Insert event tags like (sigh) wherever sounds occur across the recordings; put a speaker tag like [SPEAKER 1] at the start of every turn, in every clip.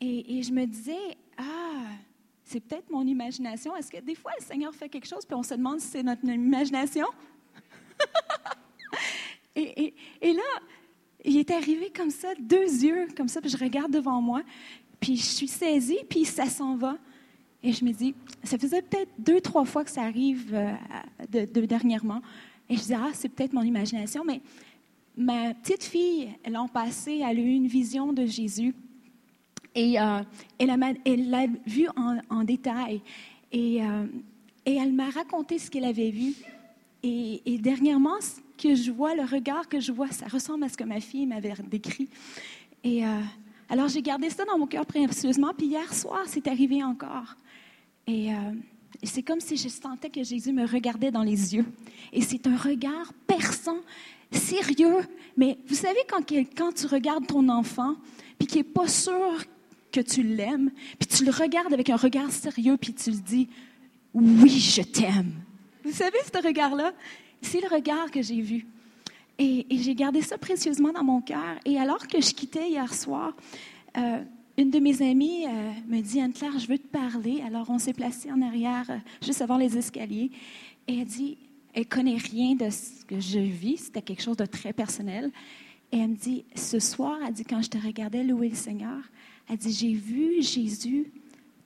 [SPEAKER 1] Et, et je me disais, ah, c'est peut-être mon imagination. Est-ce que des fois, le Seigneur fait quelque chose, puis on se demande si c'est notre imagination? (laughs) et, et- et là, il est arrivé comme ça, deux yeux comme ça, puis je regarde devant moi, puis je suis saisie, puis ça s'en va. Et je me dis, ça faisait peut-être deux, trois fois que ça arrive euh, à- de, de- dernièrement. Et je dis, ah, c'est peut-être mon imagination, mais ma petite fille, l'an passé, elle a eu une vision de Jésus. Et euh, elle, a ma- elle l'a vu en, en détail. Et, euh, et elle m'a raconté ce qu'elle avait vu. Et, et dernièrement, ce que je vois, le regard que je vois, ça ressemble à ce que ma fille m'avait décrit. Et euh, alors, j'ai gardé ça dans mon cœur précieusement. Puis hier soir, c'est arrivé encore. Et euh, c'est comme si je sentais que Jésus me regardait dans les yeux. Et c'est un regard perçant, sérieux. Mais vous savez, quand, quel- quand tu regardes ton enfant, puis qu'il n'est pas sûr que tu l'aimes, puis tu le regardes avec un regard sérieux, puis tu lui dis Oui, je t'aime. Vous savez, ce regard-là, c'est le regard que j'ai vu. Et, et j'ai gardé ça précieusement dans mon cœur. Et alors que je quittais hier soir, euh, une de mes amies euh, me dit Anne-Claire, je veux te parler. Alors on s'est placé en arrière, euh, juste avant les escaliers. Et elle dit Elle connaît rien de ce que je vis. C'était quelque chose de très personnel. Et elle me dit Ce soir, elle dit, quand je te regardais louer le Seigneur, elle dit J'ai vu Jésus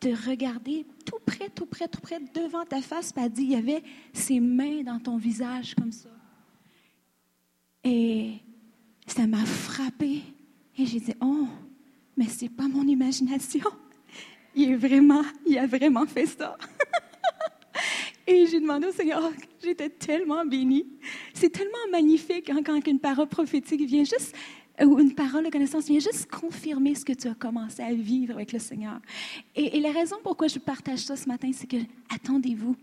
[SPEAKER 1] te regarder tout près, tout près, tout près, devant ta face. Puis elle dit Il y avait ses mains dans ton visage comme ça. Et ça m'a frappée. Et j'ai dit, oh, mais c'est pas mon imagination. Il est vraiment, il a vraiment fait ça. Et j'ai demandé au Seigneur, oh, j'étais tellement bénie. C'est tellement magnifique hein, quand une parole prophétique vient juste, euh, ou une parole de connaissance vient juste confirmer ce que tu as commencé à vivre avec le Seigneur. Et, et la raison pourquoi je partage ça ce matin, c'est que, attendez-vous,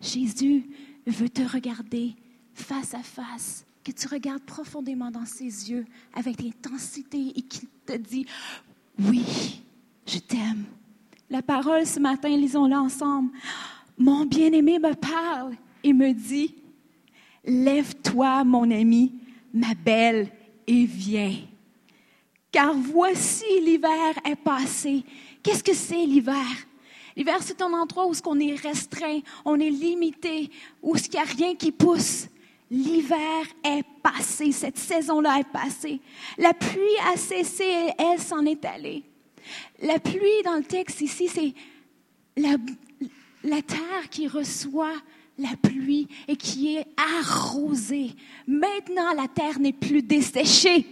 [SPEAKER 1] Jésus veut te regarder face à face, que tu regardes profondément dans ses yeux avec intensité et qu'il te dit, oui, je t'aime. La parole ce matin, lisons-la ensemble. Mon bien-aimé me parle et me dit, Lève-toi, mon ami, ma belle, et viens. Car voici l'hiver est passé. Qu'est-ce que c'est l'hiver? L'hiver, c'est un endroit où ce qu'on est restreint, on est limité, où ce qu'il n'y a rien qui pousse. L'hiver est passé, cette saison-là est passée. La pluie a cessé et elle s'en est allée. La pluie dans le texte ici, c'est la, la terre qui reçoit la pluie et qui est arrosée. Maintenant, la terre n'est plus desséchée.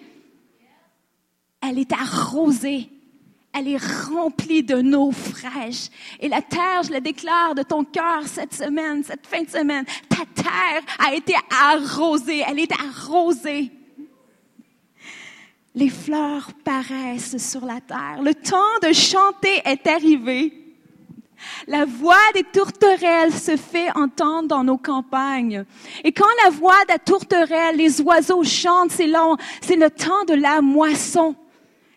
[SPEAKER 1] Elle est arrosée. Elle est remplie de eau fraîche. Et la terre, je la déclare de ton cœur cette semaine, cette fin de semaine, ta terre a été arrosée. Elle est arrosée. Les fleurs paraissent sur la terre. Le temps de chanter est arrivé. La voix des tourterelles se fait entendre dans nos campagnes. Et quand la voix de la tourterelle, les oiseaux chantent, c'est long, c'est le temps de la moisson.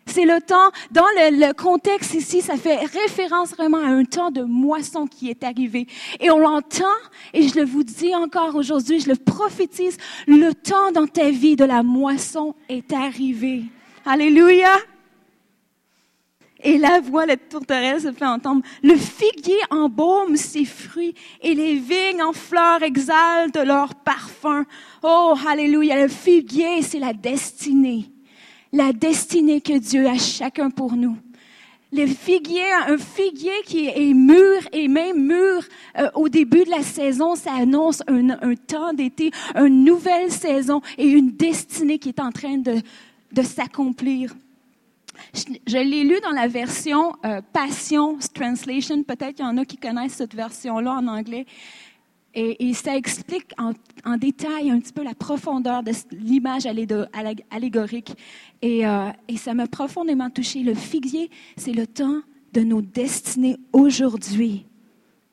[SPEAKER 1] C'est le temps, dans le, le contexte ici, ça fait référence vraiment à un temps de moisson qui est arrivé. Et on l'entend, et je le vous dis encore aujourd'hui, je le prophétise, le temps dans ta vie de la moisson est arrivé. Alléluia. Et la voix de la tourterelle se fait entendre. Le figuier embaume ses fruits et les vignes en fleurs exhalent de leur parfum. Oh, alléluia. Le figuier, c'est la destinée. La destinée que Dieu a chacun pour nous. Le figuier, un figuier qui est mûr et même mûr euh, au début de la saison, ça annonce un, un temps d'été, une nouvelle saison et une destinée qui est en train de, de s'accomplir. Je, je l'ai lu dans la version euh, Passion Translation. Peut-être qu'il y en a qui connaissent cette version-là en anglais. Et, et ça explique en, en détail un petit peu la profondeur de cette- l'image allédo- allég- allégorique. Et, euh, et ça m'a profondément touchée. Le figuier, c'est le temps de nos destinées aujourd'hui.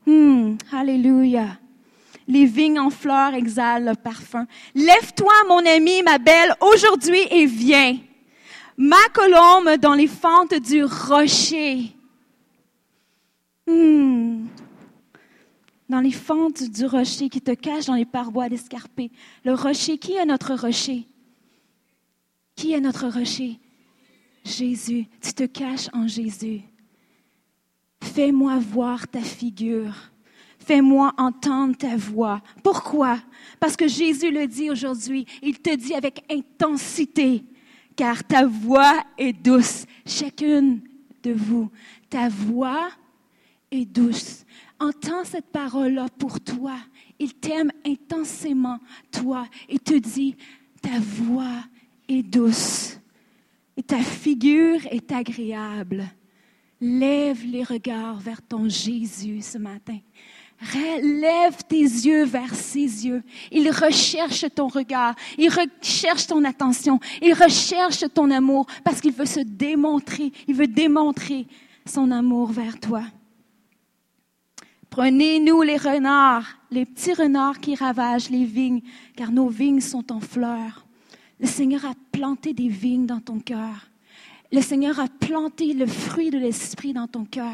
[SPEAKER 1] Hmm, alléluia. Les vignes en fleurs exhalent le parfum. Lève-toi, mon ami, ma belle, aujourd'hui et viens. Ma colombe dans les fentes du rocher. Hmm. Dans les fentes du rocher qui te cache dans les parois d'escarpé. Le rocher, qui est notre rocher? Qui est notre rocher? Jésus, tu te caches en Jésus. Fais-moi voir ta figure. Fais-moi entendre ta voix. Pourquoi? Parce que Jésus le dit aujourd'hui. Il te dit avec intensité, car ta voix est douce. Chacune de vous, ta voix est douce. Entends cette parole-là pour toi. Il t'aime intensément, toi. Il te dit, ta voix est douce et ta figure est agréable. Lève les regards vers ton Jésus ce matin. Lève tes yeux vers ses yeux. Il recherche ton regard, il recherche ton attention, il recherche ton amour parce qu'il veut se démontrer, il veut démontrer son amour vers toi. Prenez-nous les renards, les petits renards qui ravagent les vignes, car nos vignes sont en fleurs. Le Seigneur a planté des vignes dans ton cœur. Le Seigneur a planté le fruit de l'Esprit dans ton cœur.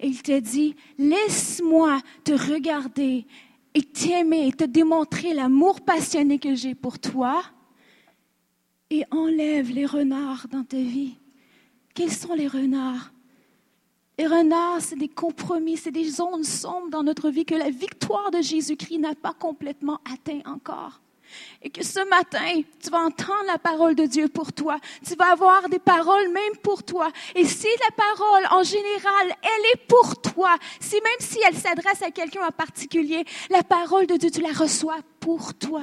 [SPEAKER 1] Et il te dit, laisse-moi te regarder et t'aimer et te démontrer l'amour passionné que j'ai pour toi. Et enlève les renards dans ta vie. Quels sont les renards les renards, c'est des compromis, c'est des zones sombres dans notre vie que la victoire de Jésus-Christ n'a pas complètement atteint encore. Et que ce matin, tu vas entendre la parole de Dieu pour toi. Tu vas avoir des paroles même pour toi. Et si la parole, en général, elle est pour toi, si même si elle s'adresse à quelqu'un en particulier, la parole de Dieu, tu la reçois pour toi.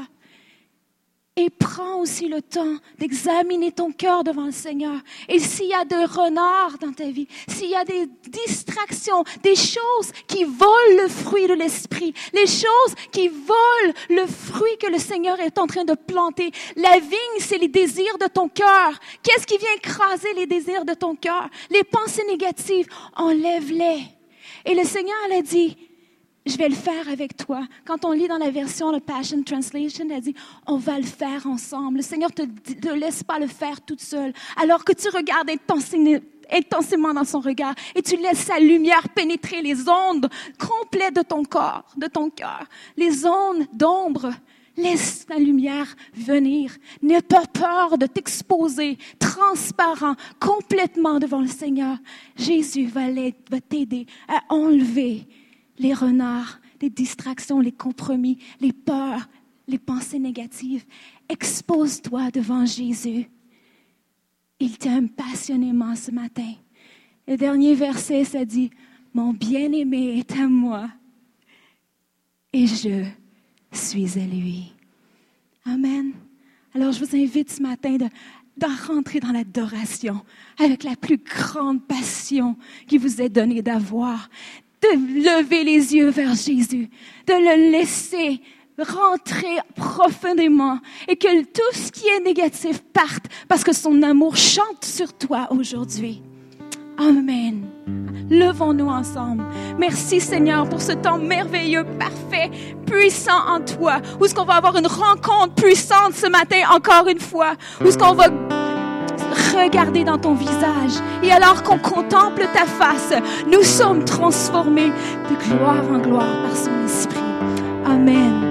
[SPEAKER 1] Et prends aussi le temps d'examiner ton cœur devant le Seigneur. Et s'il y a de renards dans ta vie, s'il y a des distractions, des choses qui volent le fruit de l'esprit, les choses qui volent le fruit que le Seigneur est en train de planter. La vigne, c'est les désirs de ton cœur. Qu'est-ce qui vient écraser les désirs de ton cœur? Les pensées négatives, enlève-les. Et le Seigneur l'a dit, je vais le faire avec toi. Quand on lit dans la version, le Passion Translation, elle dit, on va le faire ensemble. Le Seigneur ne te, te, laisse pas le faire toute seule. Alors que tu regardes intensément dans son regard et tu laisses sa lumière pénétrer les ondes complètes de ton corps, de ton cœur, les ondes d'ombre. Laisse la lumière venir. N'aie pas peur de t'exposer transparent, complètement devant le Seigneur. Jésus va, va t'aider à enlever les renards, les distractions, les compromis, les peurs, les pensées négatives. Expose-toi devant Jésus. Il t'aime passionnément ce matin. Le dernier verset, ça dit, Mon bien-aimé est à moi et je suis à lui. Amen. Alors je vous invite ce matin de, de rentrer dans l'adoration avec la plus grande passion qui vous est donnée d'avoir, de lever les yeux vers Jésus, de le laisser rentrer profondément et que tout ce qui est négatif parte parce que son amour chante sur toi aujourd'hui. Amen. Levons-nous ensemble. Merci Seigneur pour ce temps merveilleux, parfait, puissant en toi. Où est-ce qu'on va avoir une rencontre puissante ce matin encore une fois? Où est-ce qu'on va regarder dans ton visage. Et alors qu'on contemple ta face, nous sommes transformés de gloire en gloire par son esprit. Amen.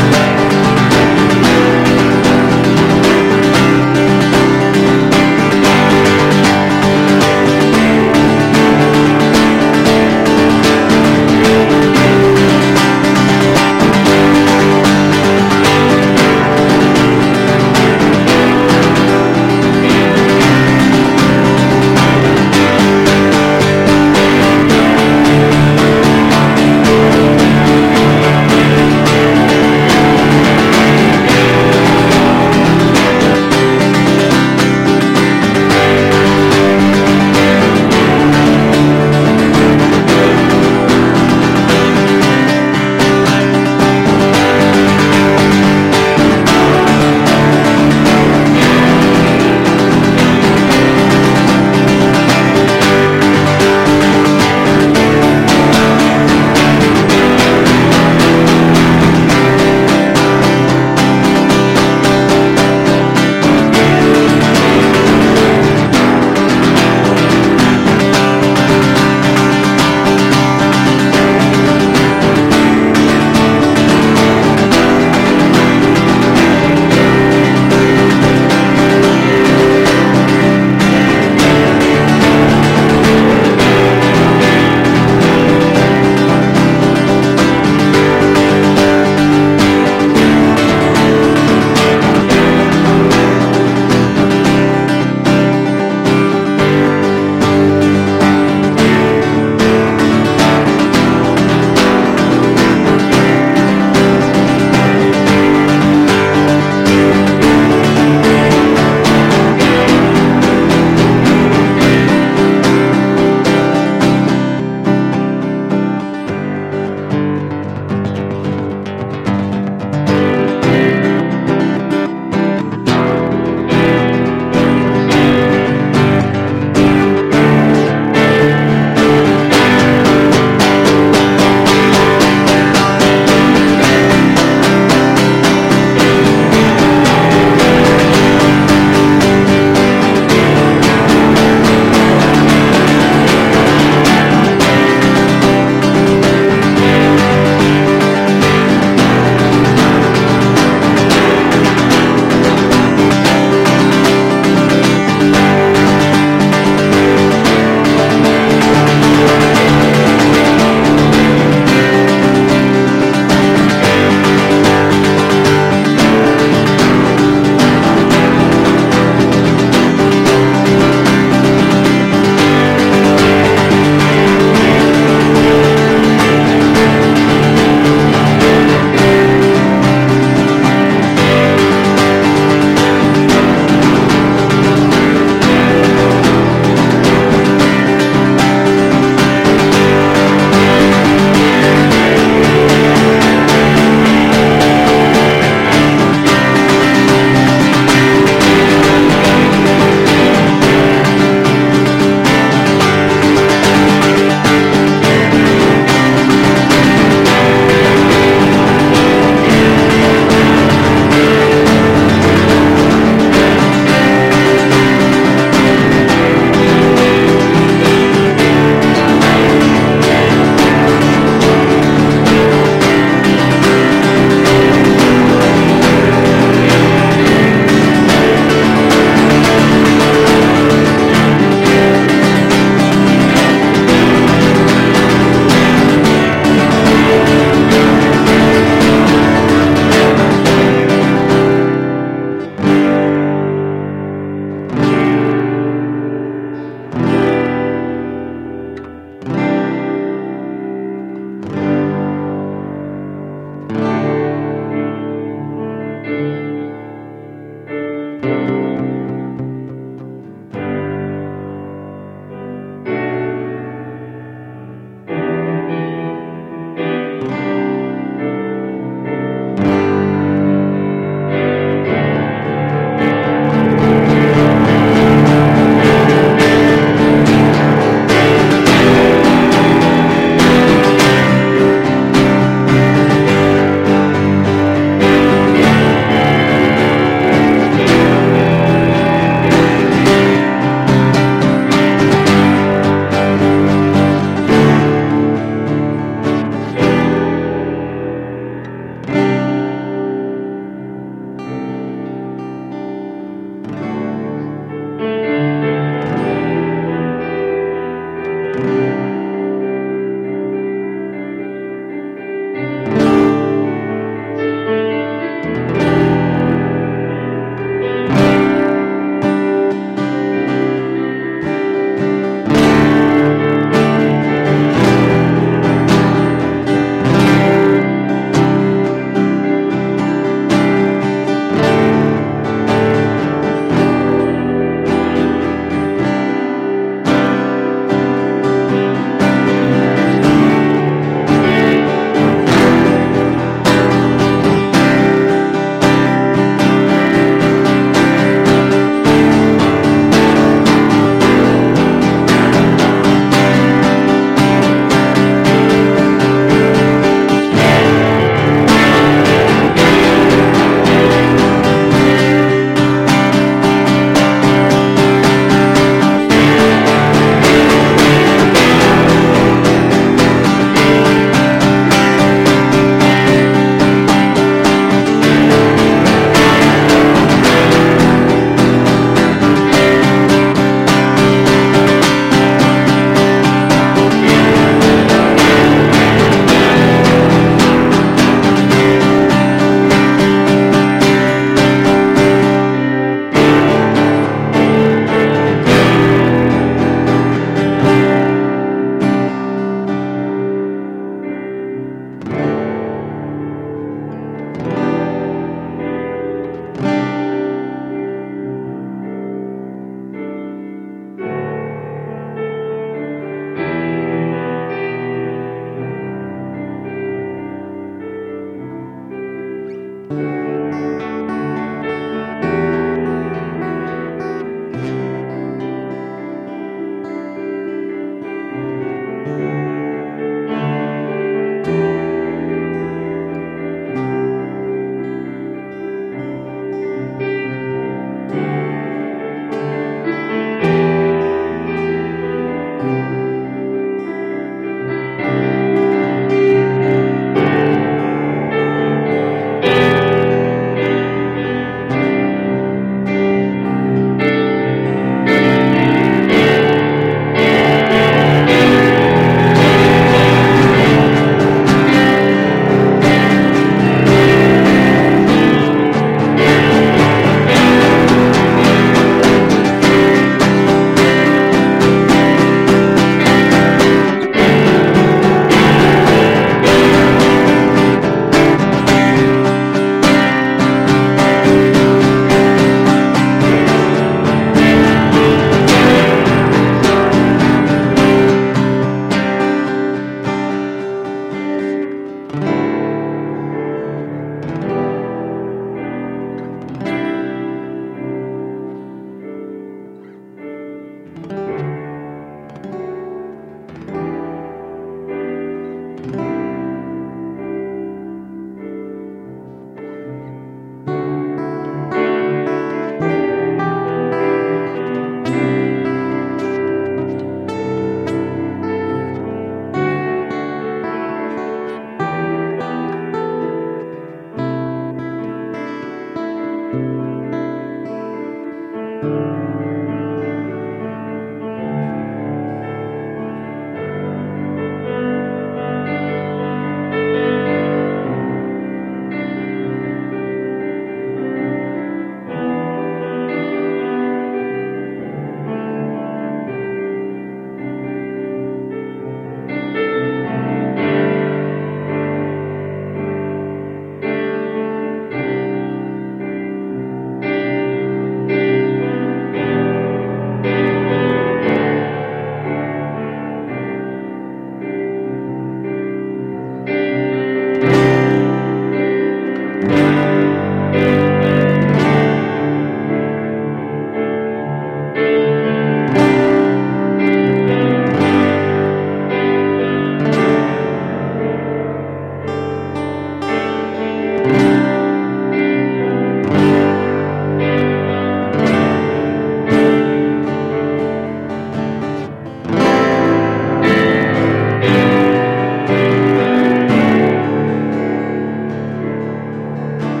[SPEAKER 1] Merci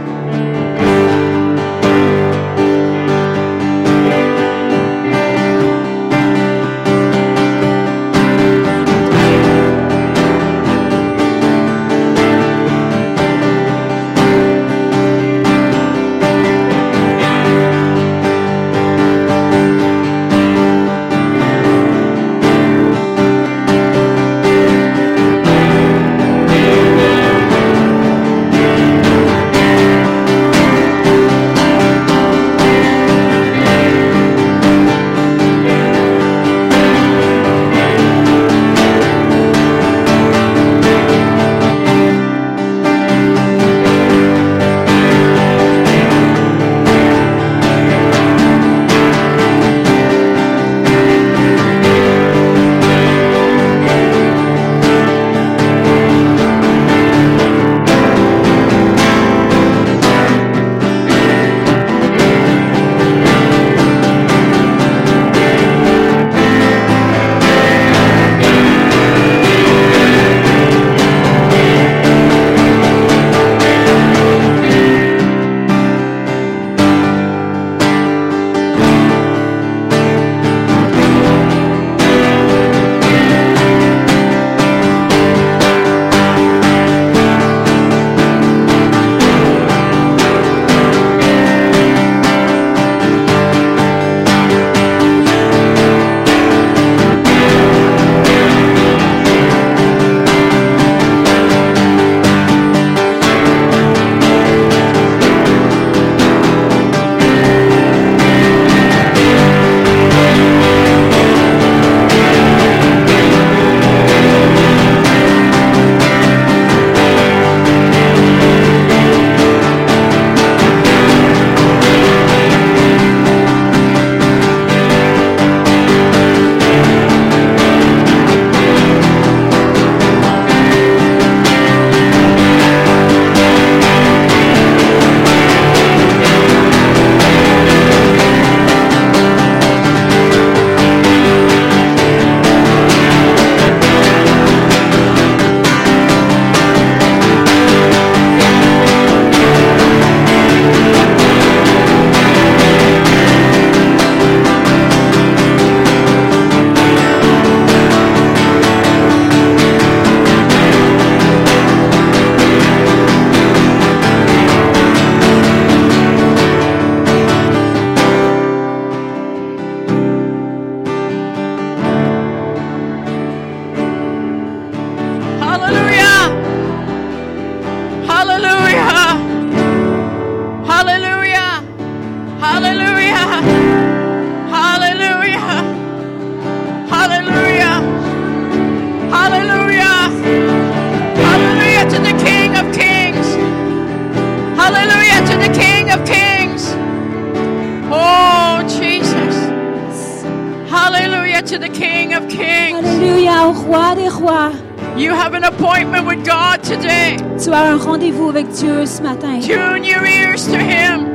[SPEAKER 2] King of Kings. Oh, Jesus. Hallelujah to the King of Kings.
[SPEAKER 1] Alléluia, au roi des rois.
[SPEAKER 2] You have an appointment with God today.
[SPEAKER 1] Tu as un rendez-vous avec Dieu ce matin.
[SPEAKER 2] Tune your ears to Him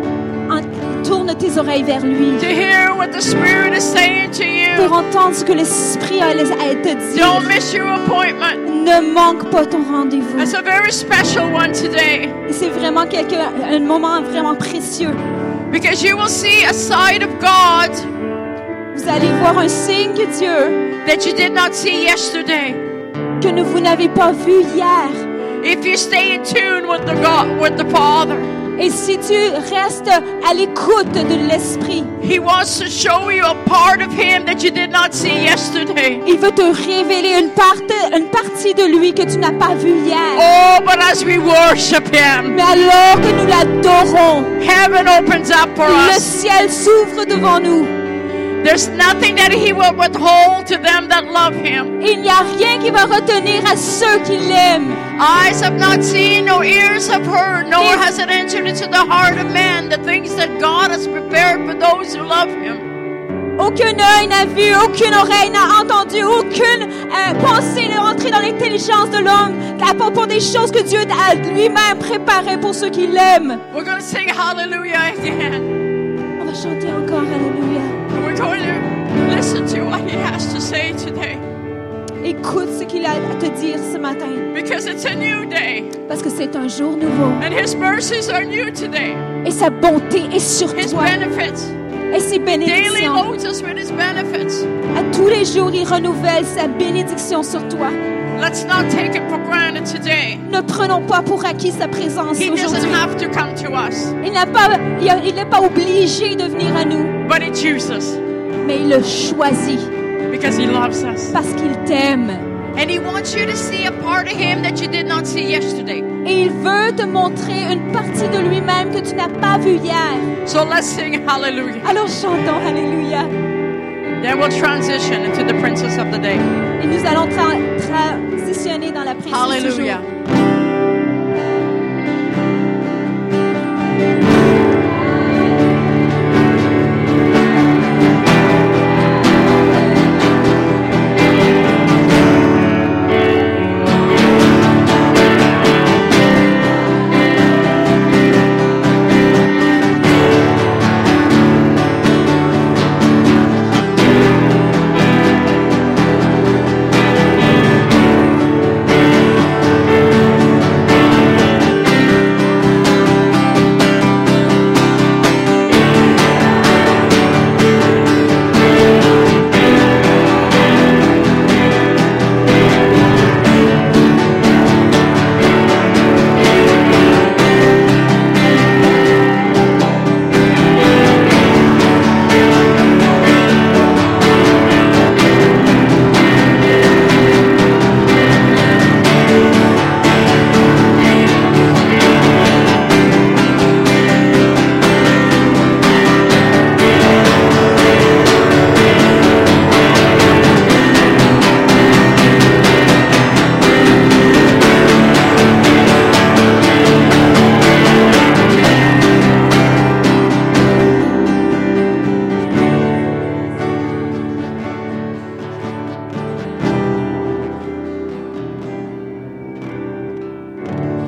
[SPEAKER 1] En- tourne tes oreilles vers lui
[SPEAKER 2] to hear what the Spirit is saying to
[SPEAKER 1] pour
[SPEAKER 2] you.
[SPEAKER 1] entendre ce que l'Esprit a à te
[SPEAKER 2] Don't
[SPEAKER 1] dire.
[SPEAKER 2] miss your appointment.
[SPEAKER 1] Ne manque pas ton rendez-vous.
[SPEAKER 2] That's a very special one today
[SPEAKER 1] Et C'est vraiment quelque, un moment vraiment précieux.
[SPEAKER 2] because you will see a side of God
[SPEAKER 1] Vous allez voir un signe que Dieu
[SPEAKER 2] that you did not see yesterday.
[SPEAKER 1] que ne- vous n'avez pas vu hier.
[SPEAKER 2] If you stay in tune with the God, with the Father,
[SPEAKER 1] Et si tu restes à l'écoute de l'Esprit,
[SPEAKER 2] He wants to show you a part of Him that you did not see yesterday.
[SPEAKER 1] il veut te révéler une, part- une partie de lui que tu n'as pas vue hier.
[SPEAKER 2] Oh, but as we worship Him,
[SPEAKER 1] Mais alors que nous l'adorons,
[SPEAKER 2] heaven opens up for
[SPEAKER 1] le
[SPEAKER 2] us.
[SPEAKER 1] ciel s'ouvre devant nous.
[SPEAKER 2] There's nothing that He will withhold to them that love Him.
[SPEAKER 1] Il n'y a rien qui va retenir à ceux qui l'aiment.
[SPEAKER 2] Eyes have not seen, nor ears have heard, nor has it entered into the heart of man the things that God has prepared for those who love Him.
[SPEAKER 1] Aucun œil n'a vu, aucune oreille n'a entendu, aucune euh, pensée n'est rentrée dans l'intelligence de l'homme à propos des choses que Dieu a lui-même préparées pour ceux qui l'aiment.
[SPEAKER 2] We're going to sing hallelujah again.
[SPEAKER 1] On va chanter encore Alléluia.
[SPEAKER 2] We're going to listen to what He has to say today.
[SPEAKER 1] Écoute ce qu'il a à te dire ce matin,
[SPEAKER 2] Because it's a new day
[SPEAKER 1] parce que c'est un jour nouveau
[SPEAKER 2] and His mercies are new today.
[SPEAKER 1] et sa bonté est sur
[SPEAKER 2] His
[SPEAKER 1] toi
[SPEAKER 2] benefits
[SPEAKER 1] et ses
[SPEAKER 2] daily
[SPEAKER 1] bénédictions.
[SPEAKER 2] loads us with His benefits.
[SPEAKER 1] À tous les jours, il renouvelle sa bénédiction sur toi.
[SPEAKER 2] Let's not take it for granted today.
[SPEAKER 1] Ne prenons pas pour acquis sa présence
[SPEAKER 2] He doesn't
[SPEAKER 1] aujourd'hui.
[SPEAKER 2] have to come to us,
[SPEAKER 1] Il n'a pas, il a- il n'est pas obligé de venir à nous.
[SPEAKER 2] but He chooses
[SPEAKER 1] mais il le choisit
[SPEAKER 2] because He loves us.
[SPEAKER 1] parce qu'il t'aime.
[SPEAKER 2] And He wants you to see a part of Him that you did not see yesterday.
[SPEAKER 1] Et il veut te montrer une partie de lui-même que tu n'as pas vue hier.
[SPEAKER 2] So let's sing hallelujah.
[SPEAKER 1] Alors chantons Alléluia.
[SPEAKER 2] Then we'll transition into the Princess of the Day.
[SPEAKER 1] Et nous allons tra- transitionner dans la prière.
[SPEAKER 2] Hallelujah.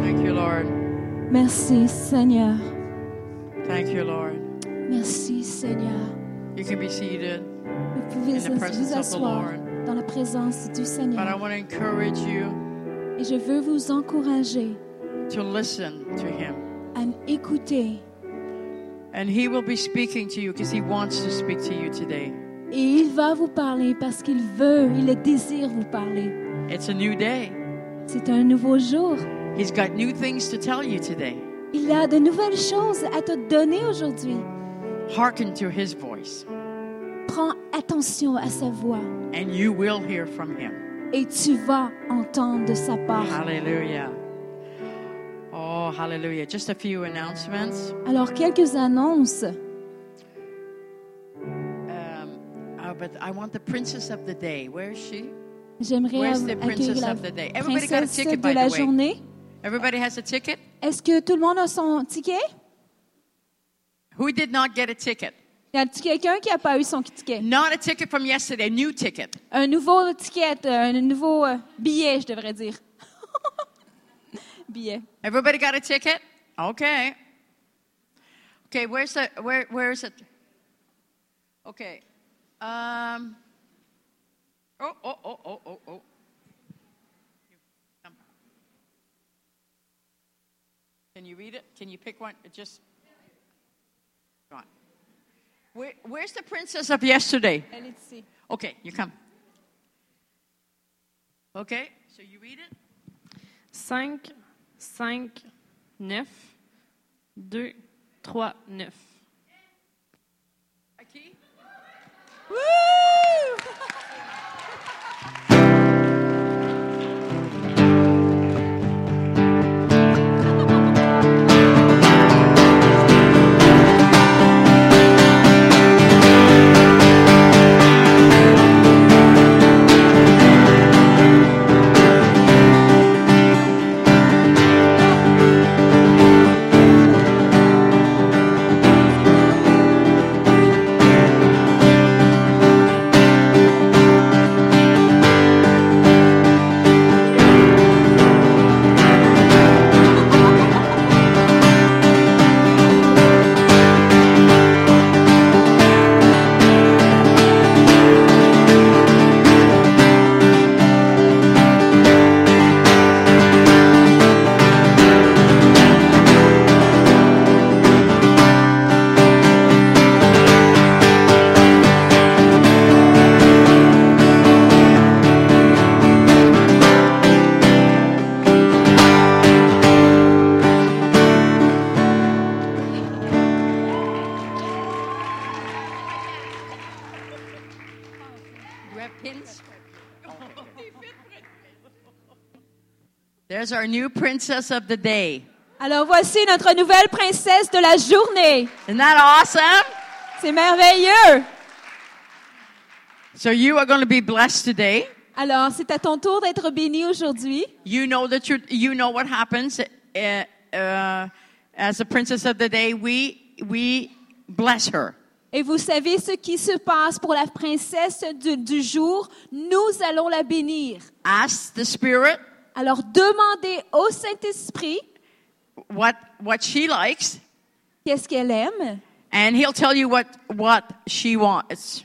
[SPEAKER 2] Thank you, Lord.
[SPEAKER 1] Merci Seigneur.
[SPEAKER 2] Thank you, Lord.
[SPEAKER 1] Merci Seigneur.
[SPEAKER 2] You can be seated,
[SPEAKER 1] Vous pouvez
[SPEAKER 2] In the presence
[SPEAKER 1] vous
[SPEAKER 2] of the
[SPEAKER 1] asseoir dans la présence du
[SPEAKER 2] but I
[SPEAKER 1] Seigneur.
[SPEAKER 2] want to encourage you
[SPEAKER 1] Et je veux vous encourager
[SPEAKER 2] to listen to Him.
[SPEAKER 1] à écouter.
[SPEAKER 2] And He will be speaking to you because He wants to speak to you today.
[SPEAKER 1] Et il va vous parler parce qu'il veut, il désire vous parler.
[SPEAKER 2] It's a new day.
[SPEAKER 1] C'est un nouveau jour.
[SPEAKER 2] He's got new things to tell you today.
[SPEAKER 1] Il a de nouvelles choses à te donner aujourd'hui.
[SPEAKER 2] Hearken to his voice,
[SPEAKER 1] Prends attention à sa voix
[SPEAKER 2] and you will hear from him.
[SPEAKER 1] et tu vas entendre de sa part.
[SPEAKER 2] Hallelujah. Oh, hallelujah. Just a few announcements.
[SPEAKER 1] Alors, quelques annonces.
[SPEAKER 2] Um, uh, but I want the princess of the day. Where is she?
[SPEAKER 1] J'aimerais
[SPEAKER 2] Where's the
[SPEAKER 1] accueillir
[SPEAKER 2] princess
[SPEAKER 1] la
[SPEAKER 2] of the day? Everybody got a
[SPEAKER 1] princesse
[SPEAKER 2] ticket,
[SPEAKER 1] de
[SPEAKER 2] by
[SPEAKER 1] la
[SPEAKER 2] the way.
[SPEAKER 1] journée.
[SPEAKER 2] Everybody has a ticket?
[SPEAKER 1] Est-ce que tout le monde a son ticket?
[SPEAKER 2] Who did not get a ticket?
[SPEAKER 1] Y a-t-il quelqu'un qui n'a pas eu son ticket?
[SPEAKER 2] Not a ticket from yesterday, a new ticket.
[SPEAKER 1] Un nouveau ticket, euh, un nouveau euh, billet, je devrais dire. (laughs) billet.
[SPEAKER 2] Everybody got a ticket? Okay. Okay, where's the where where is it? Okay. Um Oh, oh, oh, oh, oh, oh. Can you read it? Can you pick one? It just go on. Where, where's the princess of yesterday?
[SPEAKER 1] Elle est ici.
[SPEAKER 2] Okay, you come. Okay, so you read it?
[SPEAKER 3] 5, 5, 9, 2, 3, 9.
[SPEAKER 2] Aki? You have pins? (laughs) There's our new princess of the day.
[SPEAKER 1] Alors voici notre nouvelle princesse de la journée.
[SPEAKER 2] Isn't that awesome?
[SPEAKER 1] C'est merveilleux.
[SPEAKER 2] So you are going to be blessed today.
[SPEAKER 1] Alors, c'est à ton tour d'être béni aujourd'hui.
[SPEAKER 2] You know that you you know what happens uh, uh, as the princess of the day. We we bless her.
[SPEAKER 1] Et vous savez ce qui se passe pour la princesse du, du jour. Nous allons la bénir.
[SPEAKER 2] Ask the spirit
[SPEAKER 1] Alors, demandez au Saint-Esprit
[SPEAKER 2] what what she likes,
[SPEAKER 1] qu'est-ce qu'elle aime.
[SPEAKER 2] and he'll tell you what what she wants.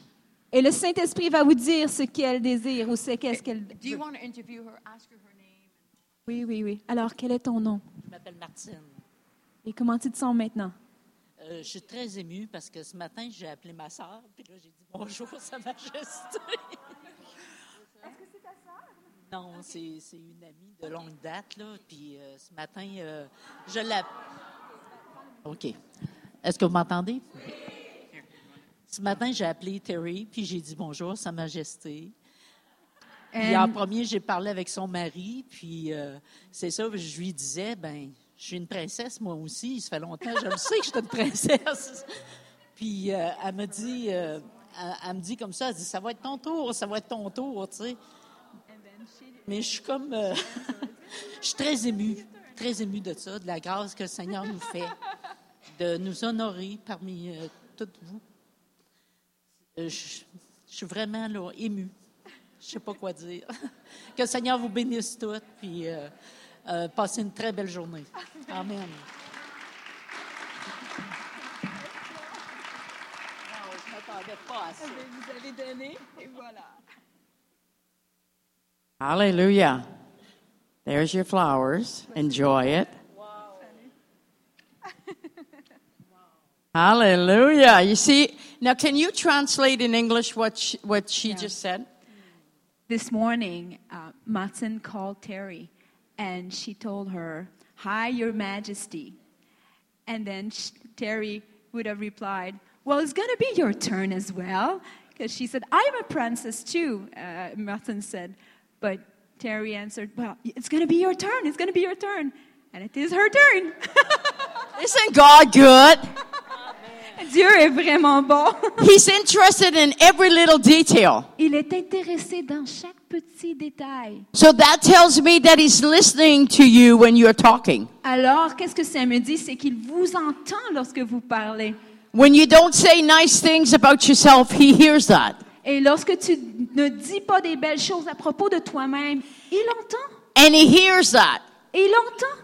[SPEAKER 1] Et le Saint-Esprit va vous dire ce qu'elle désire ou c'est qu'est-ce qu'elle
[SPEAKER 2] Eh, Do
[SPEAKER 1] veut.
[SPEAKER 2] you want to interview her? Ask her her name.
[SPEAKER 1] Oui, oui, oui. Alors, quel est ton nom?
[SPEAKER 4] Je m'appelle Martine.
[SPEAKER 1] Et comment tu te sens maintenant?
[SPEAKER 4] Euh, je suis très émue parce que ce matin, j'ai appelé ma soeur, puis là, j'ai dit bonjour, (laughs) Sa Majesté. Est-ce que c'est ta soeur? Non, c'est- c'est une amie de longue date, là. Puis euh, ce matin, euh, je l'ai. OK. Est-ce que vous m'entendez? Ce matin, j'ai appelé Terry, puis j'ai dit bonjour, Sa Majesté. Puis en premier, j'ai parlé avec son mari, puis euh, c'est ça, je lui disais, ben, je suis une princesse moi aussi, ça fait longtemps, je le sais que je suis une princesse. (laughs) puis euh, elle me dit, euh, elle, elle me dit comme ça, elle dit, ça va être ton tour, ça va être ton tour, tu sais. Mais je suis comme, euh, (laughs) je suis très émue, très émue de ça, de la grâce que le Seigneur nous fait, de nous honorer parmi euh, toutes vous. Euh, je, je suis vraiment là, émue. Je sais pas quoi dire. (laughs) Que le Seigneur vous bénisse toutes, puis euh, euh, passez une très belle journée. Amen.
[SPEAKER 1] Vous avez donné, et voilà.
[SPEAKER 2] Hallelujah. There's your flowers. Enjoy it. Hallelujah. You see, now can you translate in English what she, what she just said?
[SPEAKER 5] this morning, uh, Martin called Terry and she told her, Hi, Your Majesty. And then sh Terry would have replied, Well, it's going to be your turn as well. Because she said, I'm a princess too, uh, Martin said. But Terry answered, Well, it's going to be your turn. It's going to be your turn. And it is her turn. (laughs)
[SPEAKER 2] Isn't God good?
[SPEAKER 5] Dieu est vraiment bon.
[SPEAKER 2] He's interested in every little detail.
[SPEAKER 5] Il est intéressé dans chaque petit détail.
[SPEAKER 2] So that tells me that He's listening to you when you're talking.
[SPEAKER 5] Alors, qu'est-ce que ça me dit? C'est qu'il vous entend lorsque vous parlez.
[SPEAKER 2] When you don't say nice things about yourself, he hears that.
[SPEAKER 1] Et lorsque tu ne dis pas des belles choses à propos de toi-même, il entend.
[SPEAKER 2] And he hears that.
[SPEAKER 1] Et il entend.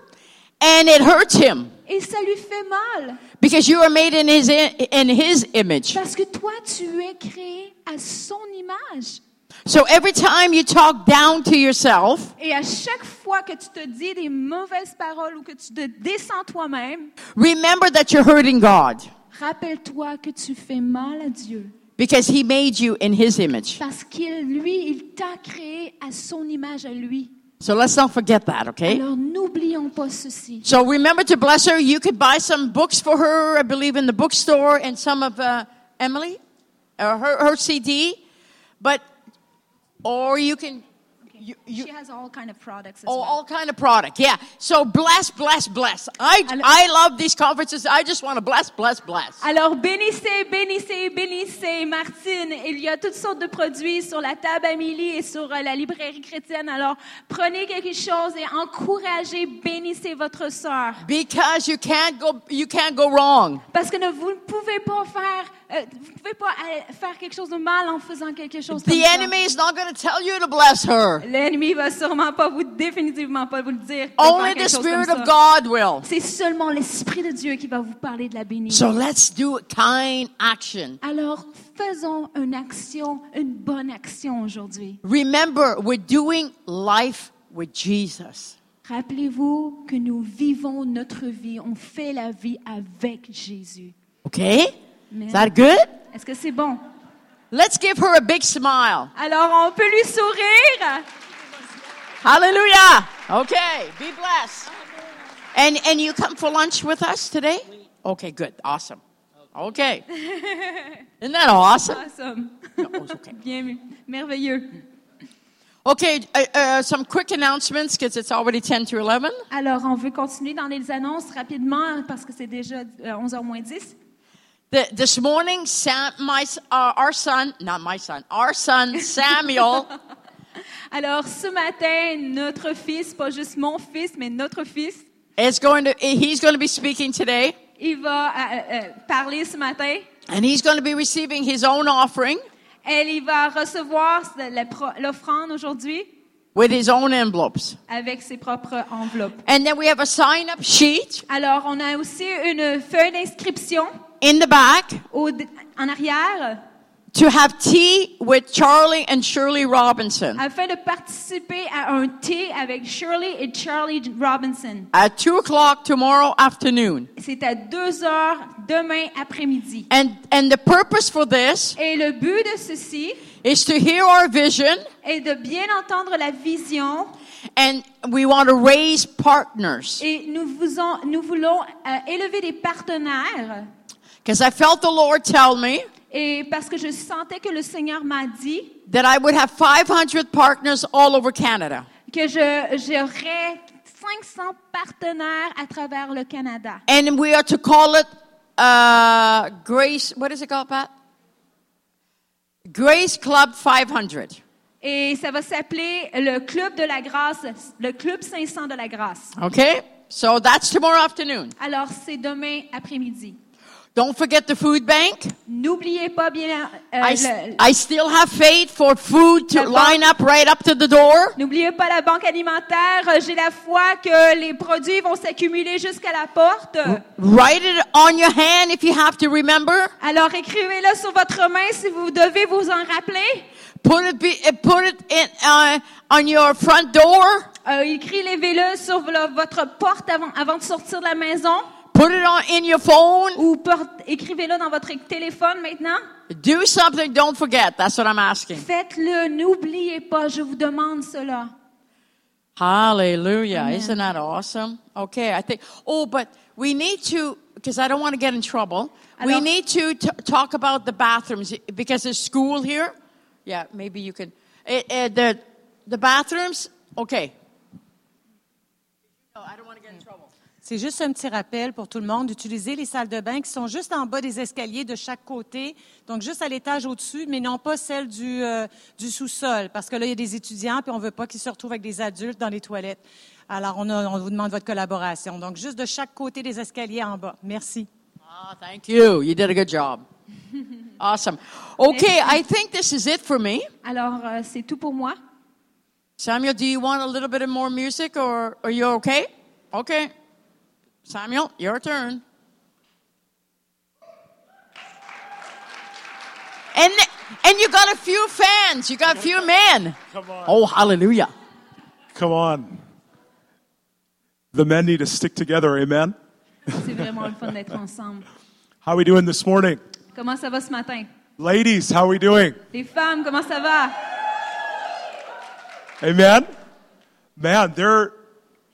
[SPEAKER 2] And it hurts him
[SPEAKER 1] Et ça lui fait mal.
[SPEAKER 2] because you are made in his, in his image.
[SPEAKER 1] Parce que toi, tu es créé à son image.
[SPEAKER 2] So every time you talk down to yourself,
[SPEAKER 1] Et à chaque fois que tu te dis des mauvaises paroles ou que tu te descends toi-même,
[SPEAKER 2] remember that you're hurting God
[SPEAKER 1] rappelle-toi que tu fais mal à Dieu.
[SPEAKER 2] because he made you in his image.
[SPEAKER 1] Parce qu'il, lui, il t'a créé à son image à lui.
[SPEAKER 2] So let's not forget that, okay?
[SPEAKER 1] Alors n'oublions pas ceci.
[SPEAKER 2] So remember to bless her. You could buy some books for her, I believe, in the bookstore, and some of uh, Emily, or her, her CD. But or you can, you, you,
[SPEAKER 1] She has all kind of products as
[SPEAKER 2] oh,
[SPEAKER 1] well.
[SPEAKER 2] all kind of product. Yeah. So bless, bless, bless. I
[SPEAKER 1] I lo-
[SPEAKER 2] I love these conferences. I just want to bless, bless, bless.
[SPEAKER 1] Alors bénissez, bénissez, bénissez Martine. Il y a toutes sortes de produits sur la table Amélie et sur euh, la librairie chrétienne. Alors prenez quelque chose et encouragez, bénissez votre sœur.
[SPEAKER 2] Because you can't go, you can't go wrong.
[SPEAKER 1] Parce que ne, vous ne pouvez pas faire, euh, vous pouvez pas euh, faire quelque chose de mal en faisant quelque chose comme
[SPEAKER 2] The
[SPEAKER 1] ça.
[SPEAKER 2] enemy is not going to tell you to bless her.
[SPEAKER 1] L'ennemi va sûrement pas vous, définitivement pas vous le dire. de faire
[SPEAKER 2] Only
[SPEAKER 1] quelque
[SPEAKER 2] the
[SPEAKER 1] chose
[SPEAKER 2] Spirit
[SPEAKER 1] comme
[SPEAKER 2] of
[SPEAKER 1] ça.
[SPEAKER 2] God will.
[SPEAKER 1] C'est seulement l'Esprit de Dieu qui va vous parler de la bénédiction.
[SPEAKER 2] So let's do kind action.
[SPEAKER 1] Alors faisons une action, une bonne action aujourd'hui.
[SPEAKER 2] Remember, we're doing life with Jesus.
[SPEAKER 1] Rappelez-vous que nous vivons notre vie, on fait la vie avec Jésus.
[SPEAKER 2] Okay?
[SPEAKER 1] Amen.
[SPEAKER 2] Is that good?
[SPEAKER 1] Est-ce que c'est bon?
[SPEAKER 2] Let's give her a big smile.
[SPEAKER 1] Alors, on peut lui sourire.
[SPEAKER 2] Hallelujah. Okay, be blessed. And and you come for lunch with us today? Okay, good. Awesome. Okay. Isn't that awesome?
[SPEAKER 1] Awesome.
[SPEAKER 2] oh, it's okay.
[SPEAKER 1] Bien, merveilleux.
[SPEAKER 2] Okay, uh, uh, some quick announcements because it's already 10 to 11.
[SPEAKER 1] Alors, on veut continuer dans les annonces rapidement parce que c'est déjà 11h moins 10.
[SPEAKER 2] The, this morning, Sam, my, s- uh, our son, not my son, our son Samuel,
[SPEAKER 1] Alors, ce matin, notre fils, pas juste mon fils, mais notre fils,
[SPEAKER 2] is going to, he's going to be speaking today,
[SPEAKER 1] il va euh, euh, parler ce matin.
[SPEAKER 2] and he's going to be receiving his own offering
[SPEAKER 1] Elle, il va recevoir la pro- l'offrande aujourd'hui
[SPEAKER 2] with his own envelopes.
[SPEAKER 1] avec ses propres enveloppes.
[SPEAKER 2] And then we have a sign up sheet
[SPEAKER 1] Alors, on a aussi une feuille d'inscription
[SPEAKER 2] in the back
[SPEAKER 1] au- en arrière
[SPEAKER 2] to have tea with Charlie and Shirley Robinson
[SPEAKER 1] afin de participer à un thé avec Shirley et Charlie Robinson.
[SPEAKER 2] at 2 o'clock tomorrow afternoon.
[SPEAKER 1] C'est à 2 heures demain après-midi.
[SPEAKER 2] And, and the purpose for this
[SPEAKER 1] Et le but de ceci
[SPEAKER 2] is to hear our vision,
[SPEAKER 1] est de bien entendre la vision
[SPEAKER 2] and we want to raise partners.
[SPEAKER 1] et nous, vous en- nous voulons euh, élever des partenaires.
[SPEAKER 2] Because I felt the Lord tell me
[SPEAKER 1] Et parce que je sentais que le Seigneur m'a dit
[SPEAKER 2] that I would have 500 partners all over Canada.
[SPEAKER 1] que je- j'aurais 500 partenaires à travers le Canada.
[SPEAKER 2] And we are to call it uh, Grace, what is it called, Pat? Grace Club 500.
[SPEAKER 1] Et ça va s'appeler le Club de la Grâce, le Club 500 de la Grâce.
[SPEAKER 2] Okay? So that's tomorrow afternoon.
[SPEAKER 1] Alors, c'est demain après-midi.
[SPEAKER 2] Don't forget the food bank.
[SPEAKER 1] N'oubliez pas bien, euh,
[SPEAKER 2] I,
[SPEAKER 1] le-
[SPEAKER 2] s- I still have faith for food to
[SPEAKER 1] La banque.
[SPEAKER 2] line up right up to the door.
[SPEAKER 1] n'oubliez pas la banque alimentaire. Euh, J'ai la foi que les produits vont s'accumuler jusqu'à la porte.
[SPEAKER 2] Write it on your hand if you have to remember.
[SPEAKER 1] Alors, écrivez-le sur votre main si vous devez vous en rappeler.
[SPEAKER 2] Put it, be, uh, put it in, uh, on your front door.
[SPEAKER 1] Euh, écrivez-le sur vo- votre porte avant, avant de sortir de la maison
[SPEAKER 2] Put it on in your phone.
[SPEAKER 1] ou porte- écrivez-le dans votre téléphone maintenant.
[SPEAKER 2] Do something, don't forget. That's what I'm asking.
[SPEAKER 1] Faites-le, n'oubliez pas, je vous demande cela.
[SPEAKER 2] Hallelujah. Isn't that awesome? Okay, I think. Oh, but we need to, because I don't want to get in trouble, we
[SPEAKER 1] Alors-
[SPEAKER 2] need to t- talk about the bathrooms because there's school here. Yeah, maybe you can. Eh, eh, the, the bathrooms, okay. No, I don't want to get in trouble.
[SPEAKER 6] C'est juste un petit rappel pour tout le monde d'utiliser les salles de bain qui sont juste en bas des escaliers de chaque côté, donc juste à l'étage au-dessus, mais non pas celle du, euh, du sous-sol, parce que là, il y a des étudiants, puis on veut pas qu'ils se retrouvent avec des adultes dans les toilettes. Alors, on, a- on vous demande votre collaboration. Donc, juste de chaque côté des escaliers en bas. Merci.
[SPEAKER 2] Ah, thank you. You did a good job. awesome. Okay, I think this is it for me.
[SPEAKER 1] Alors, euh, c'est tout pour moi.
[SPEAKER 2] Samuel, do you want a little bit of more music or are you okay? Okay. Samuel, your turn. And and you got a few fans. You got a few men.
[SPEAKER 7] Come on.
[SPEAKER 2] Oh, hallelujah.
[SPEAKER 7] Come on. The men need to stick together, amen?
[SPEAKER 1] C'est vraiment le fun d'être ensemble.
[SPEAKER 7] How we doing this morning?
[SPEAKER 1] Comment ça va ce matin?
[SPEAKER 7] Ladies, how we doing?
[SPEAKER 1] Les femmes, comment ça va?
[SPEAKER 7] Amen? Man, there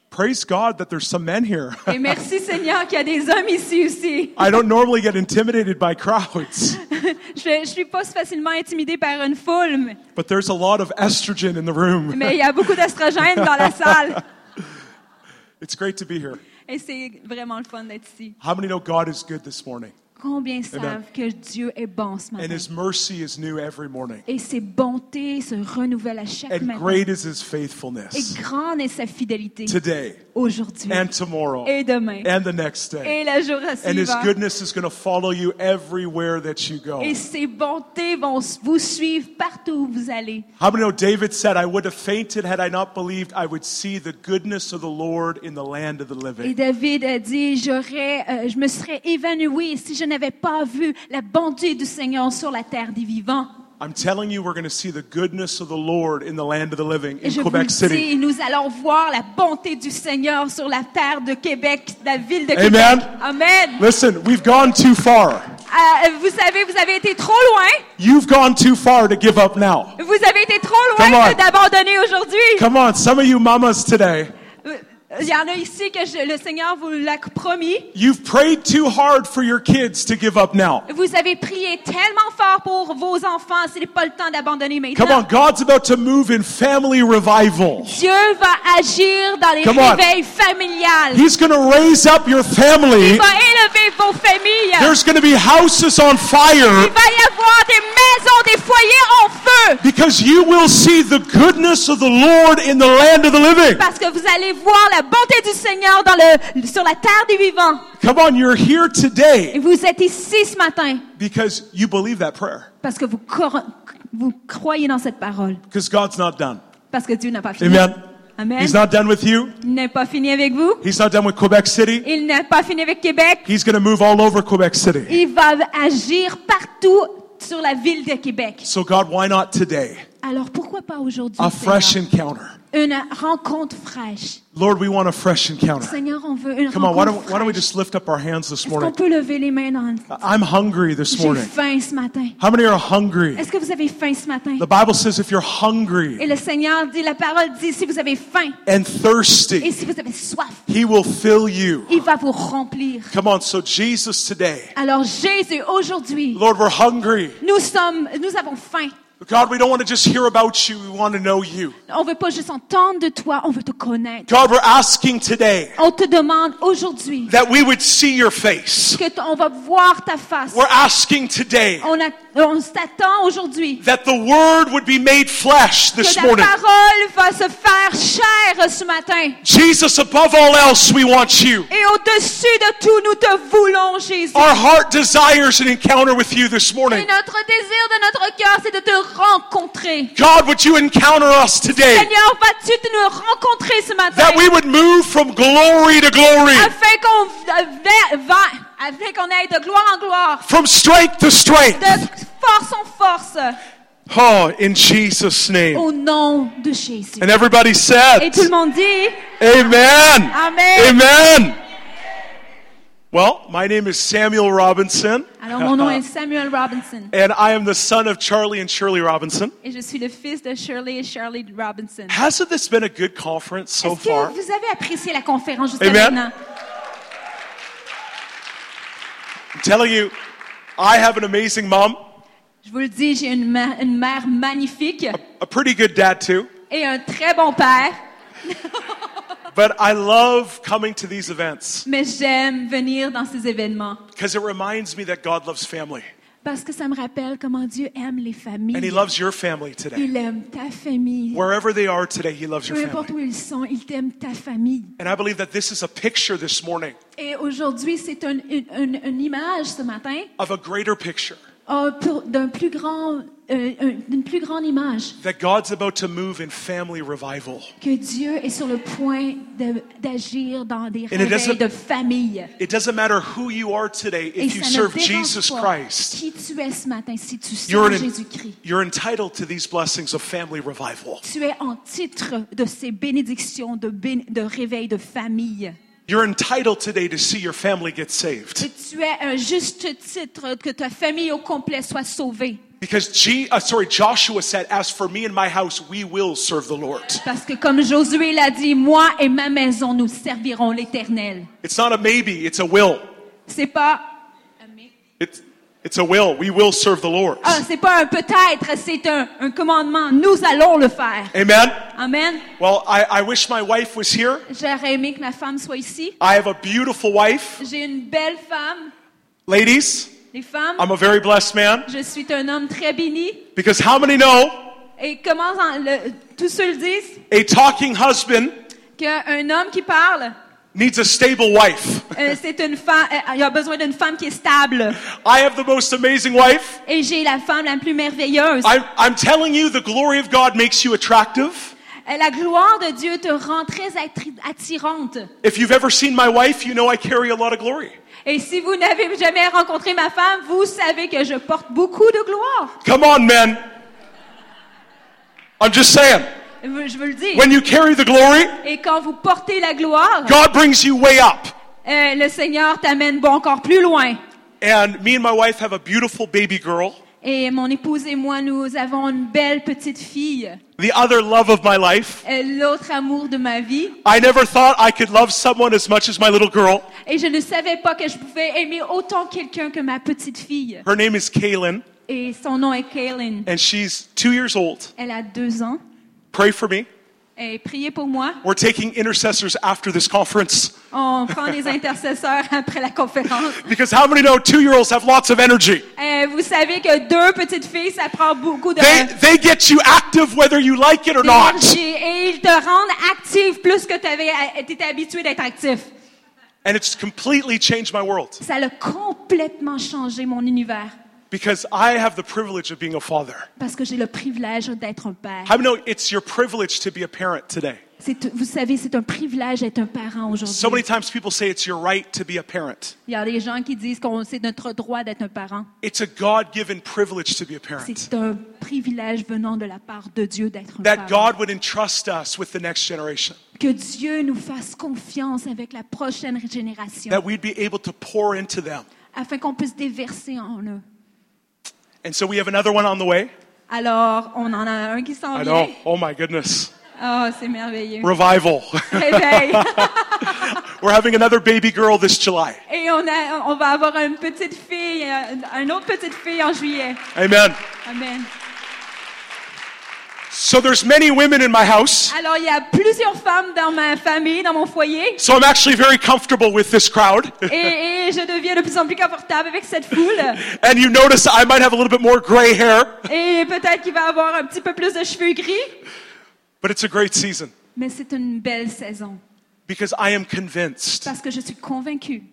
[SPEAKER 7] praise God that there's some men here. (laughs)
[SPEAKER 1] Et merci Seigneur qu'il y a des hommes ici aussi.
[SPEAKER 7] I don't normally get intimidated by crowds, (laughs)
[SPEAKER 1] Je, je suis pas facilement intimidée par une foule, mais-
[SPEAKER 7] but there's a lot of estrogen in the room.
[SPEAKER 1] mais il y a beaucoup d'estrogène dans la salle.
[SPEAKER 7] (laughs) It's great to be here.
[SPEAKER 1] Et c'est vraiment le fun d'être ici.
[SPEAKER 7] How many know God is good this morning?
[SPEAKER 1] Combien savent que Dieu est bon ce
[SPEAKER 7] Eh ben, And
[SPEAKER 1] matin?
[SPEAKER 7] his mercy is new every morning.
[SPEAKER 1] Et ses bontés se renouvellent à chaque
[SPEAKER 7] And
[SPEAKER 1] matin.
[SPEAKER 7] great is his
[SPEAKER 1] Et
[SPEAKER 7] faithfulness
[SPEAKER 1] grande est sa fidélité
[SPEAKER 7] today
[SPEAKER 1] aujourd'hui
[SPEAKER 7] and tomorrow
[SPEAKER 1] et demain
[SPEAKER 7] and the next day.
[SPEAKER 1] et la jour
[SPEAKER 7] And his
[SPEAKER 1] suivant.
[SPEAKER 7] goodness is going to follow you everywhere that you go.
[SPEAKER 1] Et ses bontés vont s- vous suivre partout où vous allez.
[SPEAKER 7] How many know David said, I would have fainted had I not believed I would see the goodness of the Lord in the land of the
[SPEAKER 1] Et
[SPEAKER 7] living.
[SPEAKER 1] David a dit, j'aurais, euh, je me serais évanoui si je n'avais pas vu la bonté du Seigneur sur la terre des vivants.
[SPEAKER 7] I'm telling you, we're going to see the goodness of the Lord in the land of the living
[SPEAKER 1] Et
[SPEAKER 7] in
[SPEAKER 1] je vous le
[SPEAKER 7] Quebec City.
[SPEAKER 1] dis, nous allons voir la bonté du Seigneur sur la terre de Québec, la ville de
[SPEAKER 7] Amen.
[SPEAKER 1] Québec. Amen.
[SPEAKER 7] Listen, we've gone too far.
[SPEAKER 1] Euh, vous savez, vous avez été trop loin.
[SPEAKER 7] You've gone too far to give up now.
[SPEAKER 1] Vous avez été trop
[SPEAKER 7] Come on.
[SPEAKER 1] loin de- d'abandonner aujourd'hui.
[SPEAKER 7] Come on, some of you mamas today,
[SPEAKER 1] Euh, Il y en a ici que je- le Seigneur vous l'a promis.
[SPEAKER 7] you've prayed too hard for your kids to give up now.
[SPEAKER 1] Vous avez prié tellement fort pour vos enfants, ce n'est pas le temps d'abandonner
[SPEAKER 7] Come
[SPEAKER 1] maintenant.
[SPEAKER 7] on, God's about to move in family revival.
[SPEAKER 1] Dieu va agir dans les
[SPEAKER 7] Come on.
[SPEAKER 1] réveils familiales.
[SPEAKER 7] He's going to raise up your family.
[SPEAKER 1] Il va élever vos familles.
[SPEAKER 7] There's going to be houses on fire
[SPEAKER 1] Il va y avoir des maisons, des foyers en feu.
[SPEAKER 7] Because you will see the goodness of the Lord in the land of the living.
[SPEAKER 1] Parce que vous allez voir la bonté du Seigneur dans le, sur la terre des vivants.
[SPEAKER 7] Come on, you're here
[SPEAKER 1] Et
[SPEAKER 7] today
[SPEAKER 1] vous êtes ici ce matin
[SPEAKER 7] because you believe that prayer.
[SPEAKER 1] parce que vous, cro- vous croyez dans cette parole.
[SPEAKER 7] Because God's not done.
[SPEAKER 1] Parce que Dieu n'a pas fini.
[SPEAKER 7] Amen.
[SPEAKER 1] Amen.
[SPEAKER 7] He's not done with you.
[SPEAKER 1] Il n'est pas fini avec vous.
[SPEAKER 7] He's not done with Quebec City.
[SPEAKER 1] Il n'est pas fini avec Québec.
[SPEAKER 7] He's going to move all over Quebec City.
[SPEAKER 1] Il va agir partout sur la ville de Québec.
[SPEAKER 7] So, God, why not today?
[SPEAKER 1] Alors pourquoi pas aujourd'hui
[SPEAKER 7] A fresh
[SPEAKER 1] Seigneur?
[SPEAKER 7] encounter.
[SPEAKER 1] une rencontre fraîche.
[SPEAKER 7] Lord, we want a fresh encounter.
[SPEAKER 1] Seigneur, on veut une
[SPEAKER 7] Come on, why
[SPEAKER 1] rencontre
[SPEAKER 7] don't, why don't we
[SPEAKER 1] fraîche.
[SPEAKER 7] just lift up our hands this
[SPEAKER 1] Est-ce qu'on
[SPEAKER 7] morning?
[SPEAKER 1] peut lever les mains dans le...
[SPEAKER 7] I'm hungry this
[SPEAKER 1] J'ai
[SPEAKER 7] morning.
[SPEAKER 1] faim ce matin.
[SPEAKER 7] How many are hungry?
[SPEAKER 1] Est-ce que vous avez faim ce matin?
[SPEAKER 7] The Bible says if you're
[SPEAKER 1] Et
[SPEAKER 7] hungry
[SPEAKER 1] le Seigneur dit, la parole dit, si vous avez faim
[SPEAKER 7] and
[SPEAKER 1] et
[SPEAKER 7] thirsty,
[SPEAKER 1] si vous avez soif,
[SPEAKER 7] He will fill you.
[SPEAKER 1] il va vous remplir.
[SPEAKER 7] Come on, so Jesus today.
[SPEAKER 1] Alors Jésus, aujourd'hui,
[SPEAKER 7] Lord, we're hungry.
[SPEAKER 1] nous sommes, nous avons faim.
[SPEAKER 7] God, we don't want to just hear about you. We want to know you.
[SPEAKER 1] On veut pas juste entendre de toi, on veut te connaître.
[SPEAKER 7] God, we're asking today
[SPEAKER 1] On te demande aujourd'hui
[SPEAKER 7] that we would see your face.
[SPEAKER 1] que t- on va voir ta face.
[SPEAKER 7] We're asking today
[SPEAKER 1] On, a- on s'attend aujourd'hui
[SPEAKER 7] that the word would be made flesh
[SPEAKER 1] que
[SPEAKER 7] this
[SPEAKER 1] ta
[SPEAKER 7] morning.
[SPEAKER 1] parole va se faire chair ce matin.
[SPEAKER 7] Jesus, above all else, we want you.
[SPEAKER 1] Et au-dessus de tout, nous te voulons, Jésus.
[SPEAKER 7] Our heart desires an encounter with you this
[SPEAKER 1] Et
[SPEAKER 7] morning.
[SPEAKER 1] notre désir de notre cœur, c'est de te rencontrer.
[SPEAKER 7] God, would you encounter us today?
[SPEAKER 1] Seigneur, vas-tu te nous rencontrer ce matin
[SPEAKER 7] That we would move from glory to glory,
[SPEAKER 1] afin qu'on v- v- va- afin qu'on aille de gloire en gloire,
[SPEAKER 7] from strength to strength.
[SPEAKER 1] de force en force,
[SPEAKER 7] Oh, in Jesus' name.
[SPEAKER 1] au nom de Jésus.
[SPEAKER 7] And everybody said,
[SPEAKER 1] Oh. Et tout le monde dit,
[SPEAKER 7] Amen.
[SPEAKER 1] Amen.
[SPEAKER 7] Amen. Well, my name is Samuel Robinson,
[SPEAKER 1] Alors mon nom est Samuel Robinson
[SPEAKER 7] and I am the son of Charlie and Shirley Robinson.
[SPEAKER 1] et je suis le fils de Shirley et Shirley Robinson.
[SPEAKER 7] Hasn't this been a good conference so
[SPEAKER 1] Est-ce que
[SPEAKER 7] far?
[SPEAKER 1] vous avez apprécié la conférence jusqu'à
[SPEAKER 7] Amen.
[SPEAKER 1] maintenant?
[SPEAKER 7] I'm telling you, I have an amazing mom,
[SPEAKER 1] Je vous le dis, j'ai une, ma- une mère magnifique
[SPEAKER 7] a pretty good dad too,
[SPEAKER 1] et un très bon père,
[SPEAKER 7] but I love coming to these events
[SPEAKER 1] mais j'aime venir dans ces événements
[SPEAKER 7] because it reminds me that God loves family.
[SPEAKER 1] Parce que ça me rappelle comment Dieu aime les
[SPEAKER 7] And He
[SPEAKER 1] familles.
[SPEAKER 7] loves your family today.
[SPEAKER 1] Il aime ta famille.
[SPEAKER 7] Wherever they are today, He loves your
[SPEAKER 1] Peu importe
[SPEAKER 7] family.
[SPEAKER 1] où ils sont, il t'aime ta famille.
[SPEAKER 7] And I believe that this is a picture this morning
[SPEAKER 1] Et aujourd'hui, c'est un- une, une- une image ce matin
[SPEAKER 7] of a greater picture
[SPEAKER 1] euh, pour- d'un plus grand, euh, un- d'une plus grande image
[SPEAKER 7] that God's about to move in family revival.
[SPEAKER 1] que Dieu est sur le point de- d'agir dans des
[SPEAKER 7] it doesn't-
[SPEAKER 1] réveils de famille.
[SPEAKER 7] It doesn't matter who you are today
[SPEAKER 1] Et
[SPEAKER 7] if you
[SPEAKER 1] ça ne
[SPEAKER 7] serve
[SPEAKER 1] dérange
[SPEAKER 7] Jesus
[SPEAKER 1] pas
[SPEAKER 7] Christ.
[SPEAKER 1] qui tu es ce matin si tu
[SPEAKER 7] You're,
[SPEAKER 1] sers
[SPEAKER 7] an-
[SPEAKER 1] Jésus-Christ.
[SPEAKER 7] you're entitled to these blessings of family revival.
[SPEAKER 1] Tu es en titre de ces bénédictions de, bén- de réveil de famille.
[SPEAKER 7] You're entitled today to see your family get saved
[SPEAKER 1] Et tu es un juste titre que ta famille au complet soit sauvée.
[SPEAKER 7] because G, uh, sorry Joshua said, "As for me and my house, we will serve the Lord."
[SPEAKER 1] Parce que comme Josué l'a dit, moi et ma maison, nous servirons l'Éternel.
[SPEAKER 7] It's not a maybe; it's a will.
[SPEAKER 1] C'est pas,
[SPEAKER 7] It's it's a will. We will serve the Lord.
[SPEAKER 1] ah, c'est pas un peut-être, c'est un, un commandement. Nous allons le faire.
[SPEAKER 7] Amen.
[SPEAKER 1] Amen.
[SPEAKER 7] Well, I, I wish my wife was here.
[SPEAKER 1] J'aurais aimé que ma femme soit ici.
[SPEAKER 7] I have a beautiful wife.
[SPEAKER 1] J'ai une belle femme.
[SPEAKER 7] Ladies,
[SPEAKER 1] Les femmes,
[SPEAKER 7] I'm a very blessed man
[SPEAKER 1] je suis un homme très béni.
[SPEAKER 7] because how many know
[SPEAKER 1] Et comment en- le- tous ceux le disent
[SPEAKER 7] a talking husband
[SPEAKER 1] qu'un homme qui parle,
[SPEAKER 7] needs a stable wife? (laughs)
[SPEAKER 1] euh, c'est une femme, euh, il a besoin d'une femme qui est stable.
[SPEAKER 7] I have the most amazing wife.
[SPEAKER 1] Et j'ai la femme la plus merveilleuse.
[SPEAKER 7] I'm, I'm telling you, the glory of God makes you attractive.
[SPEAKER 1] Euh, La gloire de Dieu te rend très attri- attirante.
[SPEAKER 7] If you've ever seen my wife, you know I carry a lot of glory.
[SPEAKER 1] Et si vous n'avez jamais rencontré ma femme, vous savez que je porte beaucoup de gloire.
[SPEAKER 7] Come on, men. I'm just saying,
[SPEAKER 1] Euh, Je veux le dire.
[SPEAKER 7] when you carry the glory,
[SPEAKER 1] Et quand vous portez la gloire,
[SPEAKER 7] God brings you way up.
[SPEAKER 1] euh, le Seigneur t'amène bon encore plus loin.
[SPEAKER 7] And me and my wife have a beautiful baby girl,
[SPEAKER 1] Et mon épouse et moi, nous avons une belle petite fille.
[SPEAKER 7] the other love of my life.
[SPEAKER 1] Euh, L'autre amour de ma vie.
[SPEAKER 7] I never thought I could love someone as much as my little girl.
[SPEAKER 1] Et je ne savais pas que je pouvais aimer autant quelqu'un que ma petite fille.
[SPEAKER 7] Her name is Kaylin,
[SPEAKER 1] Et son nom est Kaylin.
[SPEAKER 7] and she's two years old.
[SPEAKER 1] Elle a deux ans.
[SPEAKER 7] Pray for me.
[SPEAKER 1] Et priez pour moi.
[SPEAKER 7] We're taking intercessors after this conference.
[SPEAKER 1] On prend les intercesseurs (laughs) après la conférence.
[SPEAKER 7] Because how many know two year olds have lots of energy?
[SPEAKER 1] Euh, vous savez que deux petites filles, ça prend beaucoup de
[SPEAKER 7] They, they get you active whether you like it or not.
[SPEAKER 1] d'énergie et ils te rendent active plus que tu étais habitué d'être actif.
[SPEAKER 7] And it's completely changed my world
[SPEAKER 1] Ça a complètement changé mon univers
[SPEAKER 7] because I have the privilege of being a father.
[SPEAKER 1] parce que j'ai le privilège d'être un père.
[SPEAKER 7] How many know it's your privilege to be a parent today?
[SPEAKER 1] C'est- vous savez, c'est un privilège d'être un parent
[SPEAKER 7] So many
[SPEAKER 1] aujourd'hui.
[SPEAKER 7] times people say it's your right to be a parent.
[SPEAKER 1] Il y a des gens qui disent que c'est notre droit d'être un parent.
[SPEAKER 7] It's a God given privilege to be a parent.
[SPEAKER 1] C'est un privilège venant de la part de Dieu d'être un
[SPEAKER 7] That
[SPEAKER 1] parent.
[SPEAKER 7] God would entrust us with the next generation.
[SPEAKER 1] Que Dieu nous fasse confiance avec la prochaine génération
[SPEAKER 7] That we'd be able to pour into them.
[SPEAKER 1] afin qu'on puisse déverser en eux.
[SPEAKER 7] And so we have another one on the way.
[SPEAKER 1] Alors, on en a un qui s'en
[SPEAKER 7] I
[SPEAKER 1] vient.
[SPEAKER 7] know. Oh my goodness.
[SPEAKER 1] Oh, c'est merveilleux.
[SPEAKER 7] Revival. (laughs)
[SPEAKER 1] (laughs) Réveil.
[SPEAKER 7] We're having another baby girl this July.
[SPEAKER 1] Et on, a, on va avoir une petite fille, euh, une autre petite fille en juillet.
[SPEAKER 7] Amen.
[SPEAKER 1] Amen.
[SPEAKER 7] So there's many women in my house.
[SPEAKER 1] Alors, il y a plusieurs femmes dans ma famille, dans mon foyer.
[SPEAKER 7] So I'm actually very comfortable with this crowd.
[SPEAKER 1] Et, et je deviens de plus en plus confortable avec cette foule.
[SPEAKER 7] And you notice I might have a little bit more gray hair,
[SPEAKER 1] Et peut-être qu'il va avoir un petit peu plus de cheveux gris.
[SPEAKER 7] but it's a great season
[SPEAKER 1] Mais c'est une belle saison.
[SPEAKER 7] because I am convinced
[SPEAKER 1] Parce que je suis convaincue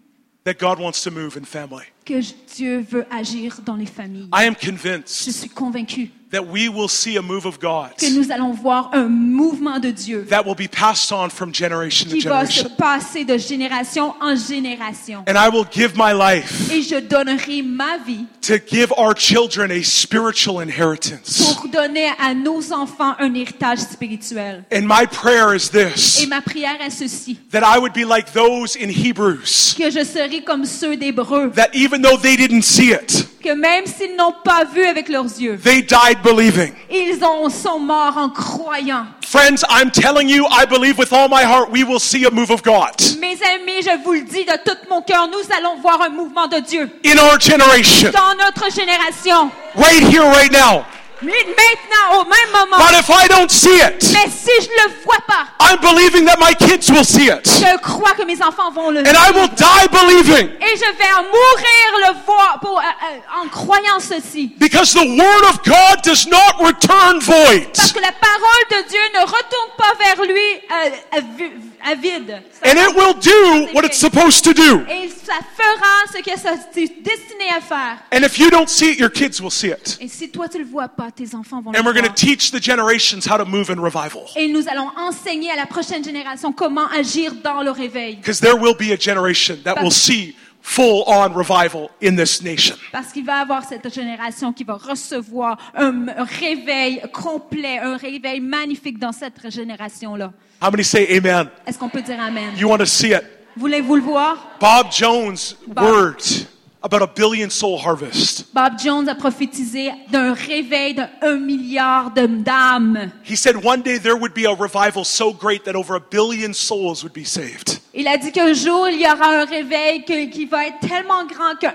[SPEAKER 7] that God wants to move in family.
[SPEAKER 1] que je- Dieu veut agir dans les familles.
[SPEAKER 7] I am
[SPEAKER 1] Je
[SPEAKER 7] convinced
[SPEAKER 1] suis convaincue
[SPEAKER 7] that we will see a move of God
[SPEAKER 1] que nous allons voir un mouvement de Dieu
[SPEAKER 7] that will be passed on from generation to
[SPEAKER 1] qui va se
[SPEAKER 7] generation.
[SPEAKER 1] passer de génération en génération.
[SPEAKER 7] And I will give my life
[SPEAKER 1] Et je donnerai ma vie
[SPEAKER 7] to give our children a spiritual inheritance.
[SPEAKER 1] pour donner à nos enfants un héritage spirituel.
[SPEAKER 7] And my prayer is
[SPEAKER 1] Et
[SPEAKER 7] this
[SPEAKER 1] ma prière est ceci,
[SPEAKER 7] that I would be like those in Hebrews,
[SPEAKER 1] que je serai comme ceux d'Hébreux,
[SPEAKER 7] that even though they didn't see it,
[SPEAKER 1] que même s'ils n'ont pas vu avec leurs yeux,
[SPEAKER 7] they died believing.
[SPEAKER 1] ils en sont morts en croyant.
[SPEAKER 7] Friends, I'm telling you, I believe with all my heart we will see a move of God
[SPEAKER 1] Mes amis, je vous le dis de tout mon cœur, nous allons voir un mouvement de Dieu
[SPEAKER 7] in our generation,
[SPEAKER 1] dans notre génération,
[SPEAKER 7] right here, right now.
[SPEAKER 1] Mais maintenant, au même moment,
[SPEAKER 7] But if I don't see it,
[SPEAKER 1] mais si je ne le vois pas,
[SPEAKER 7] I'm believing that my kids will see it.
[SPEAKER 1] je crois que mes enfants vont le
[SPEAKER 7] And I
[SPEAKER 1] voir.
[SPEAKER 7] will die believing
[SPEAKER 1] Et je vais en mourir le voir pour, euh, euh, en croyant ceci.
[SPEAKER 7] because the Word of God does not return void.
[SPEAKER 1] Parce que la parole de Dieu ne retourne pas vers lui euh, à, vi- à vide. Ça-
[SPEAKER 7] And it will do what it's supposed to do.
[SPEAKER 1] Et ça fera ce que ça est destiné à faire.
[SPEAKER 7] And if you don't see it, your kids will see it.
[SPEAKER 1] Et si toi tu le vois pas, tes enfants vont le
[SPEAKER 7] And we're going to
[SPEAKER 1] voir.
[SPEAKER 7] teach the generations how to move in revival
[SPEAKER 1] Et nous allons enseigner à la prochaine génération comment agir dans le réveil.
[SPEAKER 7] because there will be a generation that will see full on revival in this nation.
[SPEAKER 1] Parce qu'il va y avoir cette génération qui va recevoir un un réveil complet, un réveil magnifique dans cette génération-là.
[SPEAKER 7] How many say amen?
[SPEAKER 1] Est-ce qu'on peut dire Amen?
[SPEAKER 7] You want to see it.
[SPEAKER 1] Voulez-vous le voir?
[SPEAKER 7] Bob Jones' words about a billion soul harvest.
[SPEAKER 1] Bob Jones a prophétisé d'un réveil d'un un milliard de- d'âmes.
[SPEAKER 7] He said one day there would be a revival so great that over a billion souls would be saved.
[SPEAKER 1] Il a dit qu'un jour, il y aura un réveil que- qui va être tellement grand qu'un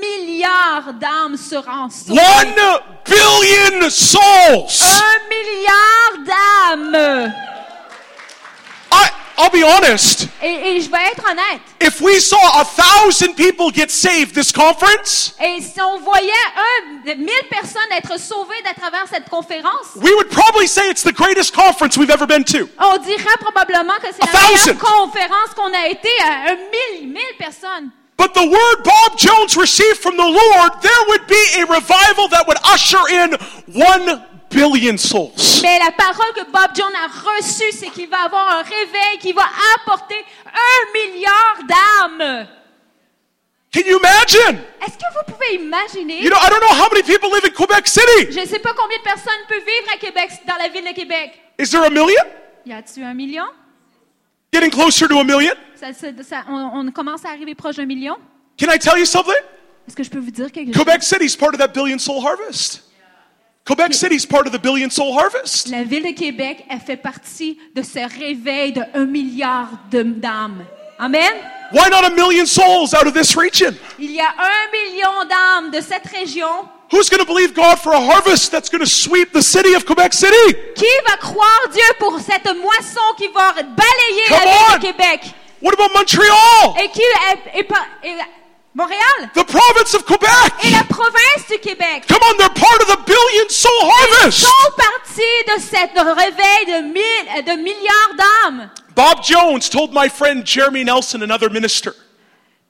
[SPEAKER 1] milliard d'âmes seront sauvées.
[SPEAKER 7] One billion souls!
[SPEAKER 1] Un milliard d'âmes!
[SPEAKER 7] I, I'll be honest.
[SPEAKER 1] Et, et je vais être honnête.
[SPEAKER 7] If we saw a thousand people get saved this conference,
[SPEAKER 1] Et si on voyait un, mille personnes être sauvées à travers cette conférence,
[SPEAKER 7] we would probably say it's the greatest conference we've ever been to.
[SPEAKER 1] on dirait probablement que c'est
[SPEAKER 7] A
[SPEAKER 1] la meilleure
[SPEAKER 7] thousand.
[SPEAKER 1] conférence qu'on a été à un mille, mille personnes.
[SPEAKER 7] But the word Bob Jones received from the Lord, there would be a revival that would usher in one billion souls.
[SPEAKER 1] Mais la parole que Bob John a reçue, c'est qu'il va avoir un réveil qui va apporter un milliard d'âmes.
[SPEAKER 7] Can you imagine?
[SPEAKER 1] Est-ce que vous pouvez imaginer?
[SPEAKER 7] You know, I don't know how many people live in Quebec City.
[SPEAKER 1] Je ne sais pas combien de personnes peuvent vivre à Québec, dans la ville de Québec.
[SPEAKER 7] Is there a million?
[SPEAKER 1] Y a-tu un million?
[SPEAKER 7] Getting closer to a million?
[SPEAKER 1] Ça- ça- ça- on, on commence à arriver proche d'un million.
[SPEAKER 7] Can I tell you something?
[SPEAKER 1] Est-ce que je peux vous dire quelque chose?
[SPEAKER 7] Quebec City's part of that billion soul harvest. Quebec City's part of the billion soul harvest.
[SPEAKER 1] La ville de Québec, elle fait partie de ce réveil de un milliard de- d'âmes. Amen.
[SPEAKER 7] Why not a million souls out of this region?
[SPEAKER 1] Il y a un million d'âmes de cette région
[SPEAKER 7] Who's going to believe God for a harvest that's going to sweep the city of Quebec City?
[SPEAKER 1] Qui va croire Dieu pour cette moisson qui va balayer
[SPEAKER 7] Come
[SPEAKER 1] la ville
[SPEAKER 7] on!
[SPEAKER 1] de Québec?
[SPEAKER 7] What about Montreal?
[SPEAKER 1] Et qui est, est pas- est- Montréal?
[SPEAKER 7] The province of Quebec?
[SPEAKER 1] Et la province du Québec
[SPEAKER 7] Come on, they're part of the billion soul harvest.
[SPEAKER 1] sont partie de cette réveil de, mille- de milliards d'âmes.
[SPEAKER 7] Bob Jones told my friend Jeremy Nelson, another minister,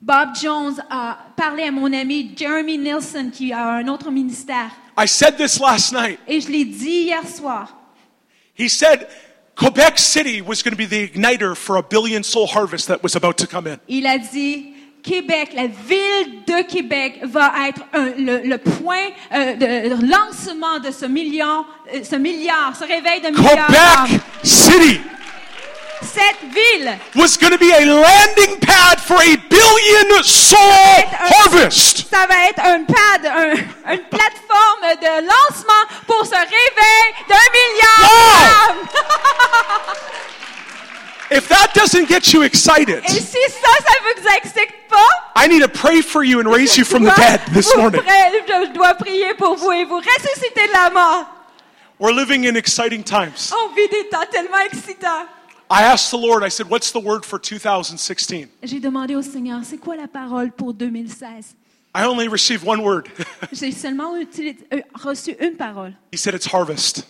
[SPEAKER 1] Bob Jones a parlé à mon ami Jeremy Nielsen qui a un autre ministère.
[SPEAKER 7] I said this last night.
[SPEAKER 1] Et je l'ai dit hier soir.
[SPEAKER 7] He said Quebec City was going to be the igniter for a billion soul harvest that was about to come in.
[SPEAKER 1] Il a dit, Québec, la ville de Québec va être un- le, le point euh, de, de lancement de ce million, euh, ce milliard, ce réveil de milliard.
[SPEAKER 7] Quebec City
[SPEAKER 1] Cette ville
[SPEAKER 7] was going to be a landing pad for a billion soul harvest.
[SPEAKER 1] Ça va être un pad, un- une plateforme de lancement pour ce réveil d'un milliard.
[SPEAKER 7] Wow!
[SPEAKER 1] d'âmes. (laughs)
[SPEAKER 7] If that doesn't get you excited,
[SPEAKER 1] Et si ça, ça vous excite pas,
[SPEAKER 7] I need to pray for you and raise you from the
[SPEAKER 1] moi,
[SPEAKER 7] dead this
[SPEAKER 1] vous (laughs)
[SPEAKER 7] morning.
[SPEAKER 1] prie- je dois prier pour vous et vous ressusciter de la mort.
[SPEAKER 7] We're living in exciting times.
[SPEAKER 1] On vit des temps tellement excitants.
[SPEAKER 7] I asked the Lord, I said, What's the word for 2016?
[SPEAKER 1] J'ai demandé au Seigneur, c'est quoi la parole pour 2016?
[SPEAKER 7] I only received one word. (laughs)
[SPEAKER 1] J'ai seulement utilis- euh, reçu une parole.
[SPEAKER 7] he said, It's harvest.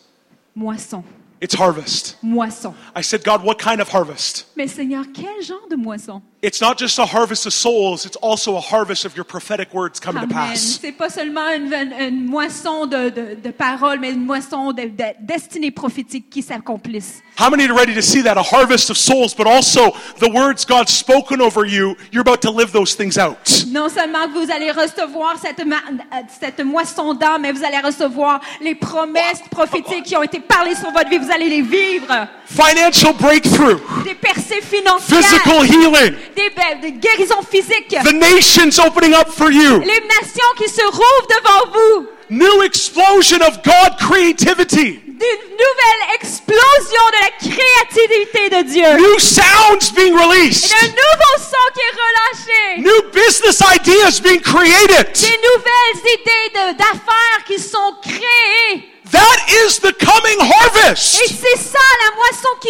[SPEAKER 1] Moisson,
[SPEAKER 7] It's harvest.
[SPEAKER 1] moisson.
[SPEAKER 7] I said, God, what kind of harvest?
[SPEAKER 1] Mais Seigneur, quel genre de moisson?
[SPEAKER 7] It's not just a harvest of souls, it's also a harvest of your prophetic words coming to
[SPEAKER 1] Amen.
[SPEAKER 7] pass.
[SPEAKER 1] C'est pas seulement une, une- une moisson de, de- de paroles, mais une moisson de, de destinées prophétiques qui s'accomplissent.
[SPEAKER 7] How many are ready to see that? A harvest of souls, but also the words God's spoken over you, you're about to live those things out.
[SPEAKER 1] Non seulement que vous allez recevoir cette, ma- euh, cette moisson d'âme, mais vous allez recevoir les promesses prophétiques qui ont été parlées sur votre vie. Vous allez les vivre.
[SPEAKER 7] Financial breakthrough,
[SPEAKER 1] Des percées financières.
[SPEAKER 7] physical healing,
[SPEAKER 1] Des, be- des guérisons physiques.
[SPEAKER 7] the nations opening up for you,
[SPEAKER 1] Les nations qui se rouvrent devant vous.
[SPEAKER 7] new explosion of God creativity.
[SPEAKER 1] D'une nouvelle explosion de la créativité de Dieu.
[SPEAKER 7] New sounds being released.
[SPEAKER 1] D'un nouveau son qui est relâché.
[SPEAKER 7] New business ideas being created.
[SPEAKER 1] Des nouvelles idées de- d'affaires qui sont créées.
[SPEAKER 7] That is the coming
[SPEAKER 1] Et
[SPEAKER 7] harvest.
[SPEAKER 1] c'est ça la moisson qui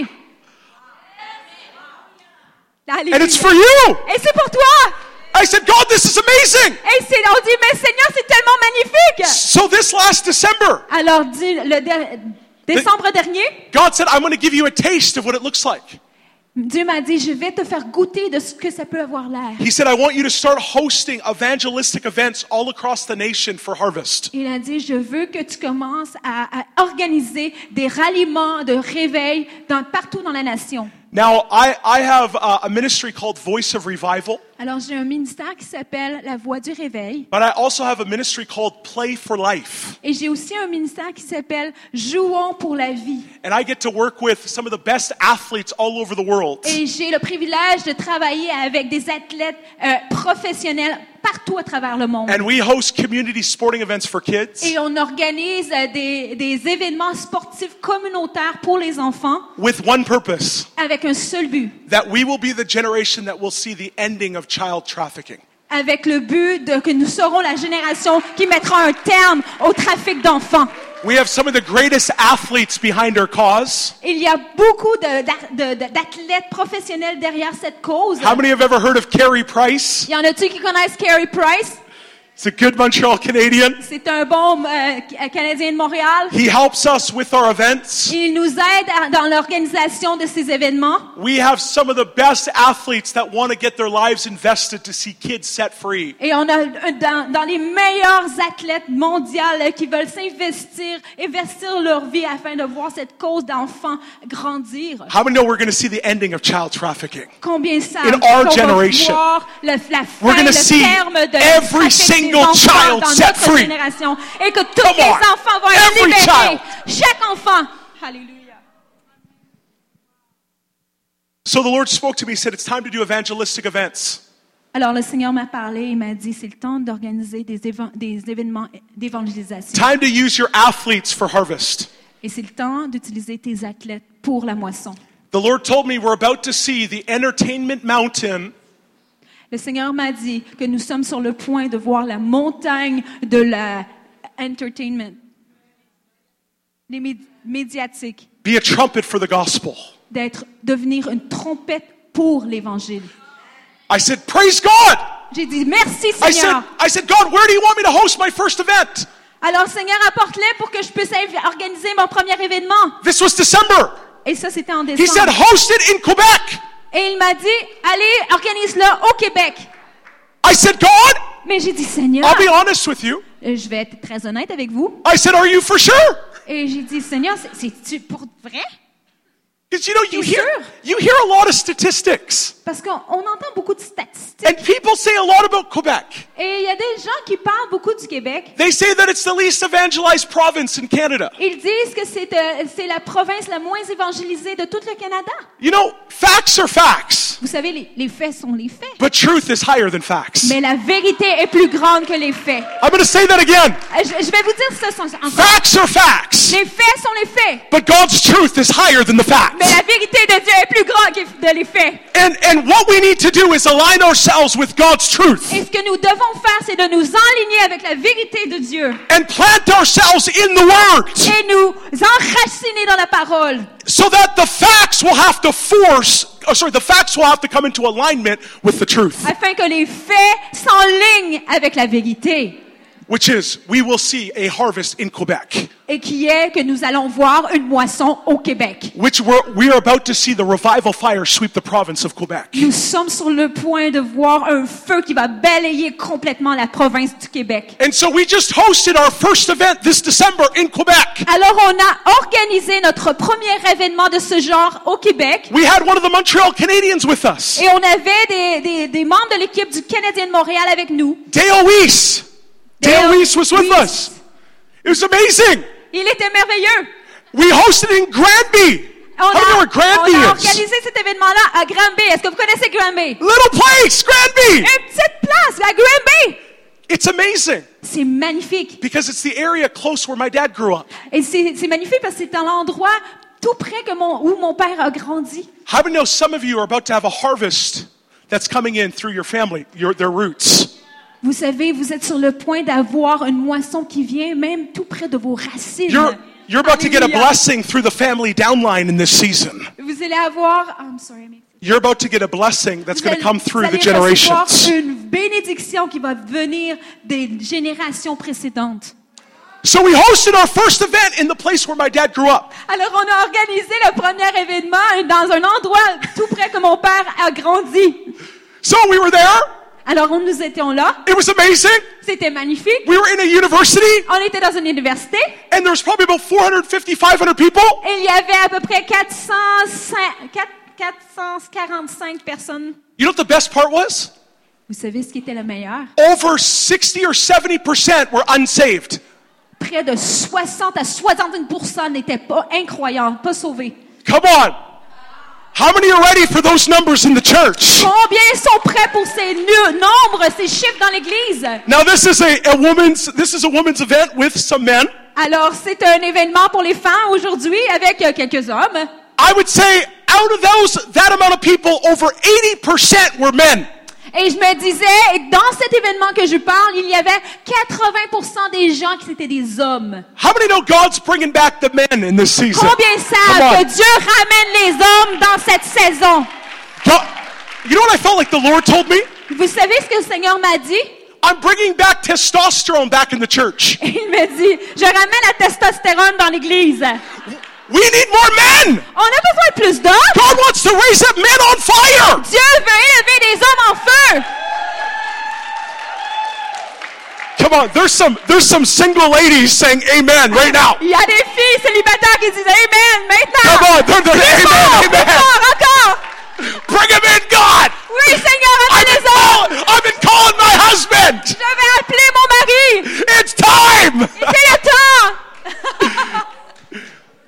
[SPEAKER 1] vient.
[SPEAKER 7] And it's for
[SPEAKER 1] Alléluia.
[SPEAKER 7] you.
[SPEAKER 1] Et c'est pour toi.
[SPEAKER 7] I said, God, this is amazing.
[SPEAKER 1] Et c'est, on dit, mais Seigneur, c'est tellement magnifique.
[SPEAKER 7] So this last December,
[SPEAKER 1] Alors, dit le dé- décembre dernier,
[SPEAKER 7] God said, I'm going to give you a taste of what it looks like.
[SPEAKER 1] Dieu m'a dit, je vais te faire goûter de ce que ça peut avoir l'air.
[SPEAKER 7] He said, I want you to start hosting evangelistic events all across the nation for harvest.
[SPEAKER 1] Il a dit, je veux que tu commences à, à organiser des ralliements de réveil dans, partout dans la nation.
[SPEAKER 7] Now, I, I have uh, a ministry called Voice of Revival,
[SPEAKER 1] Alors, j'ai un ministère qui s'appelle La Voix du Réveil.
[SPEAKER 7] but I also have a ministry called Play for Life.
[SPEAKER 1] Et j'ai aussi un ministère qui s'appelle Jouons pour la vie.
[SPEAKER 7] And I get to work with some of the best athletes all over the world.
[SPEAKER 1] Et j'ai le privilège de travailler avec des athlètes euh, professionnels partout à travers le monde.
[SPEAKER 7] And we host community sporting events for kids
[SPEAKER 1] Et on organise euh, des, des événements sportifs communautaires pour les enfants
[SPEAKER 7] with one purpose
[SPEAKER 1] avec un seul but,
[SPEAKER 7] that we will be the generation that will see the ending of child trafficking.
[SPEAKER 1] avec le but de, que nous serons la génération qui mettra un terme au trafic d'enfants.
[SPEAKER 7] We have some of the greatest athletes behind our cause.
[SPEAKER 1] Il y a beaucoup de- d'a- de- de- d'athlètes professionnels derrière cette cause.
[SPEAKER 7] How many have ever heard of Carey Price?
[SPEAKER 1] Il y en a-tu qui connaissent Carey Price?
[SPEAKER 7] He's a good Montreal Canadian.
[SPEAKER 1] C'est un bon euh, Canadien de Montréal.
[SPEAKER 7] He helps us with our events.
[SPEAKER 1] Il nous aide à- dans l'organisation de ces événements.
[SPEAKER 7] We have some of the best athletes that want to get their lives invested to see kids set free.
[SPEAKER 1] Et on a un- dans, dans les meilleurs athlètes mondiales euh, qui veulent s'investir, investir leur vie afin de voir cette cause d'enfants grandir.
[SPEAKER 7] How many know we're going to see the ending of child trafficking?
[SPEAKER 1] Combien ça
[SPEAKER 7] In our
[SPEAKER 1] qu'on va
[SPEAKER 7] generation,
[SPEAKER 1] voir le, la fin,
[SPEAKER 7] we're gonna
[SPEAKER 1] le
[SPEAKER 7] see
[SPEAKER 1] terme de
[SPEAKER 7] every
[SPEAKER 1] trafic des
[SPEAKER 7] single
[SPEAKER 1] enfants
[SPEAKER 7] child
[SPEAKER 1] dans
[SPEAKER 7] set
[SPEAKER 1] notre
[SPEAKER 7] free.
[SPEAKER 1] génération et que tous
[SPEAKER 7] Come
[SPEAKER 1] les
[SPEAKER 7] on.
[SPEAKER 1] enfants vont être
[SPEAKER 7] Every
[SPEAKER 1] libérés.
[SPEAKER 7] child.
[SPEAKER 1] Chaque enfant. Alléluia.
[SPEAKER 7] So the Lord spoke to me, He said, It's time to do evangelistic events.
[SPEAKER 1] Alors le Seigneur m'a parlé et m'a dit c'est le temps d'organiser des, éven- des événements d'évangélisation
[SPEAKER 7] Time to use your athletes for harvest.
[SPEAKER 1] et c'est le temps d'utiliser tes athlètes pour la moisson.
[SPEAKER 7] The Lord told me we're about to see the entertainment mountain
[SPEAKER 1] Le Seigneur m'a dit que nous sommes sur le point de voir la montagne de la entertainment, les mé- médiatiques,
[SPEAKER 7] be a trumpet for the gospel.
[SPEAKER 1] d'être, devenir une trompette pour l'Évangile.
[SPEAKER 7] I said, Praise God!
[SPEAKER 1] J'ai dit merci
[SPEAKER 7] I said,
[SPEAKER 1] Seigneur.
[SPEAKER 7] I said, God, where do you want me to host my first event?
[SPEAKER 1] Alors Seigneur, apporte-les pour que je puisse inv- organiser mon premier événement.
[SPEAKER 7] This was December.
[SPEAKER 1] Et ça, c'était en
[SPEAKER 7] He said,
[SPEAKER 1] décembre.
[SPEAKER 7] Host it in Quebec.
[SPEAKER 1] Et il m'a dit, allez, organise-le au Québec.
[SPEAKER 7] I said, God,
[SPEAKER 1] Mais j'ai dit, Seigneur,
[SPEAKER 7] I'll be honest with you.
[SPEAKER 1] euh, je vais être très honnête avec vous.
[SPEAKER 7] I said, Are you for sure?
[SPEAKER 1] Et j'ai dit, Seigneur, c'est- c'est-tu pour vrai?
[SPEAKER 7] Because you know, you
[SPEAKER 1] Yes,
[SPEAKER 7] hear,
[SPEAKER 1] sir.
[SPEAKER 7] you hear a lot of statistics,
[SPEAKER 1] Parce qu'on on entend beaucoup de statistiques.
[SPEAKER 7] and people say a lot about Quebec.
[SPEAKER 1] Et il y a des gens qui parlent beaucoup du Québec.
[SPEAKER 7] They say that it's the least evangelized province in Canada.
[SPEAKER 1] Ils disent que c'est euh, c'est la province la moins évangélisée de tout le Canada.
[SPEAKER 7] You know, facts are facts,
[SPEAKER 1] Vous savez, les, les faits sont les faits.
[SPEAKER 7] but truth is higher than facts.
[SPEAKER 1] Mais la vérité est plus grande que les faits.
[SPEAKER 7] I'm going to say that again.
[SPEAKER 1] Euh, Je, je vais vous dire ça sans, encore.
[SPEAKER 7] Facts are facts,
[SPEAKER 1] Les faits sont les faits.
[SPEAKER 7] but God's truth is higher than the
[SPEAKER 1] Mais
[SPEAKER 7] facts.
[SPEAKER 1] la vérité de Dieu est plus grande que de les faits.
[SPEAKER 7] And, and what we need to do is align ourselves with God's truth
[SPEAKER 1] Et ce que nous devons faire, c'est de nous enligner avec la vérité de Dieu
[SPEAKER 7] and plant ourselves in the Word
[SPEAKER 1] et nous enraciner dans la parole.
[SPEAKER 7] so that the facts will have to force, oh, sorry, the facts will have to come into alignment with the truth,
[SPEAKER 1] afin que les faits s'enlignent avec la vérité
[SPEAKER 7] which is we will see a harvest in Quebec,
[SPEAKER 1] et qui est que nous allons voir une moisson au Québec.
[SPEAKER 7] which we're, we're about to see the revival fire sweep the province of Quebec.
[SPEAKER 1] Nous sommes sur le point de voir un feu qui va balayer complètement la province du Québec.
[SPEAKER 7] And so we just hosted our first event this December in Quebec.
[SPEAKER 1] Alors on a organisé notre premier événement de ce genre au Québec
[SPEAKER 7] We had one of the Montreal Canadians with us,
[SPEAKER 1] et on avait des, des- des membres de l'équipe du Canadien de Montréal avec nous.
[SPEAKER 7] Dale Weiss. Dale
[SPEAKER 1] Dale
[SPEAKER 7] Weiss was with
[SPEAKER 1] Weiss.
[SPEAKER 7] us. It was amazing.
[SPEAKER 1] Il était merveilleux.
[SPEAKER 7] We hosted in Granby.
[SPEAKER 1] On
[SPEAKER 7] How do you know
[SPEAKER 1] a,
[SPEAKER 7] where Granby
[SPEAKER 1] on a
[SPEAKER 7] is?
[SPEAKER 1] organisé cet événement-là à Granby. Est-ce que vous connaissez Granby?
[SPEAKER 7] Little place, Granby.
[SPEAKER 1] Une petite place, la Granby!
[SPEAKER 7] It's amazing
[SPEAKER 1] C'est magnifique.
[SPEAKER 7] because it's the area close where my dad grew up.
[SPEAKER 1] Et c'est c'est magnifique parce que c'est dans l'endroit tout près que mon, où mon père a grandi.
[SPEAKER 7] How many know some of you are about to have a harvest that's coming in through your family, your, their roots?
[SPEAKER 1] Vous savez, vous êtes sur le point d'avoir une moisson qui vient même tout près de vos racines.
[SPEAKER 7] You're, you're about to get a
[SPEAKER 1] Alléluia.
[SPEAKER 7] blessing through the family downline in this season.
[SPEAKER 1] Vous allez avoir, oh, I'm sorry, mais-
[SPEAKER 7] You're about to get a blessing that's
[SPEAKER 1] vous
[SPEAKER 7] going
[SPEAKER 1] allez,
[SPEAKER 7] to come through the
[SPEAKER 1] vous allez recevoir
[SPEAKER 7] generations.
[SPEAKER 1] une bénédiction qui va venir des générations précédentes.
[SPEAKER 7] So we hosted our first event in the place where my dad grew up.
[SPEAKER 1] Alors, on a organisé le premier événement dans un endroit tout près que mon père a grandi.
[SPEAKER 7] So we were there.
[SPEAKER 1] Alors, on- nous étions là.
[SPEAKER 7] It was amazing.
[SPEAKER 1] C'était magnifique.
[SPEAKER 7] We were in a university,
[SPEAKER 1] On était dans une université
[SPEAKER 7] and there was probably about 450, 500 people.
[SPEAKER 1] et il y avait à peu près 405 4 445 personnes.
[SPEAKER 7] You know what the best part was?
[SPEAKER 1] Vous savez ce qui était le meilleur?
[SPEAKER 7] Over 60 or 70% were unsaved.
[SPEAKER 1] Près de 60 à 61 n'étaient pas incroyants, pas sauvés.
[SPEAKER 7] Come on. How many are ready for those numbers in the church?
[SPEAKER 1] Combien sont prêts pour ces nu- nombres, ces chiffres dans l'Église?
[SPEAKER 7] Now this is a, a woman's this is a woman's event with some men.
[SPEAKER 1] Alors, c'est un événement pour les femmes aujourd'hui avec euh, quelques hommes.
[SPEAKER 7] I would say out of those that amount of people, over 80% were men.
[SPEAKER 1] Et je me disais, et dans cet événement que je parle, il y avait 80% des gens qui étaient des hommes.
[SPEAKER 7] How many know God's bringing back the men in this season?
[SPEAKER 1] Combien
[SPEAKER 7] Come
[SPEAKER 1] savent
[SPEAKER 7] on.
[SPEAKER 1] que Dieu ramène les hommes dans cette saison?
[SPEAKER 7] Go- You know what I felt like the Lord told me?
[SPEAKER 1] Vous savez ce que le Seigneur m'a dit? (laughs)
[SPEAKER 7] I'm bringing back testosterone back in the church.
[SPEAKER 1] Il m'a dit, je ramène la testostérone dans l'Église. On
[SPEAKER 7] We need more men.
[SPEAKER 1] a besoin de plus d'hommes.
[SPEAKER 7] God wants to raise up men on fire.
[SPEAKER 1] Dieu veut élever des hommes en feu.
[SPEAKER 7] Come on, there's some there's some single ladies saying amen right now.
[SPEAKER 1] Il y a des filles célibataires qui disent Amen maintenant.
[SPEAKER 7] Come on, they're, they're
[SPEAKER 1] Encore,
[SPEAKER 7] amen, amen.
[SPEAKER 1] encore, encore.
[SPEAKER 7] Bring them in, God.
[SPEAKER 1] Oui, Seigneur,
[SPEAKER 7] I've
[SPEAKER 1] ramène
[SPEAKER 7] been,
[SPEAKER 1] les hommes.
[SPEAKER 7] call- I've been calling my husband.
[SPEAKER 1] Je vais appeler mon mari.
[SPEAKER 7] It's time.
[SPEAKER 1] C'est le temps.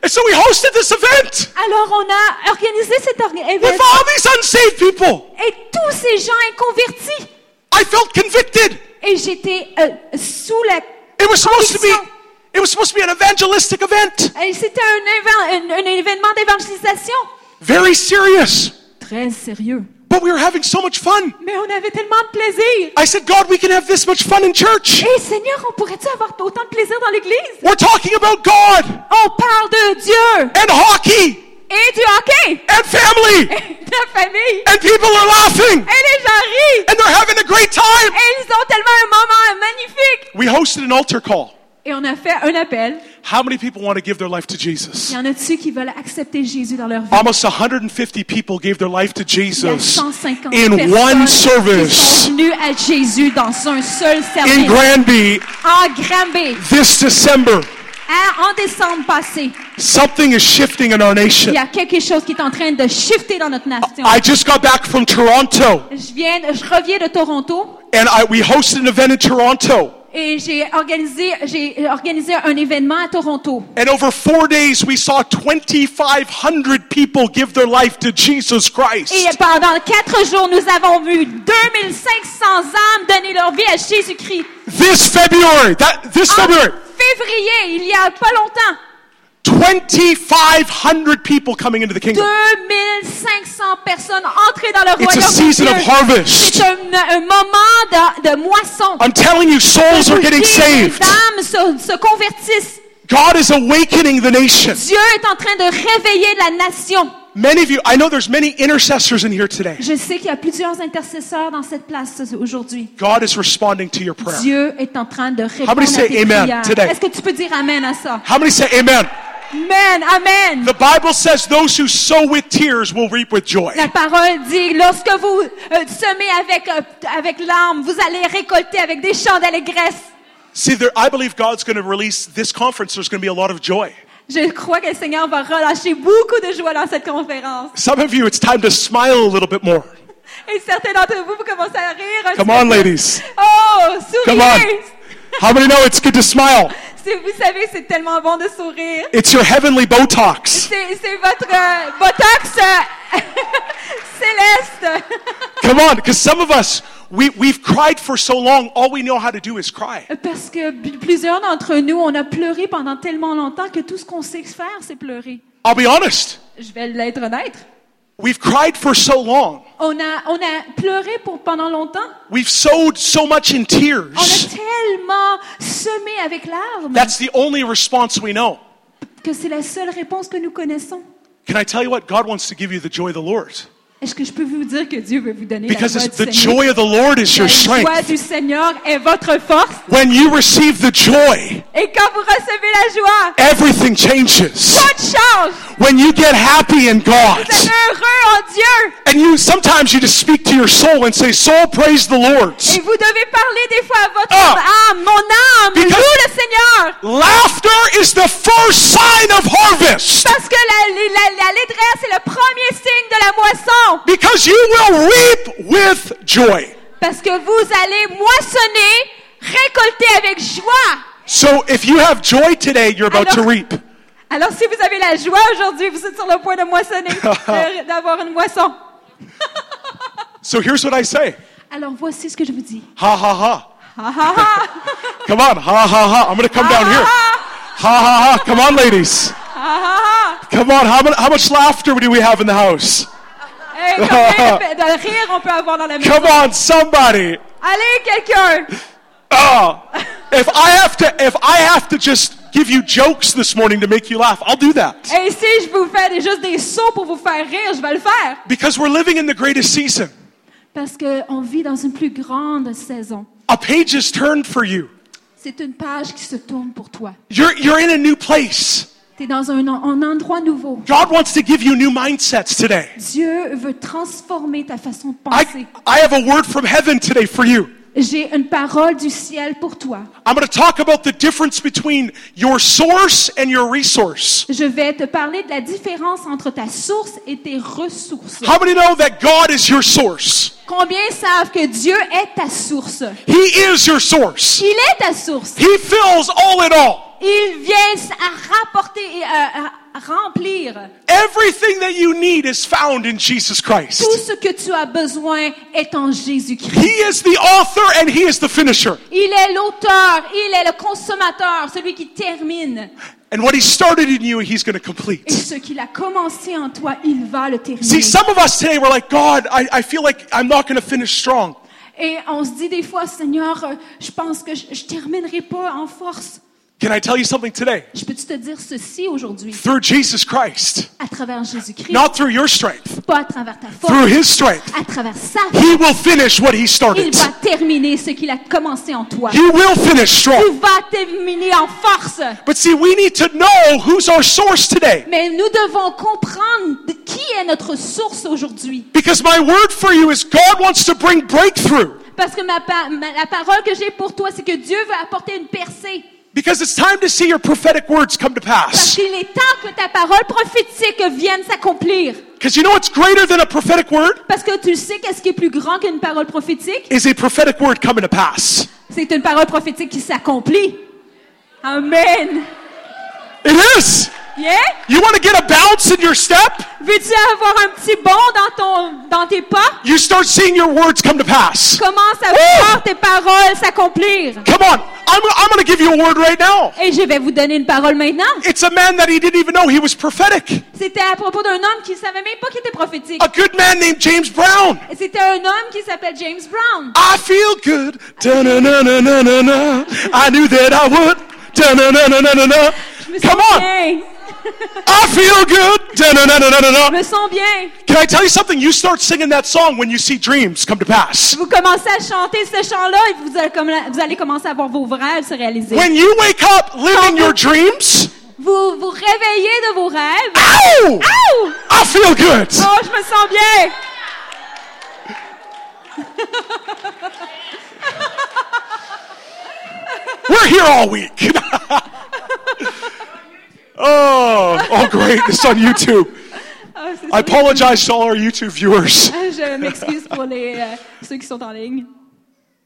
[SPEAKER 7] And so we hosted this event
[SPEAKER 1] (laughs) Alors, on a organisé cet orga-
[SPEAKER 7] with
[SPEAKER 1] événement
[SPEAKER 7] all these unsaved people.
[SPEAKER 1] et tous ces gens inconvertis.
[SPEAKER 7] I felt convicted.
[SPEAKER 1] Et j'étais euh, sous la.
[SPEAKER 7] It was supposed to be
[SPEAKER 1] Conviction.
[SPEAKER 7] it was supposed to be an evangelistic event.
[SPEAKER 1] et C'était un, éven- un- un événement d'évangélisation.
[SPEAKER 7] Very serious.
[SPEAKER 1] Très sérieux.
[SPEAKER 7] But we were having so much fun.
[SPEAKER 1] Mais on avait tellement de plaisir.
[SPEAKER 7] I said, God, we can have this much fun in church.
[SPEAKER 1] Et Seigneur, on pourrait-tu avoir autant de plaisir dans l'Église?
[SPEAKER 7] We're talking about God and
[SPEAKER 1] On parle de Dieu
[SPEAKER 7] hockey
[SPEAKER 1] et du hockey, (laughs)
[SPEAKER 7] and family.
[SPEAKER 1] de la famille.
[SPEAKER 7] And people are laughing
[SPEAKER 1] Et les gens rient.
[SPEAKER 7] and they're having a great time.
[SPEAKER 1] Et ils ont tellement un moment magnifique.
[SPEAKER 7] We hosted an altar call.
[SPEAKER 1] Et on a fait un appel.
[SPEAKER 7] How many people want to give their life to Jesus?
[SPEAKER 1] Il y en a-tu qui veulent accepter Jésus dans leur vie?
[SPEAKER 7] Almost 150 people gave their life to
[SPEAKER 1] Il y a
[SPEAKER 7] Jesus
[SPEAKER 1] 150
[SPEAKER 7] in
[SPEAKER 1] personnes
[SPEAKER 7] one
[SPEAKER 1] qui sont
[SPEAKER 7] service
[SPEAKER 1] venues à Jésus dans un seul service
[SPEAKER 7] in Granby
[SPEAKER 1] en Granby
[SPEAKER 7] this December.
[SPEAKER 1] hein, en décembre passé.
[SPEAKER 7] Something is shifting in our
[SPEAKER 1] Il
[SPEAKER 7] nation.
[SPEAKER 1] y a quelque chose qui est en train de shifter dans notre nation.
[SPEAKER 7] I just got back from Toronto
[SPEAKER 1] Je viens, je reviens de Toronto
[SPEAKER 7] and I, we hosted an event in Toronto.
[SPEAKER 1] et j'ai organisé, j'ai organisé un événement à Toronto.
[SPEAKER 7] And over four days, we saw 2,500 people give their life to Jesus Christ.
[SPEAKER 1] Et pendant quatre jours, nous avons vu 2500 âmes donner leur vie à Jésus-Christ.
[SPEAKER 7] This February, that, this
[SPEAKER 1] En
[SPEAKER 7] February,
[SPEAKER 1] février, il y a pas longtemps,
[SPEAKER 7] 2,500 people coming into the kingdom.
[SPEAKER 1] 2500 personnes entrées dans le
[SPEAKER 7] It's
[SPEAKER 1] royaume
[SPEAKER 7] a
[SPEAKER 1] de
[SPEAKER 7] season
[SPEAKER 1] Dieu.
[SPEAKER 7] of harvest.
[SPEAKER 1] C'est un, un moment de, de moisson.
[SPEAKER 7] I'm telling you, souls are
[SPEAKER 1] Qui
[SPEAKER 7] getting saved.
[SPEAKER 1] Les âmes se, se convertissent.
[SPEAKER 7] God is awakening the nation.
[SPEAKER 1] Dieu est en train de réveiller la nation.
[SPEAKER 7] Many of you, I know there's many intercessors in here today.
[SPEAKER 1] Je sais qu'il y a plusieurs intercesseurs dans cette place aujourd'hui.
[SPEAKER 7] God is responding to your prayer.
[SPEAKER 1] Dieu est en train de répondre
[SPEAKER 7] How many
[SPEAKER 1] à
[SPEAKER 7] say
[SPEAKER 1] tes
[SPEAKER 7] amen
[SPEAKER 1] prières.
[SPEAKER 7] today?
[SPEAKER 1] Est-ce que tu peux dire amen à ça?
[SPEAKER 7] How many say amen?
[SPEAKER 1] Amen, amen.
[SPEAKER 7] The Bible says those who sow with tears will reap with joy.
[SPEAKER 1] La parole dit, lorsque vous euh, semez avec, euh, avec l'âme, vous allez récolter avec des chants d'allégresse.
[SPEAKER 7] See, there, I believe God's going to release this conference. There's going to be a lot of joy.
[SPEAKER 1] Je crois que le Seigneur va relâcher beaucoup de joie dans cette conférence.
[SPEAKER 7] Some of you, it's time to smile a little bit more.
[SPEAKER 1] Et certains d'entre vous, vous commencez à rire. un
[SPEAKER 7] Come
[SPEAKER 1] petit (laughs)
[SPEAKER 7] on,
[SPEAKER 1] peu.
[SPEAKER 7] ladies.
[SPEAKER 1] Oh,
[SPEAKER 7] Come on.
[SPEAKER 1] souriez.
[SPEAKER 7] How many know it's good to smile?
[SPEAKER 1] (laughs) Si vous savez, c'est tellement bon de sourire.
[SPEAKER 7] It's your heavenly Botox.
[SPEAKER 1] C'est c'est votre euh, botox euh, (laughs) céleste.
[SPEAKER 7] Come on, because some of us, we, we've cried for so long, all we know how to do is cry.
[SPEAKER 1] (laughs) Parce que b- plusieurs d'entre nous, on a pleuré pendant tellement longtemps que tout ce qu'on sait faire, c'est pleurer.
[SPEAKER 7] I'll be honest.
[SPEAKER 1] Je vais l'être honnête.
[SPEAKER 7] We've cried for so long.
[SPEAKER 1] On a, on a pleuré pour pendant longtemps.
[SPEAKER 7] We've sowed so much in
[SPEAKER 1] On a
[SPEAKER 7] tears.
[SPEAKER 1] tellement semé avec larmes
[SPEAKER 7] That's the only response we know.
[SPEAKER 1] que c'est la seule réponse que nous connaissons.
[SPEAKER 7] Can I tell you what? God wants to give you the joy of the Lord.
[SPEAKER 1] Est-ce que je peux vous dire que Dieu veut vous donner
[SPEAKER 7] Because
[SPEAKER 1] la joie
[SPEAKER 7] it's the
[SPEAKER 1] du Seigneur?
[SPEAKER 7] joy of the Lord is your
[SPEAKER 1] La joie
[SPEAKER 7] strength.
[SPEAKER 1] du Seigneur est votre force.
[SPEAKER 7] When you receive the joy,
[SPEAKER 1] Et quand vous recevez la joie,
[SPEAKER 7] everything changes.
[SPEAKER 1] tout change.
[SPEAKER 7] When you get happy in God,
[SPEAKER 1] Vous êtes heureux en Dieu.
[SPEAKER 7] and you sometimes you just speak to your soul and say, Soul, praise the Lord.
[SPEAKER 1] Et vous devez parler des fois à votre
[SPEAKER 7] Ah!
[SPEAKER 1] âme. Mon âme, loue
[SPEAKER 7] Because-
[SPEAKER 1] le Seigneur.
[SPEAKER 7] Laughter is the first sign of harvest.
[SPEAKER 1] Parce que la, la, la laidresse est le premier signe de la moisson.
[SPEAKER 7] Because you will reap with joy.
[SPEAKER 1] Parce que vous allez moissonner, récolter avec joie.
[SPEAKER 7] So if you have joy today, you're about to
[SPEAKER 1] Alors-
[SPEAKER 7] reap.
[SPEAKER 1] Alors si vous avez la joie aujourd'hui, vous êtes sur le point de
[SPEAKER 7] (laughs)
[SPEAKER 1] moissonner, de- d'avoir une moisson.
[SPEAKER 7] So here's what I say.
[SPEAKER 1] Alors voici ce que je vous dis.
[SPEAKER 7] Ha ha ha.
[SPEAKER 1] Ha, ha, ha.
[SPEAKER 7] (laughs) Come on. Ha ha ha. I'm going to come down here. Ha ha ha. Come on, ladies.
[SPEAKER 1] Ah, ah,
[SPEAKER 7] Come on. How much, how much laughter do we have in the house?
[SPEAKER 1] ah. Eh,
[SPEAKER 7] (laughs)
[SPEAKER 1] combien de de rire on peut avoir dans la maison?
[SPEAKER 7] Come on, somebody.
[SPEAKER 1] Allez, quelqu'un!
[SPEAKER 7] Oh, if I have to, if I have to just give you jokes this morning to make you laugh, I'll do that.
[SPEAKER 1] Et si je vous fais des- juste des sauts pour vous faire rire, je vais le faire.
[SPEAKER 7] Because we're living in the greatest season.
[SPEAKER 1] Parce qu'on vit dans une plus grande saison.
[SPEAKER 7] A page is turned for you.
[SPEAKER 1] C'est une page qui se tourne pour toi.
[SPEAKER 7] You're, you're in a new place.
[SPEAKER 1] Tu es dans un, en- un endroit nouveau.
[SPEAKER 7] God wants to give you new mindsets today.
[SPEAKER 1] Dieu veut transformer ta façon de penser.
[SPEAKER 7] I, I have a word from heaven today for you.
[SPEAKER 1] J'ai une parole du ciel pour toi.
[SPEAKER 7] I'm going to talk about the difference between your source and your resource.
[SPEAKER 1] Je vais te parler de la différence entre ta source et tes ressources.
[SPEAKER 7] How many know that God is your source?
[SPEAKER 1] Combien savent que Dieu est ta source?
[SPEAKER 7] He is your source.
[SPEAKER 1] Il est ta source.
[SPEAKER 7] He fills all in all.
[SPEAKER 1] Il vient à rapporter et à, à remplir.
[SPEAKER 7] Everything that you need is found in Jesus Christ.
[SPEAKER 1] Tout ce que tu as besoin est en Jésus-Christ.
[SPEAKER 7] He is the author and he is the finisher.
[SPEAKER 1] Il est l'auteur, il est le consommateur, celui qui termine.
[SPEAKER 7] And what he started in you, he's going to
[SPEAKER 1] Et
[SPEAKER 7] complete.
[SPEAKER 1] ce qu'il a commencé en toi, il va le
[SPEAKER 7] See,
[SPEAKER 1] terminer.
[SPEAKER 7] some of us today, we're like, God, I, I feel like I'm not going to finish strong.
[SPEAKER 1] Et on se dit des fois, Seigneur, euh, je pense que je, je terminerai pas en force.
[SPEAKER 7] Can I tell you something today?
[SPEAKER 1] Je peux-tu te dire ceci aujourd'hui?
[SPEAKER 7] Through Jesus Christ,
[SPEAKER 1] À travers Jésus-Christ,
[SPEAKER 7] not through your strength,
[SPEAKER 1] pas à travers ta force,
[SPEAKER 7] through his strength,
[SPEAKER 1] à travers sa
[SPEAKER 7] he will finish what he
[SPEAKER 1] il
[SPEAKER 7] started.
[SPEAKER 1] va terminer ce qu'il a commencé en toi.
[SPEAKER 7] He will finish strong.
[SPEAKER 1] Il va terminer en force.
[SPEAKER 7] But see, we need to know who's our source today.
[SPEAKER 1] Mais nous devons comprendre de- qui est notre source aujourd'hui.
[SPEAKER 7] Because my word for you is God wants to bring breakthrough.
[SPEAKER 1] Parce que ma pa- ma- la parole que j'ai pour toi, c'est que Dieu veut apporter une percée.
[SPEAKER 7] Because it's time to see your prophetic words come to
[SPEAKER 1] Parce
[SPEAKER 7] pass.
[SPEAKER 1] qu'il est temps que ta parole prophétique vienne s'accomplir.
[SPEAKER 7] Because you know what's greater than a prophetic word?
[SPEAKER 1] Parce que tu sais qu'est-ce qui est plus grand qu'une parole prophétique?
[SPEAKER 7] Is a prophetic word coming to pass.
[SPEAKER 1] C'est une parole prophétique qui s'accomplit. Amen.
[SPEAKER 7] It is.
[SPEAKER 1] Yeah?
[SPEAKER 7] You want to get a bounce in your step?
[SPEAKER 1] Veux-tu avoir un petit bond dans, ton, dans tes pas?
[SPEAKER 7] You start seeing your words come to pass.
[SPEAKER 1] Commence à
[SPEAKER 7] Woo!
[SPEAKER 1] voir tes paroles s'accomplir.
[SPEAKER 7] Come on. I'm, I'm going to give you a word right now.
[SPEAKER 1] Et je vais vous donner une parole maintenant.
[SPEAKER 7] It's a man that he didn't even know he was prophetic.
[SPEAKER 1] C'était à propos d'un homme qui ne savait même pas qu'il était prophétique.
[SPEAKER 7] A good man named James Brown.
[SPEAKER 1] Et C'était un homme qui s'appelle James Brown.
[SPEAKER 7] I feel good. Da-na-na-na-na-na-na. I knew that I would.
[SPEAKER 1] Je me
[SPEAKER 7] Da-na-na-na-na-na-na.
[SPEAKER 1] sens
[SPEAKER 7] Come on.
[SPEAKER 1] bien.
[SPEAKER 7] I feel good.
[SPEAKER 1] Je
[SPEAKER 7] Da-na-na-na-na-na-na.
[SPEAKER 1] me sens bien.
[SPEAKER 7] Can I tell you something? You start singing that song when you see dreams come to pass.
[SPEAKER 1] Vous commencez à chanter ce chant-là et vous allez, comme- vous allez commencer à voir vos rêves se réaliser.
[SPEAKER 7] When you wake up, live in your dreams.
[SPEAKER 1] Vous vous réveillez de vos rêves.
[SPEAKER 7] Ow!
[SPEAKER 1] Ow!
[SPEAKER 7] I feel good.
[SPEAKER 1] Oh, je me sens bien.
[SPEAKER 7] We're here all week. (laughs) oh, oh, great. It's on YouTube.
[SPEAKER 1] Ah, c'est
[SPEAKER 7] I
[SPEAKER 1] sûr.
[SPEAKER 7] apologize to all our YouTube viewers.
[SPEAKER 1] Euh, Je m'excuse pour les, euh, ceux qui sont en ligne.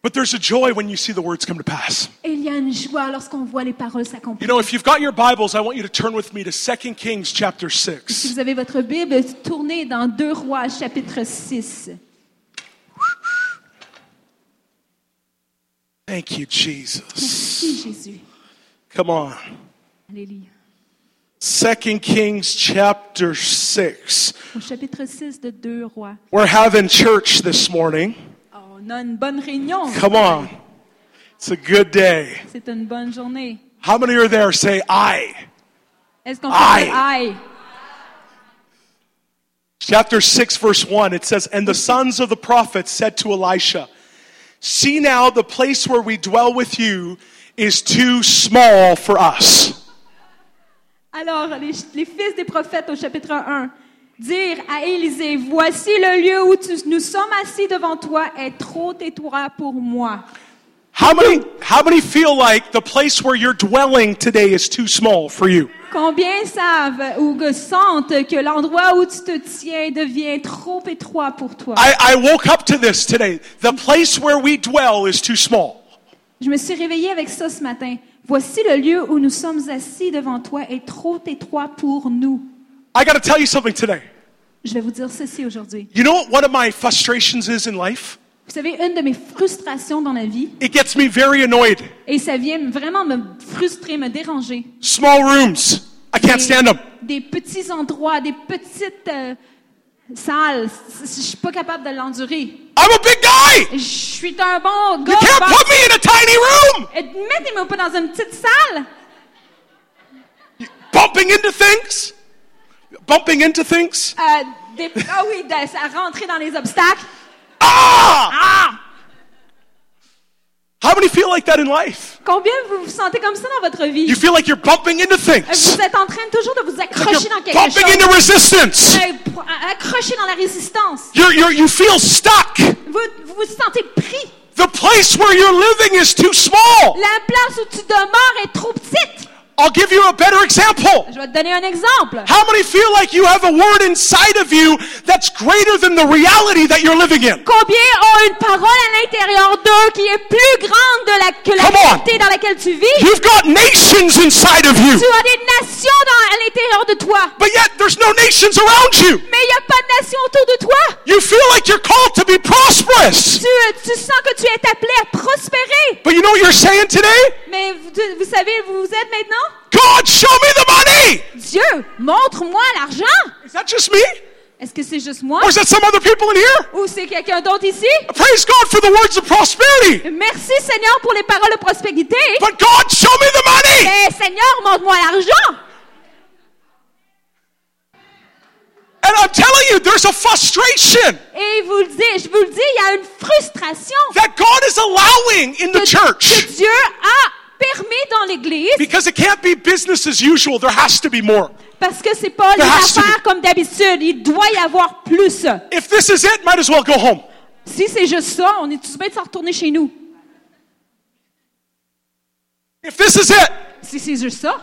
[SPEAKER 7] But there's a joy when you see the words come to pass.
[SPEAKER 1] Et il y a une joie lorsqu'on voit les paroles
[SPEAKER 7] You
[SPEAKER 1] s'accomplir.
[SPEAKER 7] know, if you've got your Bibles, I want you to turn with me to 2 Kings chapter
[SPEAKER 1] Si
[SPEAKER 7] 6.
[SPEAKER 1] vous avez votre Bible, tournez dans 2 Rois chapitre 6.
[SPEAKER 7] Thank you, Jesus.
[SPEAKER 1] Merci Jésus.
[SPEAKER 7] Come on.
[SPEAKER 1] Alléluia.
[SPEAKER 7] Second Kings chapter 6.
[SPEAKER 1] Au chapitre 6 de Deux Rois.
[SPEAKER 7] We're having church this morning.
[SPEAKER 1] On a une bonne réunion.
[SPEAKER 7] Come on. It's a good day.
[SPEAKER 1] C'est une bonne journée.
[SPEAKER 7] How many are there? Say, I.
[SPEAKER 1] Est-ce qu'on peut dire
[SPEAKER 7] Aïe.
[SPEAKER 1] aïe?
[SPEAKER 7] Chapter 6, verse 1, it says, And the sons of the prophets said to Elisha, See now, the place where we dwell with you is too small for us.
[SPEAKER 1] Alors, les, les fils des prophètes au chapitre 1, dire à Élisée, voici le lieu où tu- nous sommes assis devant toi est trop étroit pour moi.
[SPEAKER 7] How many, how many feel like the place where you're dwelling today is too small for you?
[SPEAKER 1] Combien savent ou que sentent que l'endroit où tu te tiens devient trop étroit pour toi?
[SPEAKER 7] I, I woke up to this today. The place where we dwell is too small.
[SPEAKER 1] Je me suis réveillée avec ça ce matin. Voici le lieu où nous sommes assis devant toi est trop étroit pour nous.
[SPEAKER 7] I got to tell you something today.
[SPEAKER 1] Je vais vous dire ceci aujourd'hui.
[SPEAKER 7] You know what one of my frustrations is in life?
[SPEAKER 1] Vous savez, une de mes frustrations dans la vie,
[SPEAKER 7] It gets me very annoyed.
[SPEAKER 1] et ça vient vraiment me frustrer, me déranger,
[SPEAKER 7] Small rooms. I can't stand them.
[SPEAKER 1] des petits endroits, des petites euh, salles, c- c- je suis pas capable de l'endurer.
[SPEAKER 7] I'm a big guy.
[SPEAKER 1] Je suis un bon gars.
[SPEAKER 7] You can't
[SPEAKER 1] bon-
[SPEAKER 7] put me in a tiny room.
[SPEAKER 1] Et Mettez-moi pas dans une petite salle.
[SPEAKER 7] Bumping into things. Bumping into things.
[SPEAKER 1] Euh, des- ah oui, de- ça rentrer dans les obstacles.
[SPEAKER 7] Ah! How many feel like that in life?
[SPEAKER 1] Combien vous vous sentez comme ça dans votre vie?
[SPEAKER 7] You feel like you're bumping into things.
[SPEAKER 1] Euh, Vous êtes en train toujours de vous accrocher
[SPEAKER 7] You're
[SPEAKER 1] dans quelque
[SPEAKER 7] bumping
[SPEAKER 1] chose.
[SPEAKER 7] into resistance.
[SPEAKER 1] Euh, pour- à- Accrocher dans la résistance.
[SPEAKER 7] You're, you're, you feel stuck.
[SPEAKER 1] Vous vous, vous sentez pris.
[SPEAKER 7] The place where you're living is too small.
[SPEAKER 1] La place où tu demeures est trop petite.
[SPEAKER 7] I'll give you a better example.
[SPEAKER 1] Je vais te donner un exemple.
[SPEAKER 7] How many feel like you have a word inside of you that's greater than the reality that you're living in?
[SPEAKER 1] Combien ont une parole à l'intérieur d'eux qui est plus grande de la, que la
[SPEAKER 7] Come on.
[SPEAKER 1] réalité dans laquelle tu vis?
[SPEAKER 7] You've got nations inside of you,
[SPEAKER 1] Tu as des nations dans, à l'intérieur de toi,
[SPEAKER 7] but yet there's no nations around you.
[SPEAKER 1] mais il n'y a pas de nation autour de toi.
[SPEAKER 7] You feel like you're called to be prosperous.
[SPEAKER 1] Tu, euh, tu sens que tu es appelé à prospérer.
[SPEAKER 7] But you know what you're saying today?
[SPEAKER 1] Mais vous, vous savez, où vous êtes maintenant?
[SPEAKER 7] God, show me the money!
[SPEAKER 1] Dieu, montre-moi l'argent.
[SPEAKER 7] Is that just me?
[SPEAKER 1] Est-ce que c'est juste moi?
[SPEAKER 7] Or is that some other people in here?
[SPEAKER 1] Ou c'est quelqu'un d'autre ici?
[SPEAKER 7] Praise God for the words of prosperity.
[SPEAKER 1] Merci Seigneur pour les paroles de prospérité.
[SPEAKER 7] But God, show me the money!
[SPEAKER 1] Mais Seigneur, montre-moi l'argent.
[SPEAKER 7] And I'm telling you, there's a frustration
[SPEAKER 1] Et vous le dis, je vous le dis, il y a une frustration
[SPEAKER 7] that God is allowing in the church.
[SPEAKER 1] que Dieu a permis dans l'Église
[SPEAKER 7] Because it can't be business as usual. There has to be more.
[SPEAKER 1] parce que c'est pas les
[SPEAKER 7] There has to
[SPEAKER 1] affaires comme d'habitude. Il doit y avoir plus.
[SPEAKER 7] If this is it, might as well go home.
[SPEAKER 1] Si c'est juste ça, on est tous bien de s'en retourner chez nous.
[SPEAKER 7] If this is it,
[SPEAKER 1] Si c'est juste ça,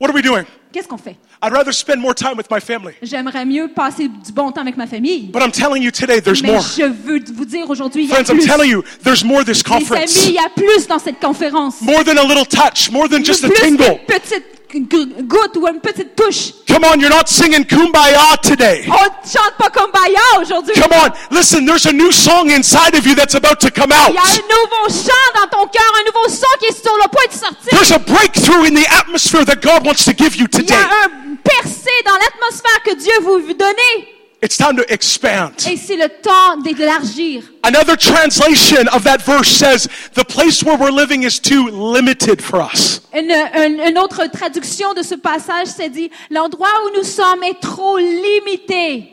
[SPEAKER 7] what are we doing?
[SPEAKER 1] qu'est-ce qu'on fait?
[SPEAKER 7] I'd rather spend more time with my family.
[SPEAKER 1] J'aimerais mieux passer du bon temps avec ma famille.
[SPEAKER 7] But I'm telling you today, there's
[SPEAKER 1] Mais
[SPEAKER 7] more.
[SPEAKER 1] je veux vous dire aujourd'hui, il y a
[SPEAKER 7] Friends, I'm
[SPEAKER 1] plus.
[SPEAKER 7] telling you, there's more this
[SPEAKER 1] Mes amis,
[SPEAKER 7] conference.
[SPEAKER 1] il y a plus dans cette conférence.
[SPEAKER 7] More than a little touch, more than just a
[SPEAKER 1] plus qu'une
[SPEAKER 7] tingle.
[SPEAKER 1] petite g- goutte ou une petite touche.
[SPEAKER 7] Come on, you're not singing kumbaya today.
[SPEAKER 1] On ne chante pas comme Baya aujourd'hui.
[SPEAKER 7] Come on, listen, there's a new song inside of you that's about to come out.
[SPEAKER 1] Il y a un nouveau chant dans ton cœur, un nouveau son qui est sur le point de sortir.
[SPEAKER 7] There's a breakthrough in the atmosphere that God wants to give you
[SPEAKER 1] Il y a
[SPEAKER 7] today.
[SPEAKER 1] un percé dans l'atmosphère que Dieu vous vous donnez.
[SPEAKER 7] It's time to expand.
[SPEAKER 1] Et c'est le temps d'élargir.
[SPEAKER 7] Another translation of that verse says, the place where we're living is too limited for us.
[SPEAKER 1] Une, une- une autre traduction de ce passage, c'est dit, l'endroit où nous sommes est trop limité.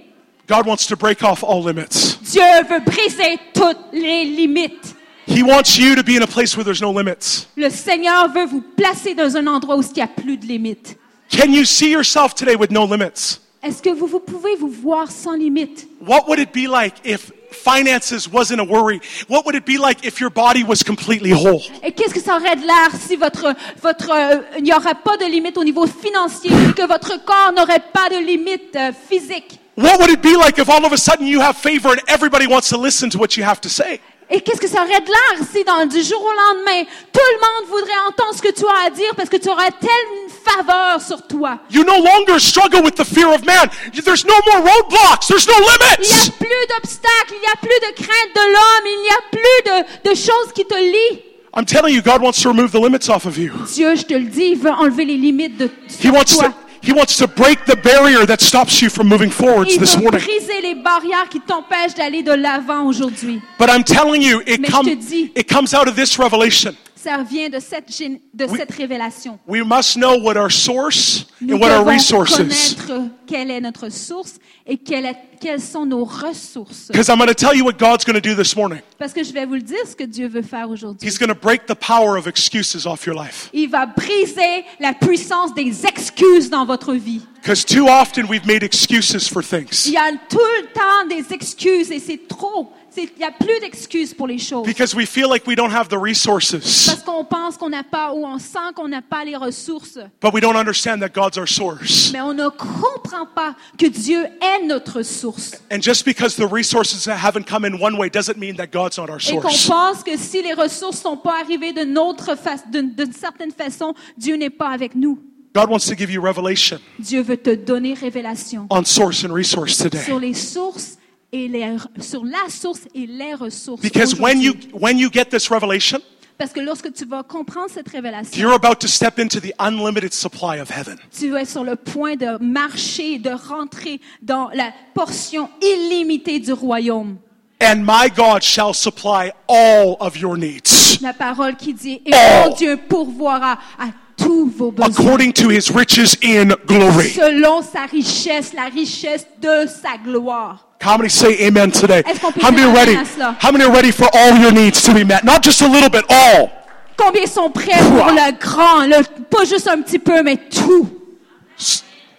[SPEAKER 7] God wants to break off all limits.
[SPEAKER 1] Dieu veut briser toutes les limites.
[SPEAKER 7] He wants you to be in a place where there's no limits.
[SPEAKER 1] Le Seigneur veut vous placer dans un endroit où il n'y a plus de limites.
[SPEAKER 7] Can you see yourself today with no limits?
[SPEAKER 1] Est-ce que vous, vous pouvez vous voir sans limite?
[SPEAKER 7] What would it be like if finances wasn't a worry? What would it be like if your body was completely whole?
[SPEAKER 1] Et qu'est-ce que ça aurait de l'air si votre, votre, euh, il n'y aurait pas de limite au niveau financier, que votre corps n'aurait pas de limite euh, physique?
[SPEAKER 7] What would it be like if all of a sudden you have favor and everybody wants to listen to what you have to say?
[SPEAKER 1] Et qu'est-ce que ça aurait de l'air si dans, du jour au lendemain, tout le monde voudrait entendre ce que tu as à dire parce que tu aurais telle faveur sur toi?
[SPEAKER 7] You no longer struggle with the fear of man. There's no more roadblocks. There's no
[SPEAKER 1] Il n'y a
[SPEAKER 7] limits.
[SPEAKER 1] plus d'obstacles, il n'y a plus de crainte de l'homme, il n'y a plus de, de choses qui te lient.
[SPEAKER 7] I'm telling you, God wants to remove the limits off of you.
[SPEAKER 1] Dieu, je te le dis, il veut enlever les limites de
[SPEAKER 7] He
[SPEAKER 1] sur
[SPEAKER 7] wants
[SPEAKER 1] toi.
[SPEAKER 7] to, He wants to break the barrier that stops you from moving forwards
[SPEAKER 1] Il
[SPEAKER 7] this
[SPEAKER 1] veut
[SPEAKER 7] morning.
[SPEAKER 1] briser les barrières qui t'empêchent d'aller de l'avant aujourd'hui.
[SPEAKER 7] But I'm telling you, it,
[SPEAKER 1] Mais je
[SPEAKER 7] come,
[SPEAKER 1] te dis-
[SPEAKER 7] it comes out of this revelation.
[SPEAKER 1] Ça vient de cette, gén- de
[SPEAKER 7] Oui.
[SPEAKER 1] cette révélation.
[SPEAKER 7] We must know what our source
[SPEAKER 1] Nous
[SPEAKER 7] and what our
[SPEAKER 1] devons
[SPEAKER 7] resource is.
[SPEAKER 1] connaître quelle est notre source et quelle est- quelles sont nos ressources.
[SPEAKER 7] Because I'm going to tell you what God's going to do this morning.
[SPEAKER 1] Parce que je vais vous le dire, ce que Dieu veut faire aujourd'hui.
[SPEAKER 7] He's going to break the power of excuses off your life.
[SPEAKER 1] Il va briser la puissance des excuses dans votre vie.
[SPEAKER 7] Because too often we've made excuses for
[SPEAKER 1] Il
[SPEAKER 7] things.
[SPEAKER 1] y a tout le temps des excuses et c'est trop. C'est- Il n'y a plus d'excuses pour les choses.
[SPEAKER 7] Because we feel like we don't have the resources,
[SPEAKER 1] Parce qu'on pense qu'on n'a pas ou on sent qu'on n'a pas les ressources.
[SPEAKER 7] but we don't understand that God's our source.
[SPEAKER 1] Mais on ne comprend pas que Dieu est notre source.
[SPEAKER 7] And just because the resources that haven't come in one way doesn't mean that God's not our
[SPEAKER 1] Et qu'on
[SPEAKER 7] source.
[SPEAKER 1] pense que si les ressources ne sont pas arrivées d'une autre fa- d'une d'une certaine façon, Dieu n'est pas avec nous.
[SPEAKER 7] God wants to give you revelation
[SPEAKER 1] Dieu veut te donner révélation
[SPEAKER 7] on source and resource
[SPEAKER 1] sur
[SPEAKER 7] today.
[SPEAKER 1] les sources et les, sur la source et les ressources.
[SPEAKER 7] Because when you
[SPEAKER 1] aujourd'hui.
[SPEAKER 7] when you get this revelation,
[SPEAKER 1] Parce que lorsque tu vas comprendre cette révélation,
[SPEAKER 7] you're about to step into the unlimited supply of heaven.
[SPEAKER 1] tu es sur le point de marcher, de rentrer dans la portion illimitée du royaume.
[SPEAKER 7] And my God shall supply all of your needs
[SPEAKER 1] La parole qui dit, et
[SPEAKER 7] Oh.
[SPEAKER 1] mon Dieu pourvoira à tous vos besoins.
[SPEAKER 7] according to his riches in glory.
[SPEAKER 1] selon sa richesse, la richesse de sa gloire.
[SPEAKER 7] How many say amen today?
[SPEAKER 1] Est-ce qu'on peut
[SPEAKER 7] How many
[SPEAKER 1] dire
[SPEAKER 7] are
[SPEAKER 1] amen
[SPEAKER 7] ready?
[SPEAKER 1] à cela?
[SPEAKER 7] How many are ready for all your needs to be met? Not just a little bit, all.
[SPEAKER 1] Combien sont prêts pour le grand, le- pas juste un petit peu, mais tout.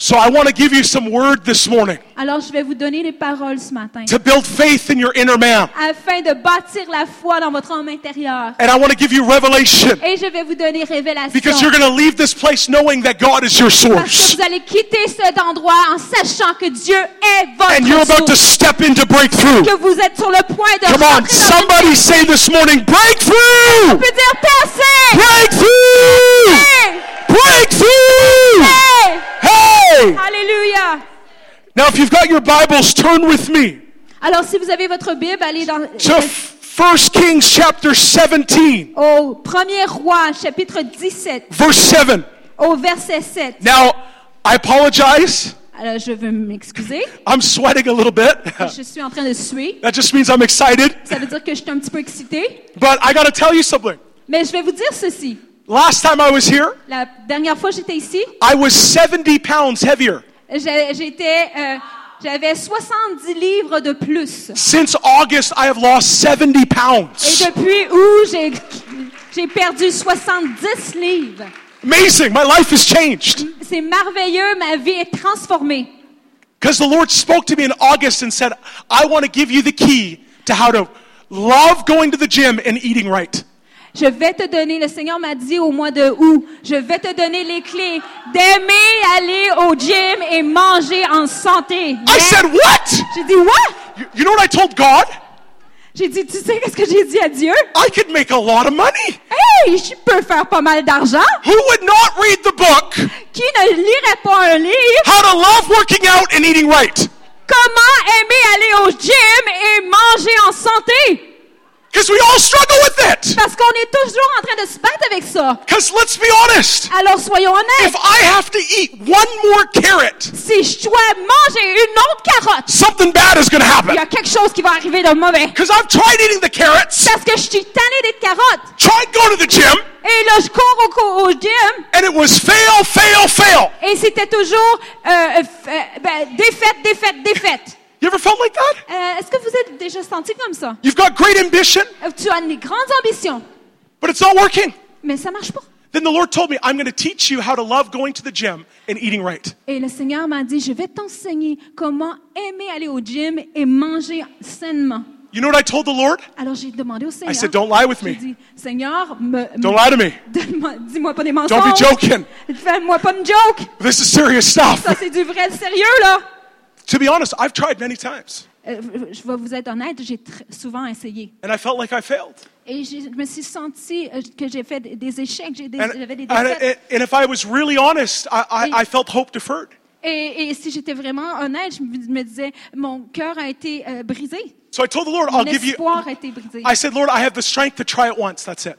[SPEAKER 7] So I want to give you some word this morning
[SPEAKER 1] Alors, je vais vous donner les paroles ce matin
[SPEAKER 7] to build faith in your inner man.
[SPEAKER 1] afin de bâtir la foi dans votre homme intérieur.
[SPEAKER 7] And I want to give you revelation
[SPEAKER 1] Et je vais vous donner révélation.
[SPEAKER 7] because you're going to leave this place knowing that God is your
[SPEAKER 1] Parce
[SPEAKER 7] source.
[SPEAKER 1] que vous allez quitter cet endroit en sachant que Dieu est
[SPEAKER 7] And you're
[SPEAKER 1] votre
[SPEAKER 7] about to
[SPEAKER 1] source,
[SPEAKER 7] step into breakthrough.
[SPEAKER 1] que vous êtes sur le point de
[SPEAKER 7] Come
[SPEAKER 1] rentrer
[SPEAKER 7] on,
[SPEAKER 1] dans
[SPEAKER 7] somebody say this morning, breakthrough!
[SPEAKER 1] On peut dire percer!
[SPEAKER 7] Breakthrough! Breakthrough!
[SPEAKER 1] Hey!
[SPEAKER 7] Hey!
[SPEAKER 1] Alléluia!
[SPEAKER 7] Now, if you've got your Bibles, turn with me
[SPEAKER 1] Alors, si vous avez votre Bible, allez dans
[SPEAKER 7] to 1 Kings chapter 17,
[SPEAKER 1] au premier roi, chapitre 17,
[SPEAKER 7] verse 7.
[SPEAKER 1] au verset 7.
[SPEAKER 7] Now, I apologize.
[SPEAKER 1] Alors, je veux m'excuser.
[SPEAKER 7] I'm sweating a little bit. (laughs)
[SPEAKER 1] Je suis en train de suer.
[SPEAKER 7] That just means I'm excited.
[SPEAKER 1] Ça veut dire que je suis un petit peu excitée.
[SPEAKER 7] But I got to tell you something.
[SPEAKER 1] Mais je vais vous dire ceci.
[SPEAKER 7] Last time I was here,
[SPEAKER 1] La dernière fois que j'étais ici,
[SPEAKER 7] I was 70 pounds heavier.
[SPEAKER 1] j'ai- j'étais, euh, j'avais 70 livres de plus.
[SPEAKER 7] Since August, I have lost 70
[SPEAKER 1] Et
[SPEAKER 7] pounds.
[SPEAKER 1] depuis où j'ai, j'ai perdu 70 livres.
[SPEAKER 7] Amazing. My life has changed.
[SPEAKER 1] C'est merveilleux, ma vie est transformée.
[SPEAKER 7] Because the Lord spoke to me in August and said, I want to give you the key to how to love going to the gym and eating right.
[SPEAKER 1] Je vais te donner, le Seigneur m'a dit au mois de août, je vais te donner les clés d'aimer aller au gym et manger en santé.
[SPEAKER 7] I said, What?
[SPEAKER 1] J'ai dit, what?
[SPEAKER 7] You- You know what I told God?
[SPEAKER 1] J'ai dit, tu sais qu'est-ce que j'ai dit à Dieu?
[SPEAKER 7] I could make a lot of money.
[SPEAKER 1] Hey, je peux faire pas mal d'argent.
[SPEAKER 7] Who would not read the book,
[SPEAKER 1] Qui ne lirait pas un livre?
[SPEAKER 7] How to Love Working Out and Eating Right?
[SPEAKER 1] Comment aimer aller au gym et manger en santé?
[SPEAKER 7] Because we all struggle with it.
[SPEAKER 1] Parce qu'on est toujours en train de se battre avec ça.
[SPEAKER 7] Because let's be honest,
[SPEAKER 1] Alors soyons
[SPEAKER 7] if
[SPEAKER 1] honnêtes,
[SPEAKER 7] I have to eat one more carrot,
[SPEAKER 1] si je dois manger une autre carotte,
[SPEAKER 7] something bad is going to
[SPEAKER 1] il
[SPEAKER 7] happen.
[SPEAKER 1] y a quelque chose qui va arriver de mauvais.
[SPEAKER 7] Because I've tried eating the carrots,
[SPEAKER 1] Parce que je suis tannée des carottes.
[SPEAKER 7] tried going to the gym,
[SPEAKER 1] Et là, je cours au, cours au gym
[SPEAKER 7] and it was fail, fail, fail.
[SPEAKER 1] et c'était toujours euh, euh, f- euh, ben, défaite, défaite, défaite.
[SPEAKER 7] You ever felt like that?
[SPEAKER 1] Euh, Est-ce que vous êtes déjà senti comme ça?
[SPEAKER 7] You've got great ambition,
[SPEAKER 1] Euh, Tu as des grandes ambitions,
[SPEAKER 7] but it's not working.
[SPEAKER 1] mais ça marche pas.
[SPEAKER 7] Then the Lord told me, I'm going to teach you how to love going to the gym and eating right.
[SPEAKER 1] Et le Seigneur m'a dit, je vais t'enseigner comment aimer aller au gym et manger sainement.
[SPEAKER 7] You know what I told the Lord?
[SPEAKER 1] Alors j'ai demandé au Seigneur.
[SPEAKER 7] said, "Don't lie with me."
[SPEAKER 1] J'ai dit, Seigneur, me,
[SPEAKER 7] Don't lie to me.
[SPEAKER 1] (laughs) donne-moi- dis-moi pas des mensonges.
[SPEAKER 7] Don't be joking.
[SPEAKER 1] Fais-moi pas une joke.
[SPEAKER 7] This is serious stuff.
[SPEAKER 1] Ça, c'est du vrai sérieux, là.
[SPEAKER 7] to be honest, I've tried many times,
[SPEAKER 1] Euh, je vais vous être honnête, j'ai tr- souvent essayé.
[SPEAKER 7] and I felt like I failed.
[SPEAKER 1] Et je me suis sentie euh, que j'ai fait des- des échecs, j'ai des-
[SPEAKER 7] And,
[SPEAKER 1] j'avais des
[SPEAKER 7] and-
[SPEAKER 1] défaites.
[SPEAKER 7] and if I was really honest, I, I,
[SPEAKER 1] Et-
[SPEAKER 7] I felt hope deferred.
[SPEAKER 1] Et, et si j'étais vraiment honnête, je me me disais, mon cœur a été euh, brisé.
[SPEAKER 7] So I told the Lord, I'll
[SPEAKER 1] Mon
[SPEAKER 7] give you.
[SPEAKER 1] espoir a été brisé.
[SPEAKER 7] I said, Lord, I have the strength to try it once. That's it.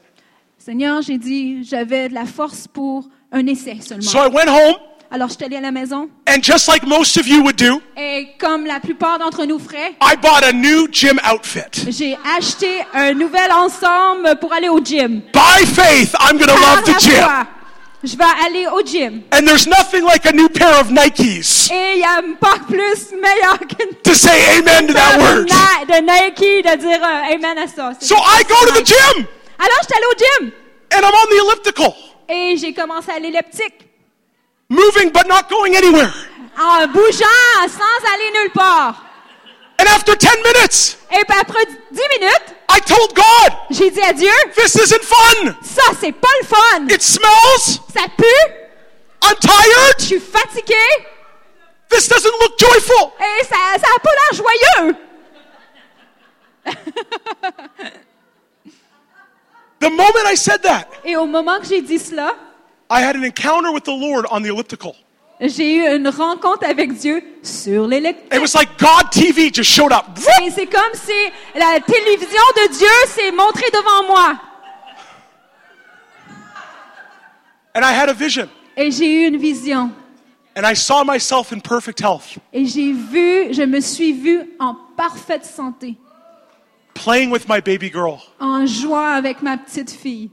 [SPEAKER 1] Seigneur, j'ai dit, j'avais de la force pour un essai
[SPEAKER 7] So I
[SPEAKER 1] seulement.
[SPEAKER 7] went home,
[SPEAKER 1] Alors, je suis allée à la maison
[SPEAKER 7] And just like most of you would do,
[SPEAKER 1] et comme la plupart d'entre nous feraient,
[SPEAKER 7] I bought a new gym outfit.
[SPEAKER 1] j'ai acheté un nouvel ensemble pour aller au gym.
[SPEAKER 7] By faith, I'm going to
[SPEAKER 1] Par
[SPEAKER 7] love the
[SPEAKER 1] la
[SPEAKER 7] gym.
[SPEAKER 1] foi, Je vais aller au gym.
[SPEAKER 7] And there's nothing like a new pair of Nikes
[SPEAKER 1] Et il n'y a pas plus meilleur qu'une
[SPEAKER 7] to say amen to that
[SPEAKER 1] paire de
[SPEAKER 7] word.
[SPEAKER 1] Ni- de Nike de dire euh, amen à ça. C'est-
[SPEAKER 7] So I go to the gym
[SPEAKER 1] Alors, j'étais allée au gym
[SPEAKER 7] and I'm on the elliptical,
[SPEAKER 1] et j'ai commencé à l'elliptique
[SPEAKER 7] moving but not going anywhere.
[SPEAKER 1] en bougeant sans aller nulle part.
[SPEAKER 7] And after 10 minutes,
[SPEAKER 1] Et puis après 10 minutes,
[SPEAKER 7] I told God,
[SPEAKER 1] j'ai dit à Dieu,
[SPEAKER 7] this isn't fun.
[SPEAKER 1] ça c'est pas le fun,
[SPEAKER 7] It smells.
[SPEAKER 1] ça pue,
[SPEAKER 7] I'm
[SPEAKER 1] je
[SPEAKER 7] tired.
[SPEAKER 1] suis fatiguée
[SPEAKER 7] This doesn't look joyful.
[SPEAKER 1] et ça ça a pas l'air joyeux.
[SPEAKER 7] The moment I said that,
[SPEAKER 1] Et au moment que j'ai dit cela,
[SPEAKER 7] I had an encounter with the Lord on the elliptical.
[SPEAKER 1] j'ai eu une rencontre avec Dieu sur
[SPEAKER 7] It
[SPEAKER 1] l'elliptique.
[SPEAKER 7] was like God TV just showed up.
[SPEAKER 1] Et c'est comme si la télévision de Dieu s'est montrée devant moi.
[SPEAKER 7] And I had a vision.
[SPEAKER 1] Et j'ai eu une vision.
[SPEAKER 7] And I saw myself in perfect health,
[SPEAKER 1] Et j'ai vu, je me suis vue en parfaite santé,
[SPEAKER 7] playing with my baby girl.
[SPEAKER 1] en jouant avec ma petite fille.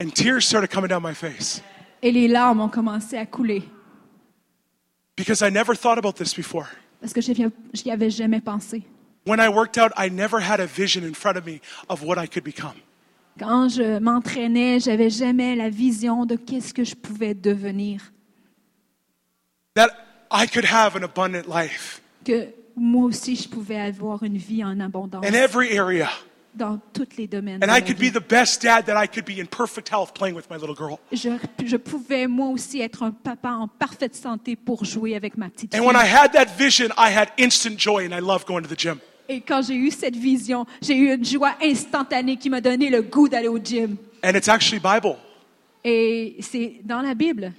[SPEAKER 7] And tears started coming down my face
[SPEAKER 1] Et les larmes ont commencé à couler
[SPEAKER 7] because I never thought about this before.
[SPEAKER 1] parce que je n'y avais jamais pensé.
[SPEAKER 7] When I worked out, I never had a vision in front of me of what I could become.
[SPEAKER 1] Quand je m'entraînais, j'avais jamais la vision de qu'est-ce que je pouvais devenir,
[SPEAKER 7] That I could have an abundant life
[SPEAKER 1] que moi aussi je pouvais avoir une vie en abondance
[SPEAKER 7] in every area.
[SPEAKER 1] dans tous les domaines. de
[SPEAKER 7] And
[SPEAKER 1] ma
[SPEAKER 7] I could be
[SPEAKER 1] vie.
[SPEAKER 7] the best dad that I could be in perfect health playing with my little girl.
[SPEAKER 1] Je, je pouvais moi aussi être un papa en parfaite santé pour jouer avec ma petite
[SPEAKER 7] And
[SPEAKER 1] fille.
[SPEAKER 7] when I had that vision, I had instant joy, and I love going to the gym.
[SPEAKER 1] Et quand j'ai eu cette vision, j'ai eu une joie instantanée qui m'a donné le goût d'aller au gym.
[SPEAKER 7] And it's actually Bible.
[SPEAKER 1] Et c'est dans la Bible.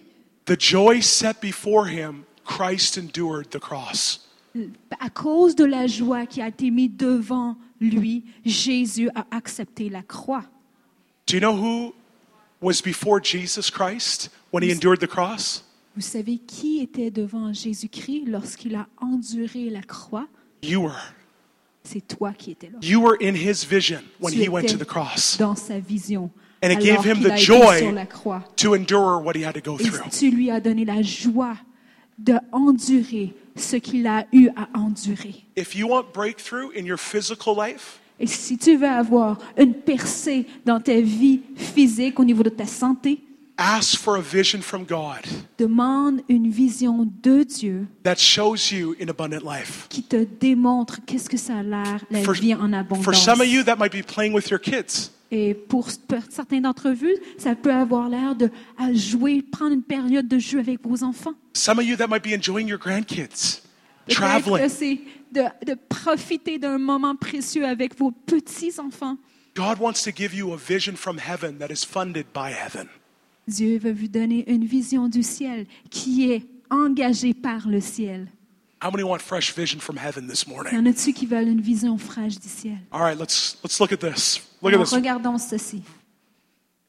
[SPEAKER 7] The joy set before him, Christ endured the cross.
[SPEAKER 1] À cause de la joie qui a été mise devant lui, Jésus a accepté la croix.
[SPEAKER 7] Do you know who was before Jesus Christ when he endured the cross?
[SPEAKER 1] Vous savez qui était devant Jésus-Christ lorsqu'il a enduré la croix?
[SPEAKER 7] You were.
[SPEAKER 1] C'est toi qui étais là.
[SPEAKER 7] You were in his vision when
[SPEAKER 1] Tu
[SPEAKER 7] he went
[SPEAKER 1] étais
[SPEAKER 7] to the cross
[SPEAKER 1] Dans sa vision.
[SPEAKER 7] And it
[SPEAKER 1] alors
[SPEAKER 7] gave him
[SPEAKER 1] qu'il
[SPEAKER 7] the
[SPEAKER 1] a été
[SPEAKER 7] joy.
[SPEAKER 1] sur la croix.
[SPEAKER 7] to endure what he had to go
[SPEAKER 1] Et
[SPEAKER 7] through.
[SPEAKER 1] tu lui as donné la joie de endurer ce qu'il a eu à endurer.
[SPEAKER 7] If you want breakthrough in your physical life,
[SPEAKER 1] Et si tu veux avoir une percée dans ta vie physique au niveau de ta santé,
[SPEAKER 7] ask for a vision from God
[SPEAKER 1] demande une vision de Dieu
[SPEAKER 7] that shows you an abundant life.
[SPEAKER 1] qui te démontre qu'est-ce que ça a l'air, la
[SPEAKER 7] For,
[SPEAKER 1] vie en
[SPEAKER 7] for
[SPEAKER 1] abondance.
[SPEAKER 7] some of you, that might be playing with your kids.
[SPEAKER 1] Et pour, pour certains d'entre vous, ça peut avoir l'air de à jouer, prendre une période de jeu avec vos enfants.
[SPEAKER 7] Some of you, that might be enjoying your grandkids,
[SPEAKER 1] Peut-être que
[SPEAKER 7] traveling.
[SPEAKER 1] c'est de, de profiter d'un moment précieux avec vos petits-enfants.
[SPEAKER 7] God wants to give you a vision from heaven that is funded by heaven.
[SPEAKER 1] Dieu veut vous donner une vision du ciel qui est engagée par le ciel.
[SPEAKER 7] How many want fresh vision from heaven this morning?
[SPEAKER 1] Y en a-tu qui veulent une vision fraîche du ciel?
[SPEAKER 7] All right, let's let's look at this. Look at
[SPEAKER 1] Alors,
[SPEAKER 7] this.
[SPEAKER 1] regardons ceci.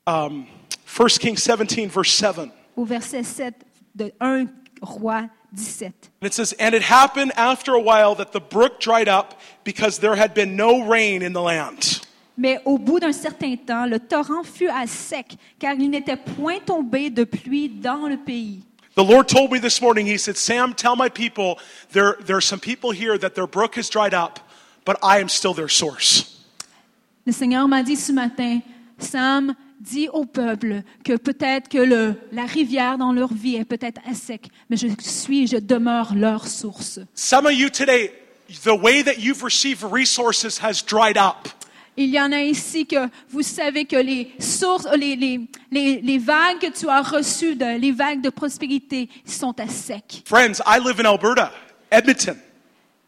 [SPEAKER 7] Um, 1 Kings 17, verse 7.
[SPEAKER 1] Au verset 7 de 1 Roi 17.
[SPEAKER 7] And it says, And it happened after a while that the brook dried up because there had been no rain in the land.
[SPEAKER 1] Mais au bout d'un certain temps, le torrent fut à sec, car il n'était point tombé de pluie dans le pays.
[SPEAKER 7] The Lord told me this morning, He said, Sam, tell my people there, there are some people here that their brook has dried up, but I am still their source.
[SPEAKER 1] Le Seigneur m'a dit ce matin, Sam, dis au peuple que peut-être que le- la rivière dans leur vie est peut-être à sec, mais je suis, je demeure leur source.
[SPEAKER 7] Some of you today, the way that you've received resources has dried up.
[SPEAKER 1] Il y en a ici que vous savez que les sources, les, les, les, les vagues que tu as reçues, de, les vagues de prospérité sont à sec.
[SPEAKER 7] Friends, I live in Alberta, Edmonton.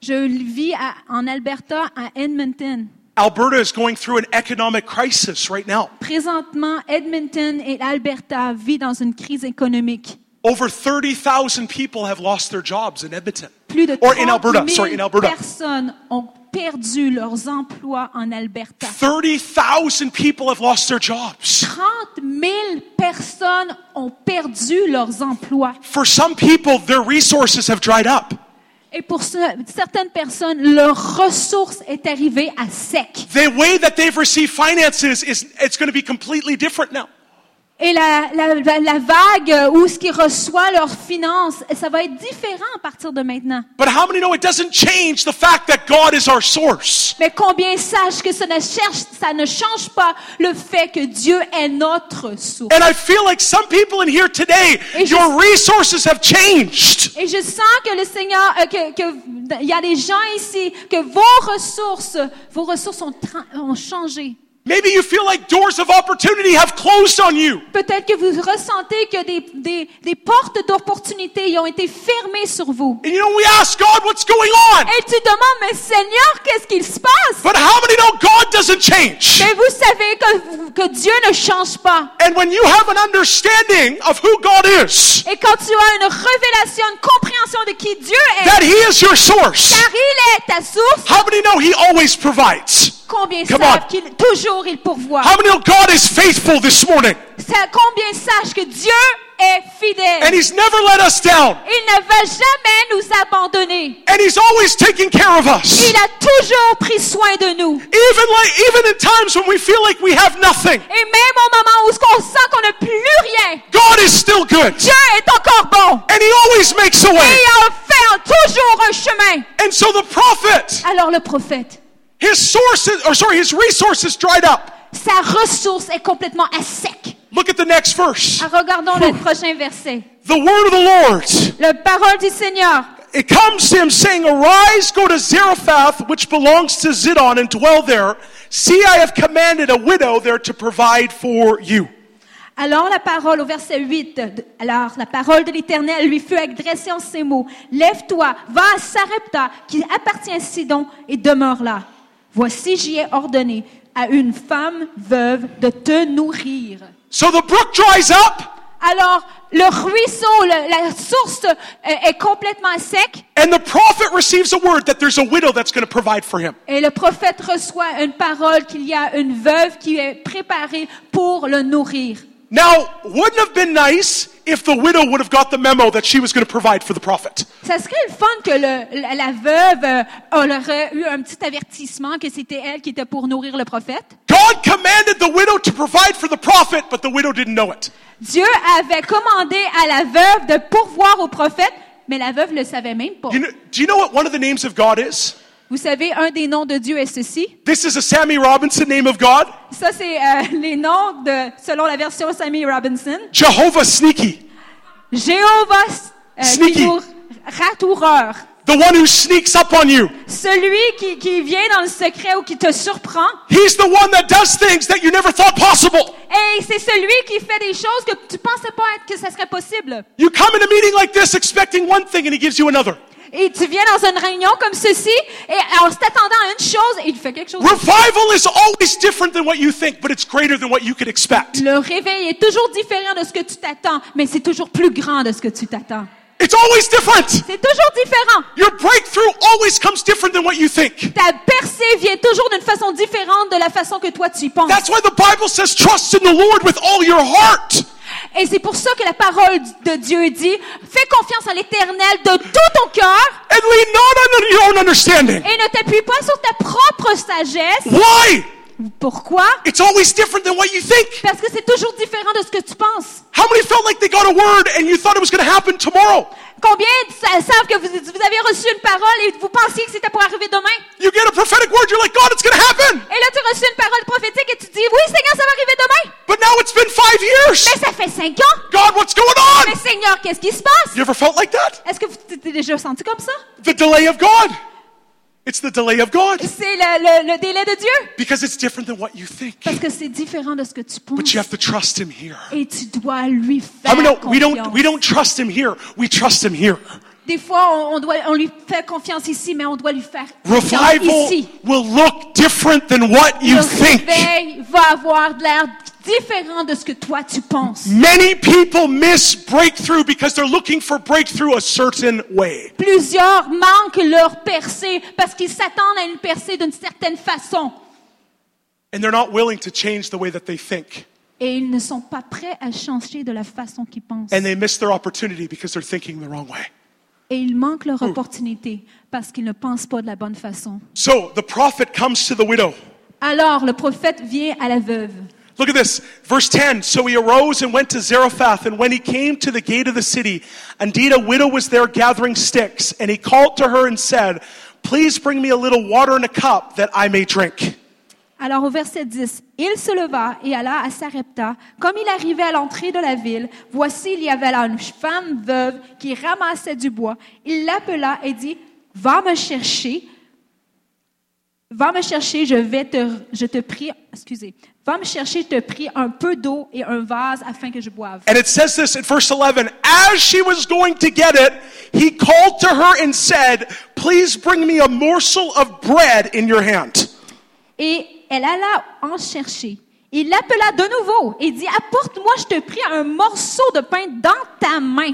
[SPEAKER 1] Je vis à- en Alberta, à Edmonton.
[SPEAKER 7] Alberta is going through an economic crisis right now.
[SPEAKER 1] Présentement, Edmonton et Alberta vivent dans une crise économique.
[SPEAKER 7] Over 30,000 people have lost their jobs in Edmonton.
[SPEAKER 1] Plus de
[SPEAKER 7] or
[SPEAKER 1] 30 000
[SPEAKER 7] in Alberta, sorry, in Alberta.
[SPEAKER 1] personnes ont perdu leurs emplois en Alberta.
[SPEAKER 7] 30,000 people have lost their jobs.
[SPEAKER 1] 30 000 personnes personnes ont perdu leurs emplois.
[SPEAKER 7] For some people, their resources have dried up.
[SPEAKER 1] Et pour ce- certaines personnes, leur ressource est arrivée à sec.
[SPEAKER 7] The way that they've received finances is it's going to be completely different now.
[SPEAKER 1] Et la, la- la- la vague ou ce qui reçoit leurs finances, ça va être différent à partir de maintenant.
[SPEAKER 7] But how many know it doesn't change the fact that God is our source?
[SPEAKER 1] Mais combien sachent que ça ne, cherche, ça ne change pas le fait que Dieu est notre source.
[SPEAKER 7] And I feel like some people in here today,
[SPEAKER 1] Et je-
[SPEAKER 7] your resources have changed.
[SPEAKER 1] Et je sens que le Seigneur, euh, que, que- il y a des gens ici, que vos ressources, vos ressources ont, tra- ont changé.
[SPEAKER 7] Maybe you feel like doors of opportunity have closed on you.
[SPEAKER 1] Peut-être que vous ressentez que des, des, des portes d'opportunité y ont été fermées sur vous.
[SPEAKER 7] And you know, we ask God what's going on.
[SPEAKER 1] Et tu demandes, mais Seigneur, qu'est-ce qu'il se passe?
[SPEAKER 7] But how many know God doesn't change?
[SPEAKER 1] Mais vous savez que, que Dieu ne change pas.
[SPEAKER 7] And when you have an understanding of who God is,
[SPEAKER 1] Et quand tu as une révélation, une compréhension de qui Dieu est,
[SPEAKER 7] that He is your source,
[SPEAKER 1] car il est ta source,
[SPEAKER 7] how many know He always provides?
[SPEAKER 1] combien
[SPEAKER 7] Come
[SPEAKER 1] savent
[SPEAKER 7] on.
[SPEAKER 1] qu'il toujours il pourvoit?
[SPEAKER 7] How many know God is faithful this morning?
[SPEAKER 1] Ça- Combien sachent que Dieu est
[SPEAKER 7] And
[SPEAKER 1] fidèle?
[SPEAKER 7] He's never let us down.
[SPEAKER 1] Il ne va jamais nous abandonner.
[SPEAKER 7] And He's always taking care of us.
[SPEAKER 1] Il a toujours pris soin de nous.
[SPEAKER 7] Even like even in times when we feel like we have nothing,
[SPEAKER 1] Et même au moment où ce qu'on sent qu'on n'a plus rien,
[SPEAKER 7] God is still good.
[SPEAKER 1] Dieu est encore bon.
[SPEAKER 7] And He always makes a
[SPEAKER 1] Et
[SPEAKER 7] way.
[SPEAKER 1] il en fait en toujours un chemin.
[SPEAKER 7] And so the prophet,
[SPEAKER 1] Alors le prophète,
[SPEAKER 7] his sources, or sorry, his resources dried up.
[SPEAKER 1] sa ressource est complètement à sec.
[SPEAKER 7] Look at the next verse.
[SPEAKER 1] Ah, Regardons le prochain verset.
[SPEAKER 7] The word of the Lord.
[SPEAKER 1] La parole du Seigneur.
[SPEAKER 7] It comes to him saying, Arise, go to Zarephath, which belongs to Zidon, and dwell there. See, I have commanded a widow there to provide for you.
[SPEAKER 1] Alors la parole au verset 8, de- alors la parole de l'Éternel lui fut adressée en ces mots. Lève-toi, va à Sarepta qui appartient à Sidon et demeure là. Voici, j'y ai ordonné à une femme veuve de te nourrir.
[SPEAKER 7] So the brook dries up,
[SPEAKER 1] Alors le ruisseau, le- la source euh, est complètement sec
[SPEAKER 7] and the prophet receives a word that there's a widow that's going to provide for him.
[SPEAKER 1] et le prophète reçoit une parole qu'il y a une veuve qui est préparée pour le nourrir.
[SPEAKER 7] Now, wouldn't have been nice if the widow would have got the memo that she was going to provide for the prophet.
[SPEAKER 1] Ça serait le fun que le- la, la veuve euh, elle aurait eu un petit avertissement que c'était elle qui était pour nourrir le prophète.
[SPEAKER 7] God commanded the widow to provide for the prophet, but the widow didn't know it.
[SPEAKER 1] Dieu avait commandé à la veuve de pourvoir au prophète, mais la veuve ne le savait même pas.
[SPEAKER 7] You know, do you know what one of the names of God is?
[SPEAKER 1] Vous savez, un des noms de Dieu est ceci.
[SPEAKER 7] This is a Sammy Robinson name of God
[SPEAKER 1] Ça, c'est euh, les noms de, selon la version Sammy Robinson,
[SPEAKER 7] Jehovah Sneaky.
[SPEAKER 1] Jéhovah euh,
[SPEAKER 7] Sneaky.
[SPEAKER 1] qui nous ratoureur.
[SPEAKER 7] The one who sneaks up on you.
[SPEAKER 1] Celui qui, qui vient dans le secret ou qui te surprend.
[SPEAKER 7] He's the one that does things that you never thought possible.
[SPEAKER 1] Et c'est celui qui fait des choses que tu pensais pas être- que ça serait possible.
[SPEAKER 7] You come in a meeting like this expecting one thing and he gives you another.
[SPEAKER 1] Et tu viens dans une réunion comme ceci, et en s'attendant à une chose, et il fait quelque chose.
[SPEAKER 7] Revival is always different than what you think, but it's greater than what you could expect.
[SPEAKER 1] Le réveil est toujours différent de ce que tu t'attends, mais c'est toujours plus grand de ce que tu t'attends.
[SPEAKER 7] It's always different.
[SPEAKER 1] C'est toujours différent.
[SPEAKER 7] Your breakthrough always comes different than what you think.
[SPEAKER 1] Ta percée vient toujours d'une façon différente de la façon que toi tu y penses.
[SPEAKER 7] That's why the Bible says trust in the Lord with all your heart.
[SPEAKER 1] Et c'est pour ça que la parole de Dieu dit, fais confiance en l'éternel de tout ton cœur
[SPEAKER 7] and lean not on your own understanding.
[SPEAKER 1] et ne t'appuie pas sur ta propre sagesse.
[SPEAKER 7] Why?
[SPEAKER 1] Pourquoi?
[SPEAKER 7] It's always different than what you think.
[SPEAKER 1] Parce que c'est toujours différent de ce que tu penses.
[SPEAKER 7] How many felt like they got a word and you thought it was going to happen tomorrow?
[SPEAKER 1] Combien de sa- savent que vous, vous avez reçu une parole et vous pensiez que c'était pour arriver demain?
[SPEAKER 7] You get a prophetic word, you're like, God, it's going to happen.
[SPEAKER 1] Et là, tu reçois une parole prophétique et tu dis, oui, Seigneur, ça va arriver demain.
[SPEAKER 7] But now it's been five years.
[SPEAKER 1] Mais ça fait cinq ans.
[SPEAKER 7] God, what's going
[SPEAKER 1] Mais
[SPEAKER 7] on?
[SPEAKER 1] Seigneur, qu'est-ce qui se
[SPEAKER 7] You
[SPEAKER 1] passe?
[SPEAKER 7] ever felt like that?
[SPEAKER 1] Est-ce que vous t'es déjà senti comme ça?
[SPEAKER 7] The delay of God. It's the delay of God
[SPEAKER 1] C'est le, le- le délai de Dieu.
[SPEAKER 7] because it's different than what you think.
[SPEAKER 1] Parce que c'est différent de ce que tu
[SPEAKER 7] But you
[SPEAKER 1] penses.
[SPEAKER 7] have to trust Him here.
[SPEAKER 1] Et tu dois lui
[SPEAKER 7] How
[SPEAKER 1] faire
[SPEAKER 7] many know we don't
[SPEAKER 1] confiance.
[SPEAKER 7] we don't trust Him here. We trust Him here.
[SPEAKER 1] Des fois, on, on doit, on lui fait confiance ici, mais on doit lui faire confiance
[SPEAKER 7] Revival
[SPEAKER 1] ici.
[SPEAKER 7] will look different than what you
[SPEAKER 1] le
[SPEAKER 7] think.
[SPEAKER 1] réveil va avoir de l'air différent de ce que toi tu penses.
[SPEAKER 7] Many people miss breakthrough because they're looking for breakthrough a certain way.
[SPEAKER 1] Plusieurs manquent leur percée parce qu'ils s'attendent à une percée d'une certaine façon.
[SPEAKER 7] And they're not willing to change the way that they think.
[SPEAKER 1] et ils ne sont pas prêts à changer de la façon qu'ils pensent.
[SPEAKER 7] And they miss their opportunity because they're thinking the wrong way.
[SPEAKER 1] Et ils manquent leur opportunité parce qu'ils ne pensent pas de la bonne façon.
[SPEAKER 7] So the prophet comes to the widow.
[SPEAKER 1] Alors le prophète vient à la veuve.
[SPEAKER 7] Look at this, verse 10. So he arose and went to Zarephath, and when he came to the gate of the city, indeed a widow was there gathering sticks, and he called to her and said, Please bring me a little water in a cup that I may drink.
[SPEAKER 1] Alors au verset 10, il se leva et alla à Sarepta. Comme il arrivait à l'entrée de la ville, voici il y avait là une femme veuve qui ramassait du bois. Il l'appela et dit, va me chercher, va me chercher, je vais te, je te prie, excusez, va me chercher, je te prie un peu d'eau et un vase afin que je boive.
[SPEAKER 7] And it says this in verse 11 As she was going to get it, he called to her and said, Please bring me a morsel of bread in your hand.
[SPEAKER 1] Et elle alla en chercher. Il l'appela de nouveau et dit, apporte-moi, je te prie, un morceau de pain dans ta main.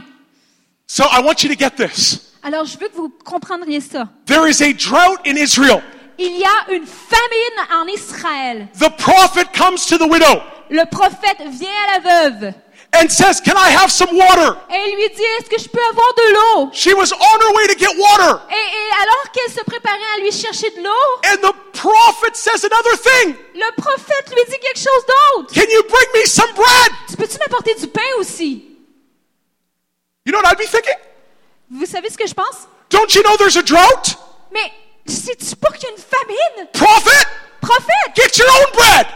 [SPEAKER 7] So I want you to get this.
[SPEAKER 1] Alors, je veux que vous comprendriez ça.
[SPEAKER 7] There is a drought in Israel.
[SPEAKER 1] Il y a une famine en Israël.
[SPEAKER 7] The prophet comes to the widow
[SPEAKER 1] Le prophète vient à la veuve
[SPEAKER 7] and says, Can I have some water?
[SPEAKER 1] et il lui dit, est-ce que je peux avoir de l'eau?
[SPEAKER 7] She was on her way to get water.
[SPEAKER 1] Et, et alors qu'elle se préparait à lui chercher de l'eau,
[SPEAKER 7] And the prophet says another thing
[SPEAKER 1] le prophète lui dit quelque chose d'autre.
[SPEAKER 7] Can you bring me some bread?
[SPEAKER 1] Tu peux-tu m'apporter du pain aussi?
[SPEAKER 7] You know what I'd be thinking?
[SPEAKER 1] Vous savez ce que je pense?
[SPEAKER 7] Don't you know there's a drought?
[SPEAKER 1] Mais sais-tu pas qu'il y a une famine?
[SPEAKER 7] Prophet,
[SPEAKER 1] Prophète,
[SPEAKER 7] get your own bread.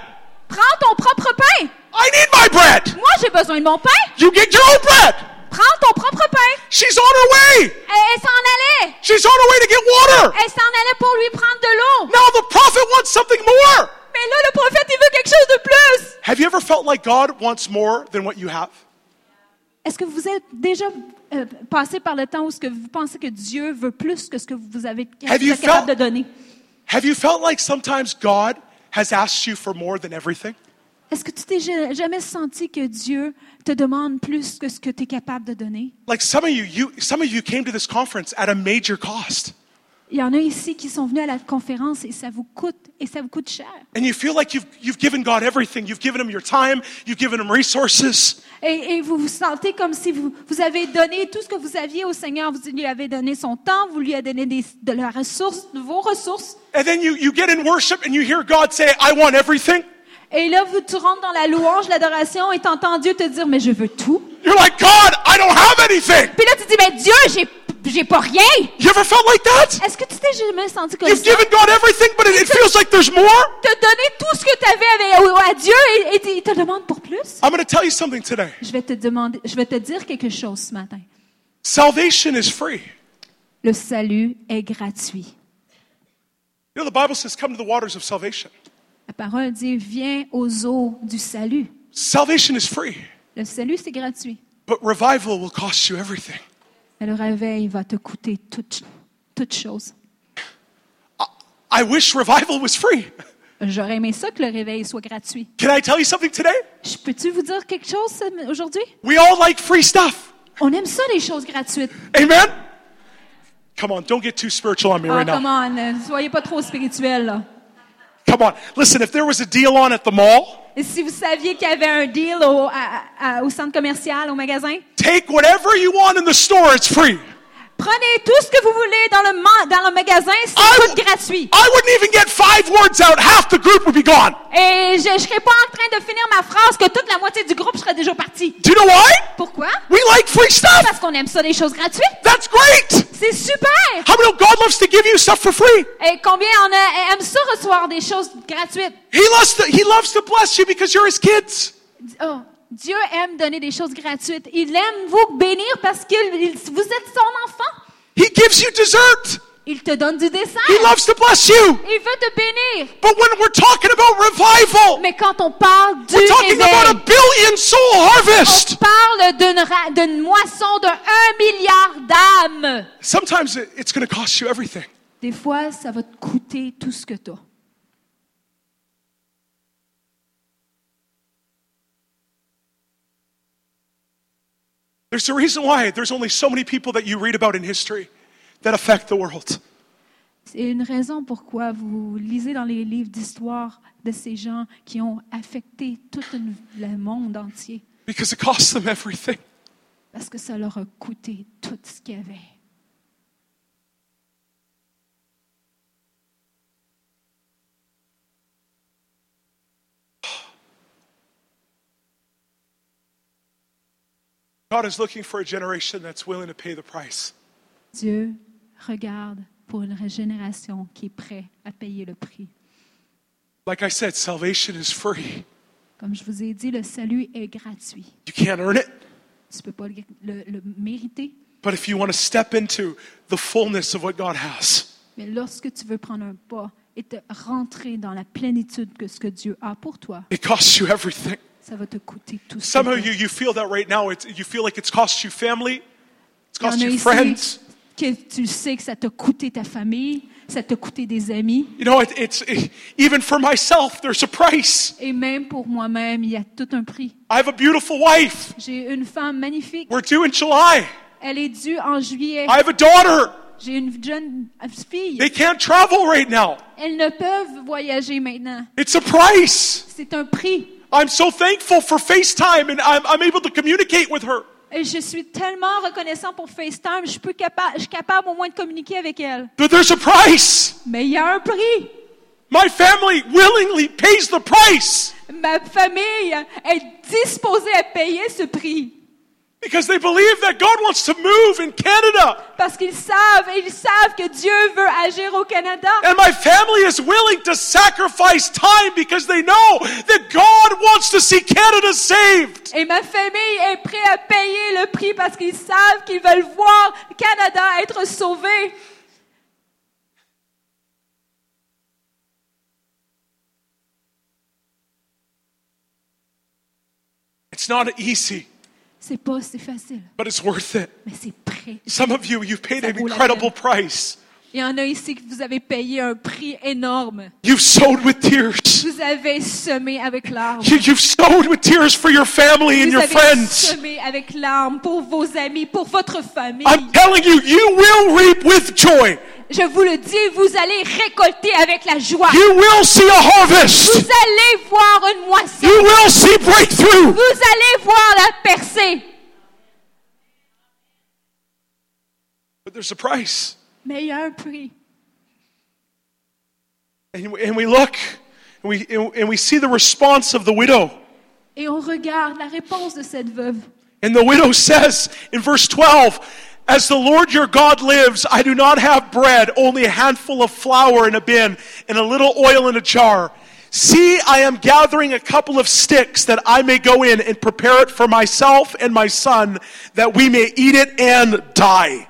[SPEAKER 1] prends ton propre pain.
[SPEAKER 7] I need my bread.
[SPEAKER 1] Moi, j'ai besoin de mon pain.
[SPEAKER 7] You get your own bread.
[SPEAKER 1] Prends ton propre pain.
[SPEAKER 7] She's on her way.
[SPEAKER 1] Et elle s'en allait.
[SPEAKER 7] She's on her way to get water.
[SPEAKER 1] Elle s'en allait pour lui prendre de l'eau.
[SPEAKER 7] Now the prophet wants something more.
[SPEAKER 1] Mais là, le prophète, il veut quelque chose de plus.
[SPEAKER 7] Have you ever felt like God wants more than what you have?
[SPEAKER 1] Est-ce que vous êtes déjà euh, passé par le temps où ce que vous pensez que Dieu veut plus que ce que vous avez
[SPEAKER 7] Have
[SPEAKER 1] vous
[SPEAKER 7] you
[SPEAKER 1] êtes capable de
[SPEAKER 7] felt-
[SPEAKER 1] donner?
[SPEAKER 7] Have you felt like sometimes God has asked you for more than everything?
[SPEAKER 1] Est-ce que tu t'es ja- jamais senti que Dieu te demande plus que ce que tu es capable de donner?
[SPEAKER 7] Like some of you, you some of you came to this conference at a major cost.
[SPEAKER 1] Il y en a ici qui sont venus à la conférence et ça vous coûte, et ça vous coûte cher.
[SPEAKER 7] And you feel like you've, you've given God everything. You've given him your time. You've given him resources.
[SPEAKER 1] Et, et vous vous sentez comme si vous, vous avez donné tout ce que vous aviez au Seigneur. Vous lui avez donné son temps, vous lui avez donné des- de la ressource, de vos ressources.
[SPEAKER 7] And then you, you get in worship and you hear God say, I want everything.
[SPEAKER 1] Et là, vous, tu rentres dans la louange, l'adoration et t'entends Dieu te dire, mais je veux tout.
[SPEAKER 7] You're like, God, I don't have anything.
[SPEAKER 1] Puis là, tu dis, mais Dieu, j'ai, j'ai pas rien.
[SPEAKER 7] You ever felt like that?
[SPEAKER 1] Est-ce que tu t'es jamais senti comme
[SPEAKER 7] You've
[SPEAKER 1] ça?
[SPEAKER 7] given God everything, but it, it feels like there's more.
[SPEAKER 1] T'as donné tout ce que t'avais avec- au- à Dieu et, et il te demande pour plus?
[SPEAKER 7] I'm going to tell you something today.
[SPEAKER 1] Je vais te demander, je vais te dire quelque chose ce matin.
[SPEAKER 7] Salvation is free.
[SPEAKER 1] Le salut est gratuit.
[SPEAKER 7] You know, the Bible says, come to the waters of salvation.
[SPEAKER 1] La parole dit, viens aux eaux du salut.
[SPEAKER 7] Salvation is free,
[SPEAKER 1] Le salut, c'est gratuit.
[SPEAKER 7] but revival will cost you everything.
[SPEAKER 1] Mais le réveil va te coûter toute, toute chose.
[SPEAKER 7] I wish revival was free.
[SPEAKER 1] J'aurais aimé ça que le réveil soit gratuit.
[SPEAKER 7] Can I tell you something today?
[SPEAKER 1] Je- Peux-tu vous dire quelque chose ce- aujourd'hui?
[SPEAKER 7] We all like free stuff.
[SPEAKER 1] On aime ça, les choses gratuites.
[SPEAKER 7] Amen? Come on, don't get too spiritual on me
[SPEAKER 1] Ah,
[SPEAKER 7] right now.
[SPEAKER 1] come on, euh, soyez pas trop spirituels, là.
[SPEAKER 7] Come on. Listen, if there was a deal on at the mall,
[SPEAKER 1] Et si vous saviez qu'il y avait un deal au, à- à- au centre commercial, au magasin,
[SPEAKER 7] take whatever you want in the store, it's free.
[SPEAKER 1] prenez tout ce que vous voulez dans le, ma- dans le magasin, c'est
[SPEAKER 7] I,
[SPEAKER 1] tout gratuit.
[SPEAKER 7] I wouldn't even get five words out, half the group would be gone.
[SPEAKER 1] Et je ne serais pas en train de finir ma phrase que toute la moitié du groupe serait déjà partie.
[SPEAKER 7] Do you know why?
[SPEAKER 1] Pourquoi?
[SPEAKER 7] We like free
[SPEAKER 1] Parce
[SPEAKER 7] stuff.
[SPEAKER 1] qu'on aime ça, les choses gratuites.
[SPEAKER 7] That's great.
[SPEAKER 1] C'est super!
[SPEAKER 7] How many know God loves to give you stuff for free?
[SPEAKER 1] Et combien on a- eh, aime ça recevoir des choses gratuites?
[SPEAKER 7] He loves to, he loves to bless you because you're his kids.
[SPEAKER 1] D- oh, Dieu aime donner des choses gratuites. Il aime vous bénir parce que vous êtes son enfant.
[SPEAKER 7] He gives you dessert.
[SPEAKER 1] Il te donne du dessert.
[SPEAKER 7] He loves to bless you.
[SPEAKER 1] Il veut te bénir.
[SPEAKER 7] But when we're talking about revival,
[SPEAKER 1] Mais quand on parle du
[SPEAKER 7] we're talking about a
[SPEAKER 1] réveil,
[SPEAKER 7] billion soul
[SPEAKER 1] on
[SPEAKER 7] harvest.
[SPEAKER 1] parle d'une ra- d'une moisson de 1 milliard d'âmes.
[SPEAKER 7] Sometimes it- it's going to cost you everything.
[SPEAKER 1] Des fois, ça va te coûter tout ce que tu as.
[SPEAKER 7] There's a reason why there's only so many people that you read about in history that affect the world.
[SPEAKER 1] C'est une raison pourquoi vous lisez dans les livres d'histoire de ces gens qui ont affecté tout une- le monde entier,
[SPEAKER 7] because it cost them everything.
[SPEAKER 1] parce que ça leur a coûté tout ce qu'il y avait.
[SPEAKER 7] God is looking for a generation that's willing to pay the price.
[SPEAKER 1] Dieu regarde pour une génération qui est prête à payer le prix.
[SPEAKER 7] Like I said, salvation is free.
[SPEAKER 1] Comme je vous ai dit, le salut est gratuit.
[SPEAKER 7] You can't earn it.
[SPEAKER 1] Tu ne peux pas le, le- le mériter,
[SPEAKER 7] But if you want to step into the fullness of what God has,
[SPEAKER 1] mais lorsque tu veux prendre un pas et te rentrer dans la plénitude que ce que Dieu a pour toi,
[SPEAKER 7] it costs you everything.
[SPEAKER 1] ça va te coûter tout ce
[SPEAKER 7] Some
[SPEAKER 1] que
[SPEAKER 7] of you, you feel that right now. It's, you feel like it's cost you family, it's
[SPEAKER 1] Il y en
[SPEAKER 7] cost
[SPEAKER 1] a
[SPEAKER 7] you
[SPEAKER 1] ici
[SPEAKER 7] friends.
[SPEAKER 1] que tu sais que ça t'a coûté ta famille, ça t'a coûté des amis.
[SPEAKER 7] You know, it, it's even for myself, there's a price.
[SPEAKER 1] Et même pour moi-même, il y a tout un prix.
[SPEAKER 7] I have a beautiful wife.
[SPEAKER 1] J'ai une femme magnifique.
[SPEAKER 7] We're due in July.
[SPEAKER 1] Elle est due en juillet.
[SPEAKER 7] I have a daughter.
[SPEAKER 1] J'ai une jeune fille.
[SPEAKER 7] They can't travel right now.
[SPEAKER 1] Elles ne peuvent voyager maintenant.
[SPEAKER 7] It's a price.
[SPEAKER 1] C'est un prix.
[SPEAKER 7] I'm so thankful for FaceTime and I'm, I'm able to communicate with her.
[SPEAKER 1] Et je suis tellement reconnaissant pour FaceTime. Je, peux capa- je suis capable au moins de communiquer avec elle.
[SPEAKER 7] But there's a price.
[SPEAKER 1] Mais il y a un prix.
[SPEAKER 7] My family willingly pays the price
[SPEAKER 1] Ma famille est disposée à payer ce prix.
[SPEAKER 7] because they believe that God wants to move in Canada.
[SPEAKER 1] Parce qu'ils savent, et ils savent que Dieu veut agir au Canada.
[SPEAKER 7] And my family is willing to sacrifice time because they know that God wants to see Canada saved.
[SPEAKER 1] Et ma famille est prête à payer le prix parce qu'ils savent qu'ils veulent voir le Canada être sauvé.
[SPEAKER 7] It's not easy,
[SPEAKER 1] C'est pas si facile,
[SPEAKER 7] but it's worth it.
[SPEAKER 1] mais c'est prêt.
[SPEAKER 7] Some of you, you've paid an
[SPEAKER 1] Ça vaut la
[SPEAKER 7] incredible price.
[SPEAKER 1] Il y en a ici que vous avez payé un prix énorme.
[SPEAKER 7] You've sowed with tears.
[SPEAKER 1] Vous avez semé avec larmes.
[SPEAKER 7] You- You've sowed with tears for your family and
[SPEAKER 1] Vous
[SPEAKER 7] your
[SPEAKER 1] avez
[SPEAKER 7] friends.
[SPEAKER 1] semé avec larmes pour vos amis, pour votre famille.
[SPEAKER 7] I'm telling you, you will reap with joy.
[SPEAKER 1] Je vous le dis, vous allez récolter avec la joie.
[SPEAKER 7] You will see a
[SPEAKER 1] Vous
[SPEAKER 7] harvest.
[SPEAKER 1] allez voir une moisson.
[SPEAKER 7] You will see breakthrough.
[SPEAKER 1] Vous allez voir la percée.
[SPEAKER 7] But there's a price.
[SPEAKER 1] Mais il y a un prix.
[SPEAKER 7] And, and we look and we, and we see the response of the widow.
[SPEAKER 1] Et on regarde la réponse de cette veuve.
[SPEAKER 7] And the widow says in verse 12, As the Lord your God lives, I do not have bread, only a handful of flour in a bin and a little oil in a jar. See, I am gathering a couple of sticks that I may go in and prepare it for myself and my son, that we may eat it and die.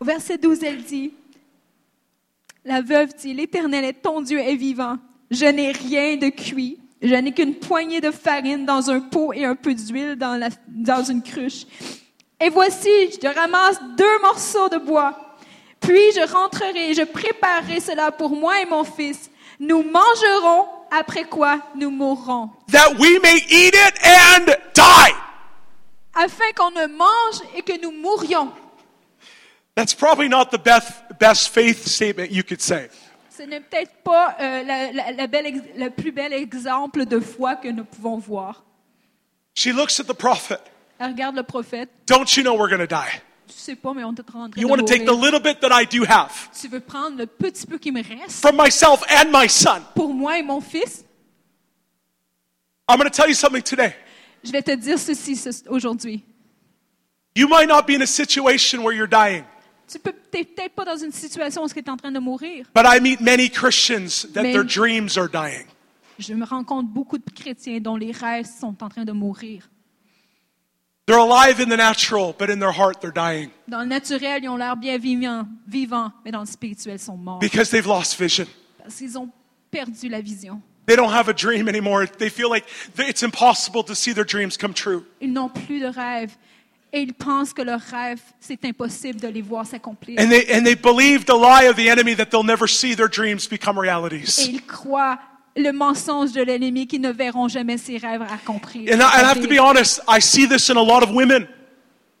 [SPEAKER 1] Au verset 12, elle dit, La veuve dit, L'Éternel est ton Dieu et vivant. Je n'ai rien de cuit. Je n'ai qu'une poignée de farine dans un pot et un peu d'huile dans, la- dans une cruche. Et voici, je te ramasse deux morceaux de bois. Puis je rentrerai et je préparerai cela pour moi et mon fils. Nous mangerons, après quoi nous mourrons.
[SPEAKER 7] That we may eat it and die.
[SPEAKER 1] Afin qu'on ne mange et que nous mourions.
[SPEAKER 7] That's probably not the best, best faith statement you could say.
[SPEAKER 1] Ce n'est peut-être pas euh, la- la- la belle ex- le plus bel exemple de foi que nous pouvons voir.
[SPEAKER 7] She looks at the prophet.
[SPEAKER 1] Elle regarde le prophète.
[SPEAKER 7] Don't you know we're going to die?
[SPEAKER 1] Tu sais pas, mais on te rendrait.
[SPEAKER 7] You want to take the little bit that I do have
[SPEAKER 1] Tu veux prendre le petit peu qui me reste
[SPEAKER 7] from myself and my son.
[SPEAKER 1] pour moi et mon fils?
[SPEAKER 7] I'm going to tell you something today.
[SPEAKER 1] Je vais te dire ceci ce- aujourd'hui.
[SPEAKER 7] You might not be in a situation where you're dying,
[SPEAKER 1] Tu peux t'es peut-être pas dans une situation où tu es en train de mourir.
[SPEAKER 7] but I meet many Christians that
[SPEAKER 1] Mais-
[SPEAKER 7] their dreams are dying.
[SPEAKER 1] Je me rencontre beaucoup de chrétiens dont les rêves sont en train de mourir.
[SPEAKER 7] They're alive in the natural, but in their heart they're dying
[SPEAKER 1] Dans le naturel, ils ont l'air bien vivants, vivants, mais dans le spirituel, ils sont morts
[SPEAKER 7] because they've lost vision.
[SPEAKER 1] parce qu'ils ont perdu la vision.
[SPEAKER 7] They don't have a dream anymore. They feel like th- it's impossible to see their dreams come true.
[SPEAKER 1] Ils n'ont plus de rêve et ils pensent que leurs rêves, c'est impossible de les voir s'accomplir.
[SPEAKER 7] And they, and they believe the lie of the enemy that they'll never see their dreams become
[SPEAKER 1] Et
[SPEAKER 7] realities.
[SPEAKER 1] ils croient le mensonge de l'ennemi qu'ils ne verront jamais ses rêves accomplis.
[SPEAKER 7] And I, and I have to be honest, I see this in a lot of women.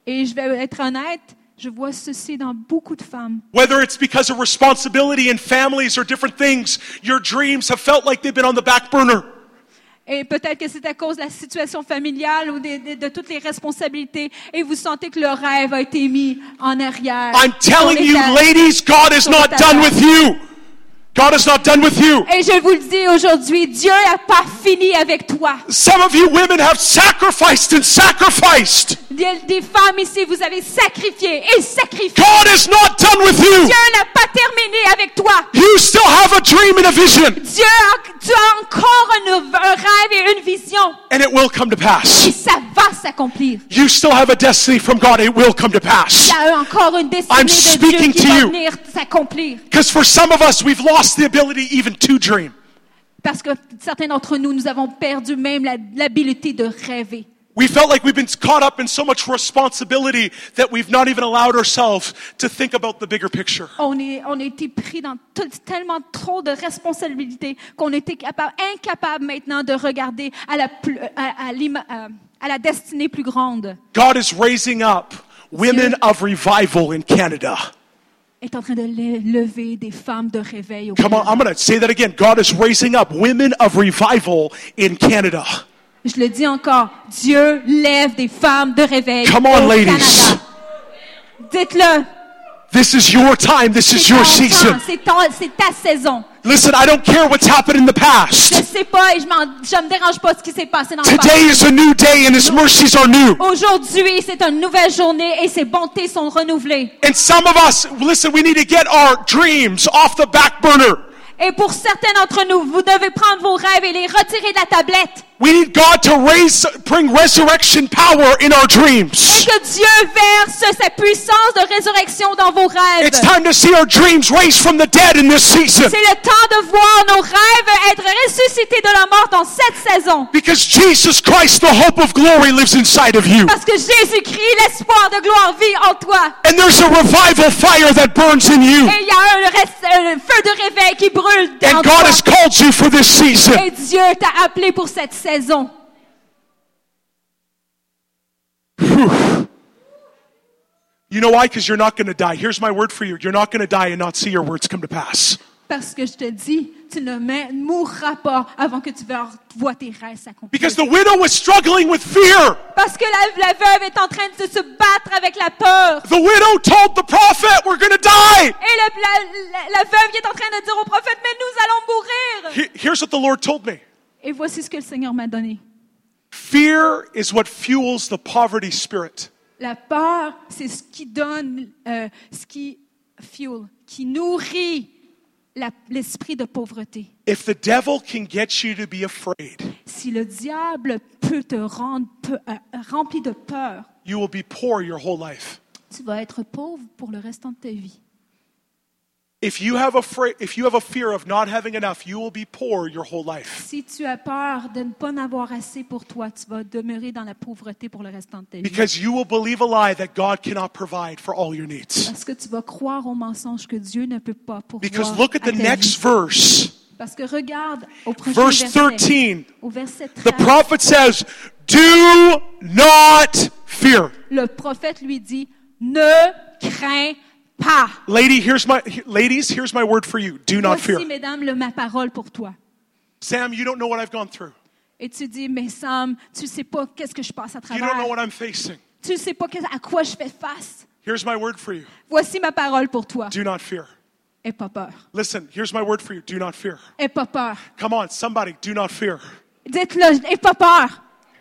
[SPEAKER 1] Et je vais être honnête, Je vois ceci dans beaucoup de femmes.
[SPEAKER 7] Whether it's because of responsibility and families or different things, your dreams have felt like they've been on the back burner.
[SPEAKER 1] Et peut-être que c'est à cause de la situation familiale ou des- des- de, toutes les responsabilités. Et vous sentez que le rêve a été mis en arrière.
[SPEAKER 7] I'm telling
[SPEAKER 1] sur
[SPEAKER 7] you,
[SPEAKER 1] l'étal.
[SPEAKER 7] ladies, God is
[SPEAKER 1] sur
[SPEAKER 7] not
[SPEAKER 1] ta
[SPEAKER 7] done
[SPEAKER 1] table.
[SPEAKER 7] with you. God is not done with you.
[SPEAKER 1] Et je vous le dis aujourd'hui, Dieu n'a pas fini avec toi.
[SPEAKER 7] Some of you women have sacrificed and sacrificed.
[SPEAKER 1] Des, des femmes ici, vous avez sacrifié et sacrifié.
[SPEAKER 7] God is not done with you.
[SPEAKER 1] Dieu n'a pas terminé avec toi.
[SPEAKER 7] You still have a dream and a vision,
[SPEAKER 1] Dieu, a- tu as encore un, un rêve et une vision.
[SPEAKER 7] and it will come
[SPEAKER 1] Et
[SPEAKER 7] to pass.
[SPEAKER 1] ça va s'accomplir.
[SPEAKER 7] You still have a destiny from God, it will come to pass.
[SPEAKER 1] Il y a encore une destinée
[SPEAKER 7] I'm
[SPEAKER 1] de Dieu
[SPEAKER 7] speaking
[SPEAKER 1] qui
[SPEAKER 7] to
[SPEAKER 1] va
[SPEAKER 7] you.
[SPEAKER 1] venir s'accomplir.
[SPEAKER 7] Because for some of us, we've lost the ability even to dream.
[SPEAKER 1] Parce que certains d'entre nous, nous avons perdu même la- l'habilité de rêver.
[SPEAKER 7] We felt like we've been caught up in so much responsibility that we've not even allowed ourselves to think about the bigger picture.
[SPEAKER 1] On, est, on a été pris dans tout- tellement trop de responsabilités qu'on était capable, incapable maintenant de regarder à la, plus- à, à l'ima- à- à la destinée plus grande.
[SPEAKER 7] God is raising up women of revival in Canada.
[SPEAKER 1] Est en train de lé- lever des femmes de réveil au
[SPEAKER 7] Come on,
[SPEAKER 1] Canada.
[SPEAKER 7] I'm going to say that again. God is raising up women of revival in Canada.
[SPEAKER 1] Je le dis encore, Dieu lève des femmes de réveil
[SPEAKER 7] Come
[SPEAKER 1] au
[SPEAKER 7] on, ladies.
[SPEAKER 1] Canada. Dites-le.
[SPEAKER 7] This is your time. This is
[SPEAKER 1] C'est ton
[SPEAKER 7] your
[SPEAKER 1] temps,
[SPEAKER 7] season.
[SPEAKER 1] c'est ton- c'est ta saison.
[SPEAKER 7] Listen, I don't care what's happened in the
[SPEAKER 1] Je
[SPEAKER 7] past.
[SPEAKER 1] sais pas et je, m'en- je me dérange pas ce qui s'est passé dans le
[SPEAKER 7] Today
[SPEAKER 1] passé.
[SPEAKER 7] is a new day and His mercies are new.
[SPEAKER 1] Aujourd'hui, c'est une nouvelle journée et ses bontés sont renouvelées.
[SPEAKER 7] And some of us, listen, we need to get our dreams off the back burner.
[SPEAKER 1] Et pour certains d'entre nous, vous devez prendre vos rêves et les retirer de la tablette.
[SPEAKER 7] We need God to raise, bring resurrection power in our
[SPEAKER 1] Et
[SPEAKER 7] dreams.
[SPEAKER 1] que Dieu verse sa puissance de résurrection dans vos rêves.
[SPEAKER 7] It's time to see our dreams raised from the dead in this season.
[SPEAKER 1] C'est le temps de voir nos rêves être ressuscités de la mort dans cette saison.
[SPEAKER 7] Because Jesus Christ, the hope of glory, lives inside of you.
[SPEAKER 1] Parce que Jésus-Christ, l'espoir de gloire, vit en toi.
[SPEAKER 7] And there's a revival fire that burns in you.
[SPEAKER 1] Et il y a un, res- un feu de réveil qui brûle dans
[SPEAKER 7] And God
[SPEAKER 1] toi.
[SPEAKER 7] has called you for this season.
[SPEAKER 1] Et Dieu t'a appelé pour cette saison.
[SPEAKER 7] You know why? Because you're not going to die. Here's my word for you you're not going to die and not see your words come to pass.
[SPEAKER 1] Parce que je te dis, tu ne mè- mourras pas avant que tu verras- vois tes rêves s'accomplir.
[SPEAKER 7] Because the widow was struggling with fear.
[SPEAKER 1] Parce que la, la veuve est en train de se battre avec la peur.
[SPEAKER 7] The widow told the prophet, We're going to die.
[SPEAKER 1] Et le- la, la- la veuve qui est en train de dire au prophète, mais nous allons mourir.
[SPEAKER 7] He- Here's what the Lord told me
[SPEAKER 1] Et voici ce que le Seigneur m'a donné.
[SPEAKER 7] fear is what fuels the poverty spirit.
[SPEAKER 1] La peur, c'est ce qui donne, euh, ce qui fuel, qui nourrit la- l'esprit de pauvreté.
[SPEAKER 7] If the devil can get you to be afraid,
[SPEAKER 1] Si le diable peut te rendre peu- euh, rempli de peur,
[SPEAKER 7] you will be poor your whole life.
[SPEAKER 1] tu vas être pauvre pour le restant de ta vie.
[SPEAKER 7] If you have a fra- if you have a fear of not having enough, you will be poor your whole life.
[SPEAKER 1] Si tu as peur de ne pas en avoir assez pour toi, tu vas demeurer dans la pauvreté pour le restant de ta vie.
[SPEAKER 7] Because you will believe a lie that God cannot provide for all your needs.
[SPEAKER 1] Parce que tu vas croire au mensonge que Dieu ne peut pas pourvoir
[SPEAKER 7] Because look at
[SPEAKER 1] à
[SPEAKER 7] the
[SPEAKER 1] ta
[SPEAKER 7] next
[SPEAKER 1] vie.
[SPEAKER 7] verse.
[SPEAKER 1] Parce que regarde au prochain
[SPEAKER 7] Verse
[SPEAKER 1] verset.
[SPEAKER 7] 13.
[SPEAKER 1] Au verset
[SPEAKER 7] The
[SPEAKER 1] 13,
[SPEAKER 7] prophet says, Do not fear.
[SPEAKER 1] le prophète lui dit « Ne crains pas
[SPEAKER 7] Lady, here's my he- ladies, here's my word for you. Do ». not
[SPEAKER 1] Voici,
[SPEAKER 7] fear.
[SPEAKER 1] mesdames, le, ma parole pour toi.
[SPEAKER 7] Sam, you don't know what I've gone through.
[SPEAKER 1] Et tu dis « Mais Sam, tu sais pas qu'est-ce que je passe à
[SPEAKER 7] You don't know
[SPEAKER 1] travers.
[SPEAKER 7] what I'm facing.
[SPEAKER 1] Tu sais pas qu'est- à quoi je fais face.
[SPEAKER 7] Here's my word for you.
[SPEAKER 1] Voici ma parole pour toi.
[SPEAKER 7] Do not fear.
[SPEAKER 1] Aie pas peur.
[SPEAKER 7] Listen, here's my word for you. Do not fear.
[SPEAKER 1] Aie pas peur.
[SPEAKER 7] Come on, somebody, do not fear.
[SPEAKER 1] Dites-le, n'aie pas peur.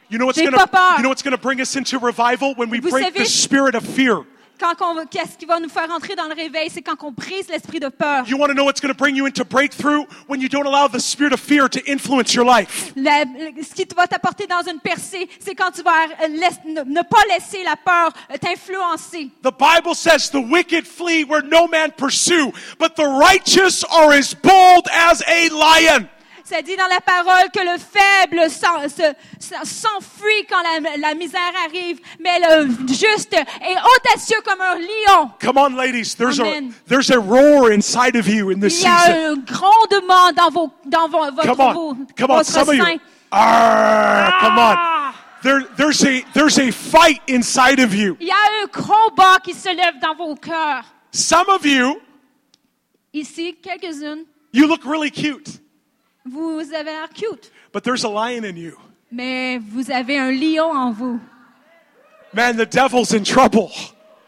[SPEAKER 7] You know what's
[SPEAKER 1] J'ai
[SPEAKER 7] gonna
[SPEAKER 1] pas peur.
[SPEAKER 7] you know what's gonna bring us into revival when we
[SPEAKER 1] Vous
[SPEAKER 7] break the
[SPEAKER 1] savez-
[SPEAKER 7] spirit of fear.
[SPEAKER 1] Quand on, qu'est-ce qui va nous faire entrer dans le réveil, c'est quand on brise l'esprit de peur.
[SPEAKER 7] You want to know what's going to bring you into breakthrough when you don't allow the spirit of fear to influence your life.
[SPEAKER 1] La- le- ce qui te- va t'apporter dans une percée, c'est quand tu vas euh, laisse- ne, ne pas laisser la peur euh, t'influencer.
[SPEAKER 7] The Bible says the wicked flee where no man pursue, but the righteous are as bold as a lion.
[SPEAKER 1] Ça dit dans la parole que le faible s'en- se- s'en- s'enfuit quand la, la misère arrive, mais le juste est audacieux comme un lion.
[SPEAKER 7] Come on, ladies. There's
[SPEAKER 1] Amen.
[SPEAKER 7] a there's a roar inside of you in this
[SPEAKER 1] Il y a
[SPEAKER 7] season.
[SPEAKER 1] un grondement dans, vos, dans vos, votre,
[SPEAKER 7] Come on,
[SPEAKER 1] vos-
[SPEAKER 7] come on,
[SPEAKER 1] votre
[SPEAKER 7] some of
[SPEAKER 1] sein.
[SPEAKER 7] you. Arr, come on. There, there's, a, there's a fight inside of you.
[SPEAKER 8] Il y a un combat qui se lève dans vos cœurs.
[SPEAKER 7] Some of you,
[SPEAKER 8] Ici, quelques-unes,
[SPEAKER 7] you look really cute,
[SPEAKER 8] vous avez l'air cute,
[SPEAKER 7] but there's a lion in you.
[SPEAKER 8] mais vous avez un lion en vous.
[SPEAKER 7] Man, the devil's in trouble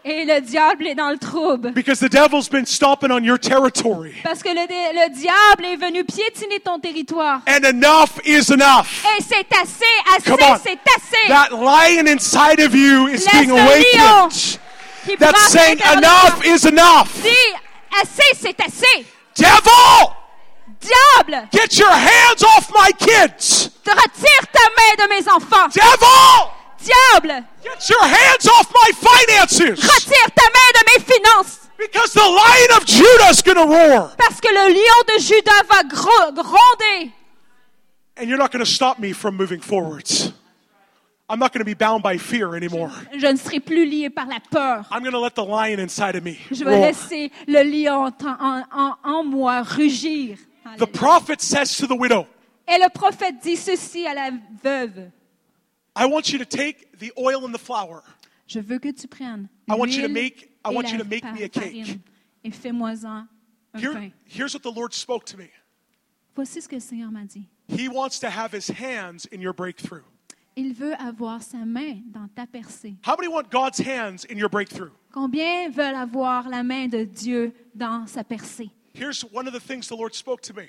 [SPEAKER 8] Et le diable est dans le trouble.
[SPEAKER 7] because the devil's been stomping on your territory.
[SPEAKER 8] Parce que le, dé- le diable est venu piétiner ton territoire.
[SPEAKER 7] And enough is enough.
[SPEAKER 8] Et c'est assez, assez,
[SPEAKER 7] Come on.
[SPEAKER 8] c'est assez.
[SPEAKER 7] That lion inside of you is
[SPEAKER 8] Laisse
[SPEAKER 7] being
[SPEAKER 8] le lion
[SPEAKER 7] awakened.
[SPEAKER 8] qui
[SPEAKER 7] That's
[SPEAKER 8] brasse
[SPEAKER 7] saying
[SPEAKER 8] l'intérieur.
[SPEAKER 7] enough is enough.
[SPEAKER 8] Dis, assez, c'est assez.
[SPEAKER 7] Devil,
[SPEAKER 8] Diable,
[SPEAKER 7] get your hands off my kids.
[SPEAKER 8] te retire ta main de mes enfants.
[SPEAKER 7] Devil,
[SPEAKER 8] Diable,
[SPEAKER 7] get your hands off my finances.
[SPEAKER 8] retire ta main de mes finances.
[SPEAKER 7] Because the lion of Judah is going to roar.
[SPEAKER 8] Parce que le lion de Judas va gro- gronder.
[SPEAKER 7] And you're not going to stop me from moving forwards. I'm not going to be bound by fear anymore.
[SPEAKER 8] Je ne serai plus lié par la peur.
[SPEAKER 7] I'm going to let the lion inside of me.
[SPEAKER 8] Je vais
[SPEAKER 7] roar.
[SPEAKER 8] laisser le lion en, en- en- en moi rugir.
[SPEAKER 7] The prophet says to the widow,
[SPEAKER 8] Et le prophète dit ceci à la veuve.
[SPEAKER 7] I want you to take the oil and the flour.
[SPEAKER 8] Je veux que tu prennes
[SPEAKER 7] I want you to
[SPEAKER 8] l'huile
[SPEAKER 7] make- I
[SPEAKER 8] et
[SPEAKER 7] want
[SPEAKER 8] la
[SPEAKER 7] you to make me a
[SPEAKER 8] fa-
[SPEAKER 7] cake.
[SPEAKER 8] farine et fais-moi-en un pain.
[SPEAKER 7] Here, here's what the Lord spoke to me.
[SPEAKER 8] Voici ce que le Seigneur m'a dit.
[SPEAKER 7] He wants to have his hands in your breakthrough.
[SPEAKER 8] Il veut avoir sa main dans ta percée.
[SPEAKER 7] How many want God's hands in your breakthrough?
[SPEAKER 8] Combien veulent avoir la main de Dieu dans sa percée?
[SPEAKER 7] Here's one of the things the Lord spoke to me.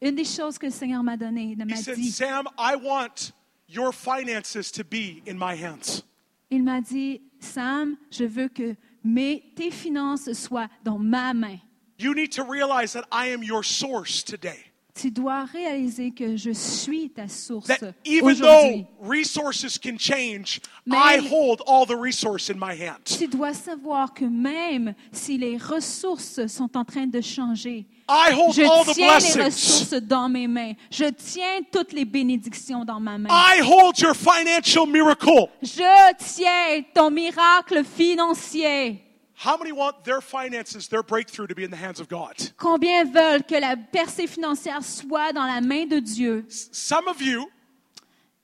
[SPEAKER 8] Une des choses que le Seigneur m'a donnée,
[SPEAKER 7] He
[SPEAKER 8] m'a
[SPEAKER 7] said,
[SPEAKER 8] dit,
[SPEAKER 7] Sam, I want your finances to be in my hands.
[SPEAKER 8] Il m'a dit, Sam, je veux que mes, tes finances soient dans ma main.
[SPEAKER 7] You need to realize that I am your source today.
[SPEAKER 8] Tu dois réaliser que je suis ta source
[SPEAKER 7] That even
[SPEAKER 8] aujourd'hui.
[SPEAKER 7] though resources can change,
[SPEAKER 8] Même-
[SPEAKER 7] I hold all the resource in my hand.
[SPEAKER 8] Tu dois savoir que même si les ressources sont en train de changer,
[SPEAKER 7] I hold all
[SPEAKER 8] je
[SPEAKER 7] the
[SPEAKER 8] tiens les
[SPEAKER 7] blessings.
[SPEAKER 8] ressources dans mes mains. Je tiens toutes les bénédictions dans ma main.
[SPEAKER 7] I hold your financial miracle.
[SPEAKER 8] Je tiens ton miracle financier.
[SPEAKER 7] How many want their finances, their breakthrough to be in the hands of God?
[SPEAKER 8] Combien veulent que la percée financière soit dans la main de Dieu?
[SPEAKER 7] S- Some of you,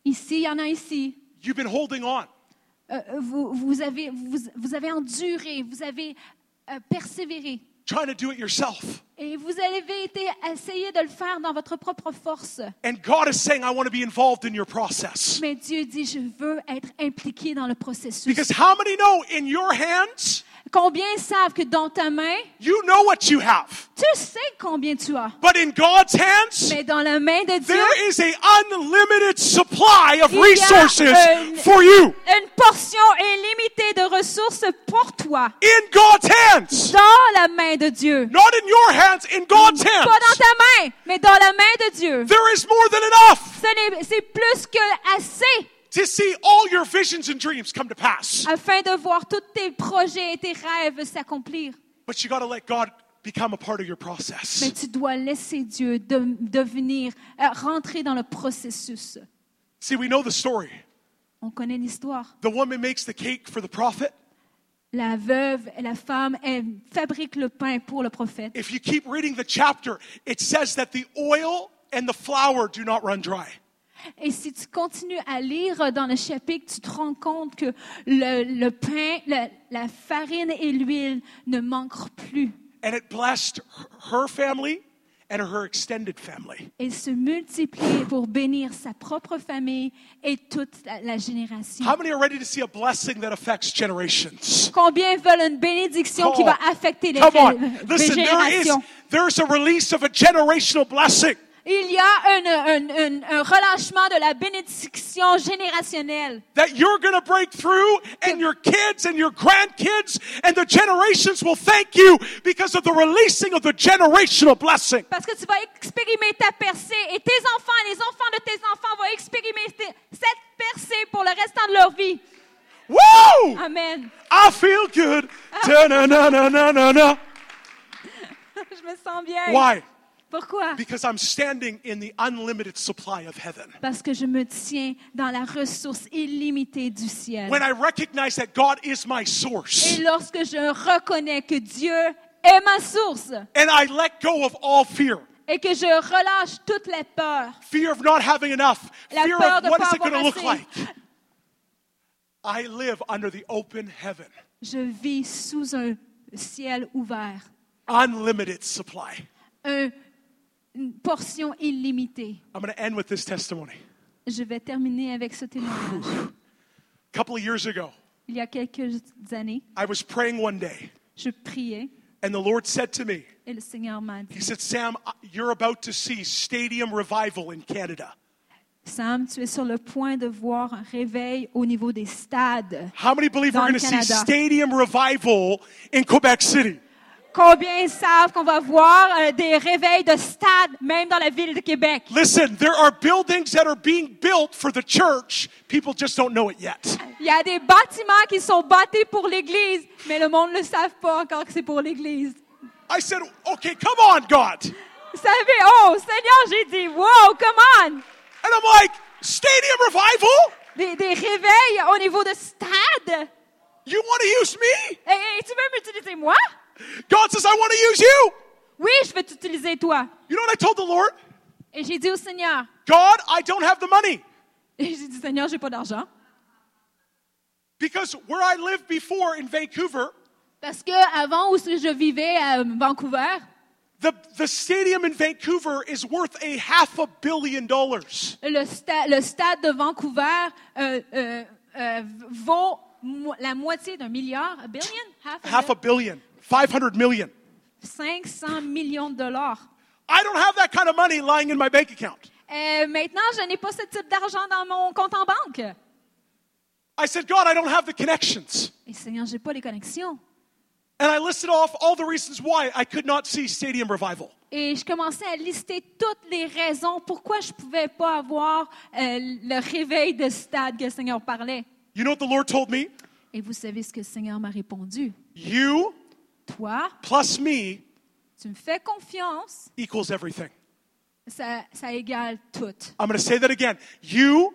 [SPEAKER 8] Ici, il y en a ici.
[SPEAKER 7] you've been holding on.
[SPEAKER 8] Euh, vous, vous avez, vous, vous avez enduré, vous avez euh, persévéré.
[SPEAKER 7] trying to do it yourself.
[SPEAKER 8] Et vous avez été essayé de le faire dans votre propre force.
[SPEAKER 7] And God is saying, I want to be involved in your process.
[SPEAKER 8] Mais Dieu dit, je veux être impliqué dans le processus.
[SPEAKER 7] Because how many know in your hands,
[SPEAKER 8] Combien savent que dans ta main,
[SPEAKER 7] you know what you have.
[SPEAKER 8] tu sais combien tu as.
[SPEAKER 7] But in God's hands,
[SPEAKER 8] Mais dans la main de Dieu,
[SPEAKER 7] there is a unlimited supply of
[SPEAKER 8] Il y a un-
[SPEAKER 7] resources for you.
[SPEAKER 8] une portion illimitée de ressources pour toi.
[SPEAKER 7] In God's hands.
[SPEAKER 8] Dans la main de Dieu.
[SPEAKER 7] Not in your hands, in God's
[SPEAKER 8] Pas
[SPEAKER 7] hands.
[SPEAKER 8] dans ta main, mais dans la main de Dieu.
[SPEAKER 7] There is more than enough
[SPEAKER 8] Ce n'est- C'est plus que assez
[SPEAKER 7] to see all your visions and dreams come to pass.
[SPEAKER 8] afin de voir tous tes projets et tes rêves s'accomplir.
[SPEAKER 7] But you got to let God become a part of
[SPEAKER 8] Mais
[SPEAKER 7] your process.
[SPEAKER 8] tu dois laisser Dieu de- devenir, euh, rentrer dans le processus.
[SPEAKER 7] See, we know the story.
[SPEAKER 8] On connaît l'histoire.
[SPEAKER 7] The woman makes the cake for the prophet.
[SPEAKER 8] La veuve, et la femme, elle fabrique le pain pour le prophète.
[SPEAKER 7] if you keep reading the chapter, it says that the oil and the flour do not run dry.
[SPEAKER 8] Et si tu continues à lire dans le chapitre, tu te rends compte que le, le pain, le- la farine et l'huile ne manquent plus.
[SPEAKER 7] And it blessed her family and her extended family.
[SPEAKER 8] et se multiplier pour bénir sa propre famille et toute la, la génération.
[SPEAKER 7] How many are ready to see a blessing that affects generations?
[SPEAKER 8] Combien veulent une bénédiction qui va affecter les,
[SPEAKER 7] Come on.
[SPEAKER 8] les
[SPEAKER 7] Listen, there is,
[SPEAKER 8] générations?
[SPEAKER 7] there is a release of a generational blessing.
[SPEAKER 8] Il y a une- une- une- un relâchement de la bénédiction générationnelle
[SPEAKER 7] That you're gonna break through and your kids and your grandkids and the generations will thank you because of the releasing of the generational blessing.
[SPEAKER 8] parce que tu vas expérimenter ta percée et tes enfants, les enfants de tes enfants vont expérimenter cette percée pour le restant de leur vie.
[SPEAKER 7] Woo!
[SPEAKER 8] Amen.
[SPEAKER 7] I feel good. Na na na na na na.
[SPEAKER 8] Je me sens bien.
[SPEAKER 7] Why?
[SPEAKER 8] Pourquoi?
[SPEAKER 7] Because I'm standing in the unlimited supply of heaven.
[SPEAKER 8] Parce que je me tiens dans la ressource illimitée du ciel.
[SPEAKER 7] When I recognize that God is my source
[SPEAKER 8] Et lorsque je reconnais que Dieu est ma source
[SPEAKER 7] and I let go of all fear
[SPEAKER 8] et que je relâche toute la peur,
[SPEAKER 7] fear of not having enough,
[SPEAKER 8] la
[SPEAKER 7] fear
[SPEAKER 8] peur
[SPEAKER 7] of
[SPEAKER 8] de
[SPEAKER 7] what
[SPEAKER 8] pas
[SPEAKER 7] is it going
[SPEAKER 8] avoir
[SPEAKER 7] to look like.
[SPEAKER 8] assez,
[SPEAKER 7] I live under the open heaven,
[SPEAKER 8] Je vis sous un ciel ouvert,
[SPEAKER 7] unlimited supply.
[SPEAKER 8] un- une portion illimitée.
[SPEAKER 7] I'm going to end with this testimony.
[SPEAKER 8] Je vais terminer avec ce témoignage.
[SPEAKER 7] A couple of years ago,
[SPEAKER 8] Il y a quelques années,
[SPEAKER 7] I was praying one day,
[SPEAKER 8] je priais
[SPEAKER 7] and the Lord said to me,
[SPEAKER 8] et le Seigneur m'a
[SPEAKER 7] He
[SPEAKER 8] dit,
[SPEAKER 7] said, Sam, uh, you're about to see stadium revival in Canada.
[SPEAKER 8] Sam, tu es sur le point de voir un réveil au niveau des stades.
[SPEAKER 7] How many believe we're
[SPEAKER 8] Dans
[SPEAKER 7] going
[SPEAKER 8] le
[SPEAKER 7] to see
[SPEAKER 8] Canada.
[SPEAKER 7] stadium revival in Quebec City?
[SPEAKER 8] Combien savent qu'on va voir euh, des réveils de stades, même dans la ville de Québec?
[SPEAKER 7] Listen, there are buildings that are being built for the church. People just don't know it yet.
[SPEAKER 8] Il y a des bâtiments qui sont bâtis pour l'Église, mais le monde ne le savent pas encore que c'est pour l'Église.
[SPEAKER 7] I said, okay, come on, God. And
[SPEAKER 8] Vous savez, oh Seigneur, j'ai dit, wow, come on!
[SPEAKER 7] I'm like, stadium revival?
[SPEAKER 8] Des, des réveils au niveau de stade!
[SPEAKER 7] You want to use me?
[SPEAKER 8] Et, et tu veux m'utiliser moi?
[SPEAKER 7] God says, I want to use you.
[SPEAKER 8] Oui, je veux t'utiliser toi.
[SPEAKER 7] You know what I told the Lord?
[SPEAKER 8] Et j'ai dit au Seigneur,
[SPEAKER 7] God, I don't have the money
[SPEAKER 8] et j'ai dit, Seigneur, j'ai pas d'argent.
[SPEAKER 7] because where I lived before in Vancouver,
[SPEAKER 8] Parce que avant où je vivais à Vancouver,
[SPEAKER 7] the, the stadium in Vancouver is worth a half a billion dollars.
[SPEAKER 8] le, sta- le stade de Vancouver euh, euh, euh, vaut mo- la moitié d'un milliard, a billion, half a
[SPEAKER 7] Half a
[SPEAKER 8] bill-
[SPEAKER 7] billion, 500 million.
[SPEAKER 8] 500 millions de dollars.
[SPEAKER 7] I don't have that kind of money lying in my bank account.
[SPEAKER 8] Euh, maintenant, je n'ai pas ce type d'argent dans mon compte en banque.
[SPEAKER 7] I said, God, I don't have the connections.
[SPEAKER 8] Et Seigneur, j'ai pas les connexions.
[SPEAKER 7] And I listed off all the reasons why I could not see stadium revival.
[SPEAKER 8] Et je commençais à lister toutes les raisons pourquoi je pouvais pas avoir euh, le réveil de stade que le Seigneur parlait.
[SPEAKER 7] You know what the Lord told me?
[SPEAKER 8] Et vous savez ce que le Seigneur m'a répondu.
[SPEAKER 7] You
[SPEAKER 8] Toi,
[SPEAKER 7] plus me
[SPEAKER 8] tu me fais confiance,
[SPEAKER 7] equals everything.
[SPEAKER 8] ça, ça égale tout.
[SPEAKER 7] I'm going to say that again. You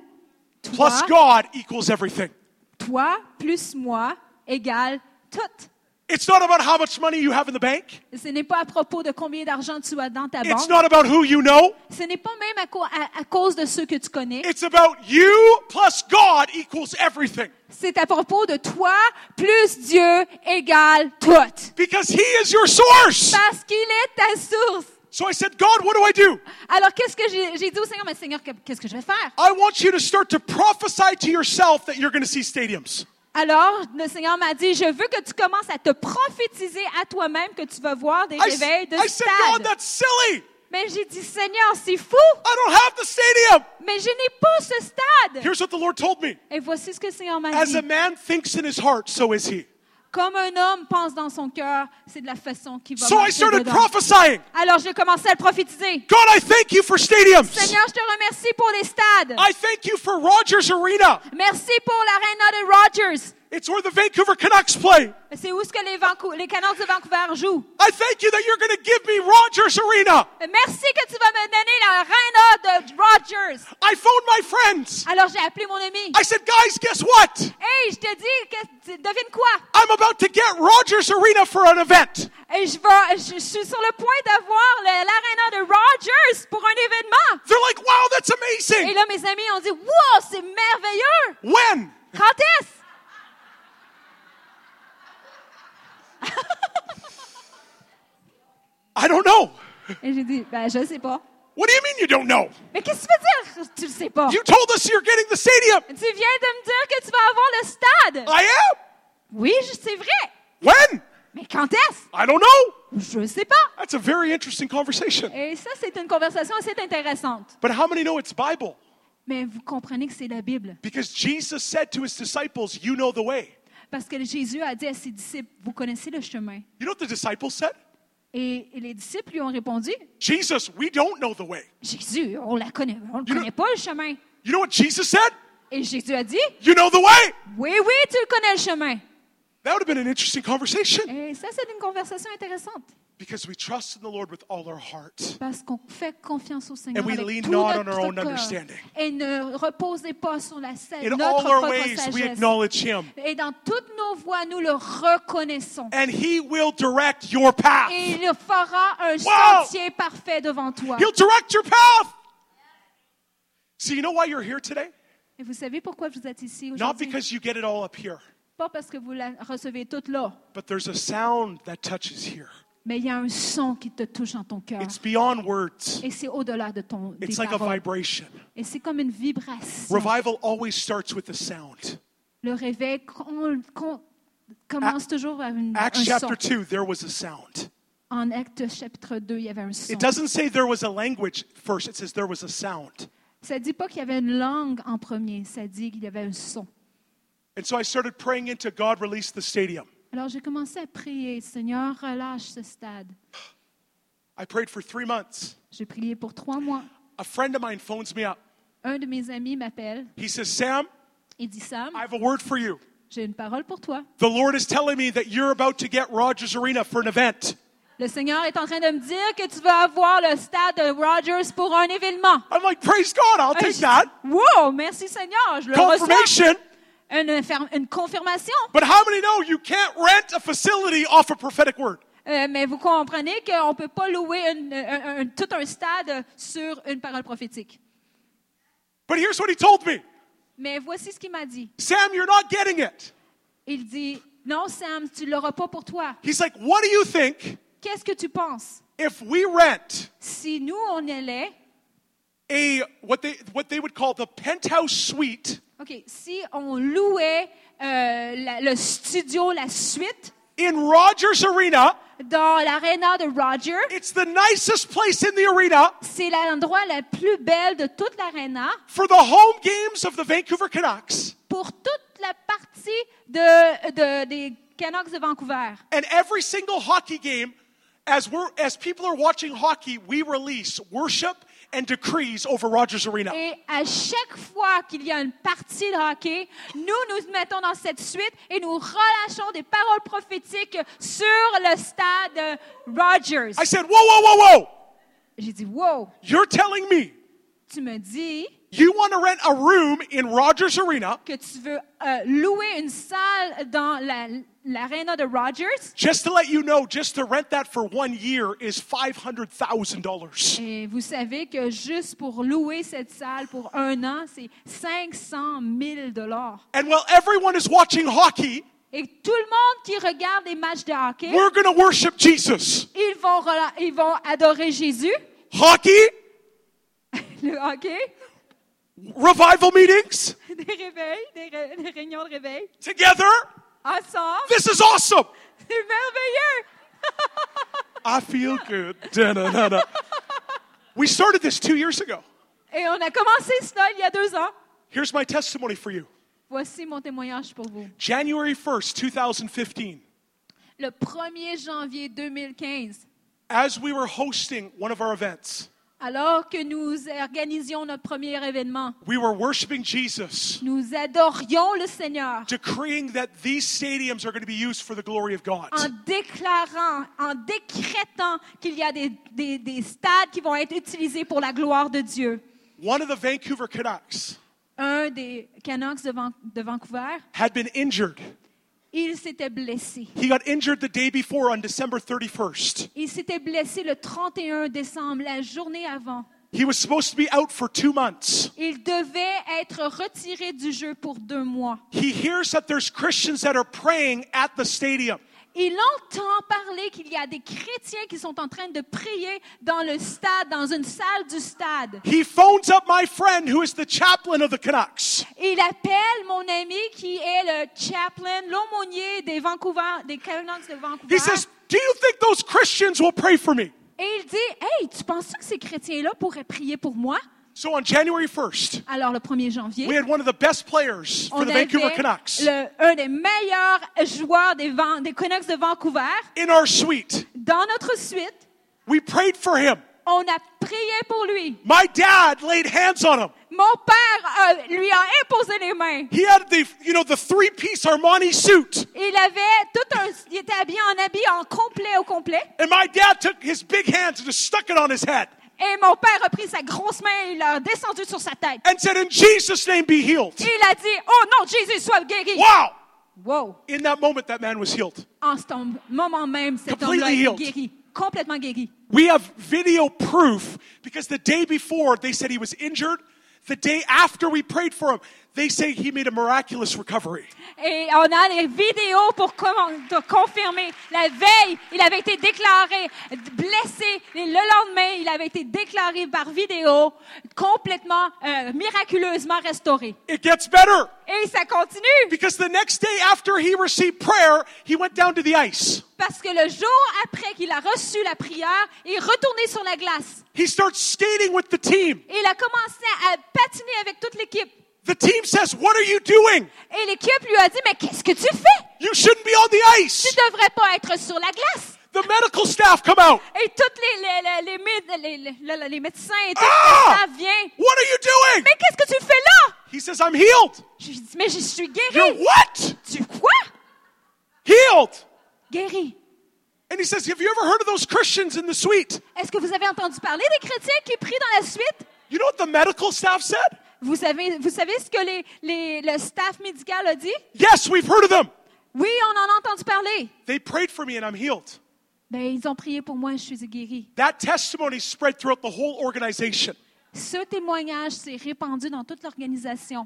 [SPEAKER 7] plus
[SPEAKER 8] Toi.
[SPEAKER 7] God equals everything.
[SPEAKER 8] Toi plus moi égale tout.
[SPEAKER 7] It's not about how much money you have in the bank.
[SPEAKER 8] Ce n'est pas à propos de combien d'argent tu as dans ta
[SPEAKER 7] It's
[SPEAKER 8] banque.
[SPEAKER 7] not about who you know.
[SPEAKER 8] Ce n'est pas même à, co- à- à cause de ceux que tu connais.
[SPEAKER 7] It's about you plus God equals everything.
[SPEAKER 8] C'est à propos de toi plus Dieu égale tout.
[SPEAKER 7] Because He is your source.
[SPEAKER 8] Parce qu'il est ta source.
[SPEAKER 7] So I said, God, what do I do?
[SPEAKER 8] Alors qu'est-ce que j'ai j'ai dit au Seigneur, mais Seigneur, que- qu'est-ce que je vais faire?
[SPEAKER 7] I want you to start to prophesy to yourself that you're going to see stadiums.
[SPEAKER 8] Alors le Seigneur m'a dit, je veux que tu commences à te prophétiser à toi-même que tu vas voir des
[SPEAKER 7] I,
[SPEAKER 8] réveils de
[SPEAKER 7] I said, God,
[SPEAKER 8] stade.
[SPEAKER 7] that's silly.
[SPEAKER 8] Mais j'ai dit, Seigneur, c'est fou,
[SPEAKER 7] I don't have the stadium.
[SPEAKER 8] mais je n'ai pas ce stade.
[SPEAKER 7] Here's what the Lord told me.
[SPEAKER 8] Et voici ce que le Seigneur m'a
[SPEAKER 7] As
[SPEAKER 8] dit.
[SPEAKER 7] a man thinks in his heart, so is he.
[SPEAKER 8] Comme un homme pense dans son cœur, c'est de la façon qu'il va
[SPEAKER 7] So I
[SPEAKER 8] marcher
[SPEAKER 7] started
[SPEAKER 8] dedans.
[SPEAKER 7] prophesying.
[SPEAKER 8] Alors j'ai commencé à le prophétiser.
[SPEAKER 7] God, I thank you for stadiums.
[SPEAKER 8] Seigneur, je te remercie pour les stades.
[SPEAKER 7] I thank you for Rogers Arena.
[SPEAKER 8] Merci pour l'arena de Rogers.
[SPEAKER 7] It's where the Vancouver Canucks play.
[SPEAKER 8] C'est où ce que les, Vancou- les Canucks de Vancouver jouent.
[SPEAKER 7] I thank you that you're going to give me Rogers Arena.
[SPEAKER 8] Euh, Merci que tu vas me donner l'arena de Rogers.
[SPEAKER 7] I phoned my friends.
[SPEAKER 8] Alors j'ai appelé mon ami.
[SPEAKER 7] I said, guys, guess what?
[SPEAKER 8] Hey, je te dis, que- devine quoi?
[SPEAKER 7] I'm about to get Rogers Arena for an event.
[SPEAKER 8] Et je, vais, je, je suis sur le point d'avoir le- l'arena de Rogers pour un événement.
[SPEAKER 7] They're like, wow, that's
[SPEAKER 8] Et
[SPEAKER 7] amazing.
[SPEAKER 8] là, mes amis ont dit, wow, c'est merveilleux!
[SPEAKER 7] When?
[SPEAKER 8] Quand est-ce?
[SPEAKER 7] I don't know.
[SPEAKER 8] Et j'ai dit, ben, je sais pas.
[SPEAKER 7] What do you mean you don't know?
[SPEAKER 8] Mais qu'est-ce que tu veux dire? Tu le sais pas.
[SPEAKER 7] You told us you're getting the stadium.
[SPEAKER 8] Tu viens de me dire que tu vas avoir le stade.
[SPEAKER 7] I am.
[SPEAKER 8] Oui, je- c'est vrai.
[SPEAKER 7] When?
[SPEAKER 8] Mais quand est-ce?
[SPEAKER 7] I don't know.
[SPEAKER 8] Je sais pas.
[SPEAKER 7] That's a very interesting conversation.
[SPEAKER 8] Et ça, c'est une conversation assez intéressante.
[SPEAKER 7] But how many know it's Bible?
[SPEAKER 8] Mais vous comprenez que c'est la Bible.
[SPEAKER 7] Because Jesus said to his disciples, You know the way.
[SPEAKER 8] Parce que Jésus a dit à ses disciples, vous connaissez le chemin.
[SPEAKER 7] You know what the disciples said?
[SPEAKER 8] Et, et les disciples lui ont répondu,
[SPEAKER 7] Jesus, we don't know the way.
[SPEAKER 8] Jésus, on la connaît, on ne
[SPEAKER 7] You know-
[SPEAKER 8] connaît pas le chemin.
[SPEAKER 7] You know what Jesus said?
[SPEAKER 8] Et Jésus a dit,
[SPEAKER 7] You know the way.
[SPEAKER 8] oui, oui, tu le connais le chemin.
[SPEAKER 7] That would have been an interesting conversation
[SPEAKER 8] Et ça, c'est une conversation intéressante.
[SPEAKER 7] because we trust in the Lord with all our heart.
[SPEAKER 8] Parce qu'on fait confiance au Seigneur
[SPEAKER 7] And we
[SPEAKER 8] avec
[SPEAKER 7] lean
[SPEAKER 8] tout
[SPEAKER 7] not
[SPEAKER 8] notre
[SPEAKER 7] on our own
[SPEAKER 8] cœur.
[SPEAKER 7] understanding.
[SPEAKER 8] Et ne reposez pas sur la sa-
[SPEAKER 7] In
[SPEAKER 8] notre
[SPEAKER 7] all our
[SPEAKER 8] propre
[SPEAKER 7] ways, we
[SPEAKER 8] sagesse.
[SPEAKER 7] acknowledge Him,
[SPEAKER 8] Et dans toutes nos voies, nous le reconnaissons.
[SPEAKER 7] and He will direct your path.
[SPEAKER 8] Et il fera un
[SPEAKER 7] Wow!
[SPEAKER 8] sentier parfait devant toi.
[SPEAKER 7] He'll direct your path. So, you know why you're here today?
[SPEAKER 8] Et vous savez pourquoi vous êtes ici
[SPEAKER 7] Not
[SPEAKER 8] aujourd'hui?
[SPEAKER 7] because you get it all up here,
[SPEAKER 8] Pas parce que vous la recevez toute là,
[SPEAKER 7] but there's a sound that touches here.
[SPEAKER 8] mais il y a un son qui te touche dans ton cœur.
[SPEAKER 7] It's beyond words,
[SPEAKER 8] Et c'est au-delà de ton des
[SPEAKER 7] it's like a
[SPEAKER 8] paroles.
[SPEAKER 7] vibration.
[SPEAKER 8] Et c'est comme une vibration.
[SPEAKER 7] Revival always starts with a sound.
[SPEAKER 8] Le réveil con- con- commence toujours avec une,
[SPEAKER 7] Acts
[SPEAKER 8] un son.
[SPEAKER 7] chapter 2, there was a sound.
[SPEAKER 8] En Acte chapitre 2, il y avait un son.
[SPEAKER 7] It doesn't say there was a language first, it says there was a sound.
[SPEAKER 8] Ça dit pas qu'il y avait une langue en premier, ça dit qu'il y avait un son.
[SPEAKER 7] And so I started praying into God release the stadium.
[SPEAKER 8] Alors j'ai commencé à prier, Seigneur, relâche ce stade.
[SPEAKER 7] I prayed for three months.
[SPEAKER 8] J'ai prié pour trois mois.
[SPEAKER 7] A friend of mine phones me up.
[SPEAKER 8] Un de mes amis m'appelle
[SPEAKER 7] He says, Sam,
[SPEAKER 8] et dit Sam,
[SPEAKER 7] I have a word for you.
[SPEAKER 8] j'ai une parole pour toi.
[SPEAKER 7] The Lord is telling me that you're about to get Rogers Arena for an event.
[SPEAKER 8] Le Seigneur est en train de me dire que tu vas avoir le stade de Rogers pour un événement.
[SPEAKER 7] I'm like, praise God, I'll take
[SPEAKER 8] (laughs)
[SPEAKER 7] that.
[SPEAKER 8] Wow, Oh, merci Seigneur, je le reçois.
[SPEAKER 7] Confirmation.
[SPEAKER 8] Une, infir- une confirmation.
[SPEAKER 7] But how many know you can't rent a facility off a prophetic word?
[SPEAKER 8] Euh, mais vous comprenez qu'on ne peut pas louer une- un- un- tout un stade sur une parole prophétique.
[SPEAKER 7] But here's what he told me
[SPEAKER 8] Mais voici ce qu'il m'a dit.
[SPEAKER 7] Sam, you're not getting it.
[SPEAKER 8] Il dit, non Sam, tu ne l'auras pas pour toi.
[SPEAKER 7] He's like, what do you think
[SPEAKER 8] Qu'est-ce que tu penses?
[SPEAKER 7] if we rent
[SPEAKER 8] Si nous, on allait,
[SPEAKER 7] a what they what they would call the penthouse suite
[SPEAKER 8] OK, si on louait euh, la- le studio, la suite,
[SPEAKER 7] in Rogers Arena.
[SPEAKER 8] dans l'aréna de Roger,
[SPEAKER 7] It's the nicest place in the arena
[SPEAKER 8] c'est l'endroit la plus belle de toute l'aréna
[SPEAKER 7] for the home games of the Vancouver Canucks.
[SPEAKER 8] pour toute la partie de, de- des Canucks de Vancouver.
[SPEAKER 7] And every single hockey game, as we're as people are watching hockey, we release worship and decrees over Rogers Arena.
[SPEAKER 8] Et à chaque fois qu'il y a une partie de hockey, nous nous mettons dans cette suite et nous relâchons des paroles prophétiques sur le stade Rogers.
[SPEAKER 7] I said, whoa, whoa, whoa, whoa!
[SPEAKER 8] J'ai dit, wow,
[SPEAKER 7] You're telling me
[SPEAKER 8] tu me dis
[SPEAKER 7] you want to rent a room in Rogers Arena
[SPEAKER 8] que tu veux euh, louer une salle dans la- l'aréna de Rogers.
[SPEAKER 7] Just to let you know, just to rent that for one year is five hundred thousand dollars.
[SPEAKER 8] Et vous savez que juste pour louer cette salle pour un an, c'est 500 000 dollars.
[SPEAKER 7] And while everyone is watching hockey,
[SPEAKER 8] Et tout le monde qui regarde les matchs de hockey,
[SPEAKER 7] we're going to worship Jesus.
[SPEAKER 8] ils vont, rela- ils vont adorer Jésus,
[SPEAKER 7] Hockey
[SPEAKER 8] le hockey,
[SPEAKER 7] revival meetings
[SPEAKER 8] des réveils, des, ré- des réunions de réveil,
[SPEAKER 7] together.
[SPEAKER 8] ensemble.
[SPEAKER 7] This is awesome.
[SPEAKER 8] C'est merveilleux!
[SPEAKER 7] I feel good. Da-na-na-na. We started this two years ago.
[SPEAKER 8] Et on a commencé cela il y a deux ans.
[SPEAKER 7] Here's my testimony for you.
[SPEAKER 8] Voici mon témoignage pour vous.
[SPEAKER 7] January 1st, 2015,
[SPEAKER 8] Le 1er janvier 2015,
[SPEAKER 7] as we were hosting one of our events,
[SPEAKER 8] alors que nous organisions notre premier événement,
[SPEAKER 7] we were worshiping Jesus,
[SPEAKER 8] nous adorions le Seigneur.
[SPEAKER 7] decreeing that these stadiums are going to be used for the glory of God.
[SPEAKER 8] en déclarant, en décrétant qu'il y a des, des- des stades qui vont être utilisés pour la gloire de Dieu.
[SPEAKER 7] One of the Vancouver Canucks
[SPEAKER 8] Un des Canucks de, Van- de Vancouver,
[SPEAKER 7] had been injured.
[SPEAKER 8] il s'était blessé.
[SPEAKER 7] He got injured the day before on December 31st.
[SPEAKER 8] Il s'était blessé le 31 décembre, la journée avant.
[SPEAKER 7] He was supposed to be out for two months.
[SPEAKER 8] Il devait être retiré du jeu pour deux mois.
[SPEAKER 7] He hears that there's Christians that are praying at the stadium.
[SPEAKER 8] Il entend parler qu'il y a des chrétiens qui sont en train de prier dans le stade, dans une salle du stade.
[SPEAKER 7] He phones up my friend who is the chaplain of the Canucks.
[SPEAKER 8] Il appelle mon ami qui est le chaplain, l'aumônier des Vancouver, des Canucks de Vancouver.
[SPEAKER 7] He says, Do you think those Christians will pray for me?
[SPEAKER 8] et il dit, hey, tu penses que ces chrétiens-là pourraient prier pour moi?
[SPEAKER 7] So on January 1st,
[SPEAKER 8] Alors, le 1er janvier,
[SPEAKER 7] we had one of the best players
[SPEAKER 8] on
[SPEAKER 7] for the
[SPEAKER 8] avait
[SPEAKER 7] Vancouver Canucks
[SPEAKER 8] le- un des meilleurs joueurs des, Van- des Canucks de Vancouver
[SPEAKER 7] in our suite.
[SPEAKER 8] dans notre suite.
[SPEAKER 7] We prayed for him.
[SPEAKER 8] On a prié pour lui.
[SPEAKER 7] My dad laid hands on him.
[SPEAKER 8] Mon père euh, lui a imposé les mains.
[SPEAKER 7] He had the, you know, the three-piece Armani suit.
[SPEAKER 8] Il avait tout un, il était habillé en habit en complet au complet.
[SPEAKER 7] And my dad took his big hands and just stuck it on his head
[SPEAKER 8] Et mon père a pris sa grosse main et il l'a descendu sur sa tête.
[SPEAKER 7] and said, In Jesus' name be healed.
[SPEAKER 8] Et il a dit, oh non, Jésus, sois guéri.
[SPEAKER 7] Wow!
[SPEAKER 8] Wow.
[SPEAKER 7] In that moment, that man was healed.
[SPEAKER 8] En ce moment même, cet
[SPEAKER 7] Completely
[SPEAKER 8] homme-là est
[SPEAKER 7] healed.
[SPEAKER 8] guéri. Complètement guéri.
[SPEAKER 7] We have video proof because the day before they said he was injured. The day after we prayed for him, They say he made a miraculous recovery.
[SPEAKER 8] Et on a les vidéos pour comment- de confirmer. La veille, il avait été déclaré blessé. Et le lendemain, il avait été déclaré par vidéo complètement, euh, miraculeusement restauré.
[SPEAKER 7] It gets better
[SPEAKER 8] Et ça continue
[SPEAKER 7] because the next day after he received prayer, he went down to the ice.
[SPEAKER 8] parce que le jour après qu'il a reçu la prière, il est retourné sur la glace.
[SPEAKER 7] He starts skating with the team.
[SPEAKER 8] Et il a commencé à patiner avec toute l'équipe.
[SPEAKER 7] The team says, What are you doing?
[SPEAKER 8] Et l'équipe lui a dit, mais qu'est-ce que tu fais?
[SPEAKER 7] You shouldn't be on the
[SPEAKER 8] Tu
[SPEAKER 7] ice.
[SPEAKER 8] devrais pas être sur la glace.
[SPEAKER 7] The medical staff come out.
[SPEAKER 8] Et tous les, les, les, les, méde- les, les- les- les médecins et tout
[SPEAKER 7] Ah!
[SPEAKER 8] ça vient.
[SPEAKER 7] What are you doing?
[SPEAKER 8] Mais qu'est-ce que tu fais là?
[SPEAKER 7] He says, I'm healed.
[SPEAKER 8] Je lui dis, mais je suis
[SPEAKER 7] You're
[SPEAKER 8] guéri.
[SPEAKER 7] what?
[SPEAKER 8] Tu quoi?
[SPEAKER 7] Healed.
[SPEAKER 8] Guéri.
[SPEAKER 7] And he says, Have you ever heard of those Christians in the suite?
[SPEAKER 8] Est-ce que vous avez entendu parler des chrétiens qui prient dans la suite?
[SPEAKER 7] You know what the medical staff said?
[SPEAKER 8] Vous savez, vous savez ce que les, les, le staff médical a dit?
[SPEAKER 7] Yes, we've heard of them.
[SPEAKER 8] Oui, on en a entendu parler.
[SPEAKER 7] They prayed for me and I'm healed.
[SPEAKER 8] Ben, ils ont prié pour moi, je suis guéri.
[SPEAKER 7] That testimony spread throughout the whole organization.
[SPEAKER 8] Ce témoignage s'est répandu dans toute l'organisation.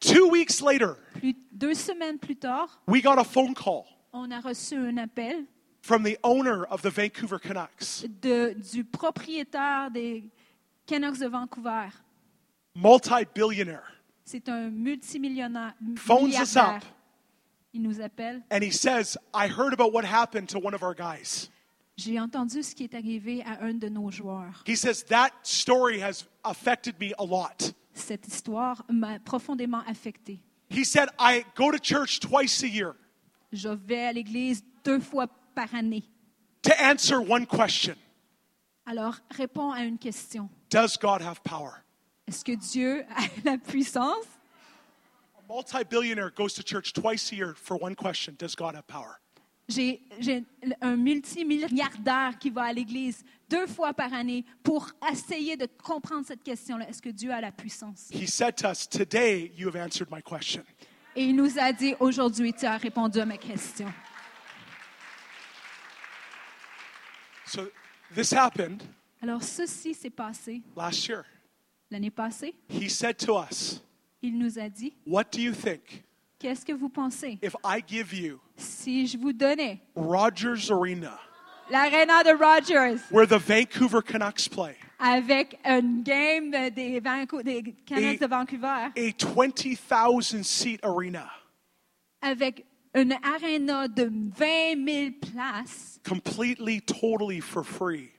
[SPEAKER 7] Two weeks later,
[SPEAKER 8] Plus deux semaines plus tard,
[SPEAKER 7] we got a phone call
[SPEAKER 8] on a reçu un appel
[SPEAKER 7] from the owner of the Vancouver Canucks.
[SPEAKER 8] de, du propriétaire des Canucks de Vancouver.
[SPEAKER 7] multi billionaire,
[SPEAKER 8] C'est un multimillionnaire.
[SPEAKER 7] phones us up
[SPEAKER 8] milliardaire. Il nous appelle.
[SPEAKER 7] and he says, I heard about what happened to one of our guys.
[SPEAKER 8] J'ai entendu ce qui est arrivé à un de nos joueurs.
[SPEAKER 7] He says, That story has affected me a lot.
[SPEAKER 8] Cette histoire m'a profondément affectée.
[SPEAKER 7] He said, I go to church twice a year
[SPEAKER 8] Je vais à l'église deux fois par année.
[SPEAKER 7] to answer one question
[SPEAKER 8] Alors, réponds à une question.
[SPEAKER 7] Does God have power?
[SPEAKER 8] Est-ce que Dieu a (laughs) la puissance?
[SPEAKER 7] A multi billionaire goes to church twice a year for one question Does God have power?
[SPEAKER 8] J'ai j'ai un multimilliardaire qui va à l'église deux fois par année pour essayer de comprendre cette question-là. Est-ce que Dieu a la puissance?
[SPEAKER 7] He said to us, Today you have answered my question.
[SPEAKER 8] Et il nous a dit, aujourd'hui, tu as répondu à ma question.
[SPEAKER 7] So this happened
[SPEAKER 8] Alors, ceci s'est passé
[SPEAKER 7] last year.
[SPEAKER 8] l'année passée.
[SPEAKER 7] He said to us,
[SPEAKER 8] Il nous a dit,
[SPEAKER 7] What do you think
[SPEAKER 8] qu'est-ce que vous pensez
[SPEAKER 7] if I give you
[SPEAKER 8] si je vous donnais
[SPEAKER 7] Rogers Arena?
[SPEAKER 8] l'aréna de Rogers
[SPEAKER 7] where the Vancouver Canucks play.
[SPEAKER 8] avec une game des, Vancou- des Canucks de Vancouver,
[SPEAKER 7] A 20,000 seat arena,
[SPEAKER 8] avec une aréna de 20 000 places
[SPEAKER 7] completely, totally for free.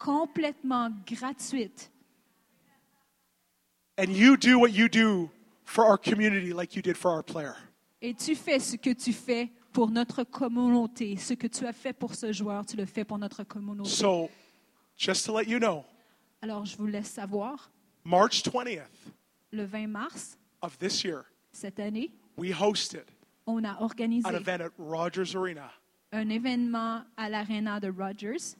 [SPEAKER 8] complètement gratuite.
[SPEAKER 7] And you do what you do for our community like you did for our player.
[SPEAKER 8] Et tu fais ce que tu fais pour notre communauté. Ce que tu as fait pour ce joueur, tu le fais pour notre communauté.
[SPEAKER 7] So, just to let you know,
[SPEAKER 8] Alors, je vous laisse savoir,
[SPEAKER 7] March 20th
[SPEAKER 8] le 20 mars,
[SPEAKER 7] of this year,
[SPEAKER 8] cette année,
[SPEAKER 7] we hosted
[SPEAKER 8] on a organisé
[SPEAKER 7] an event at Rogers Arena.
[SPEAKER 8] un événement à l'aréna de Rogers,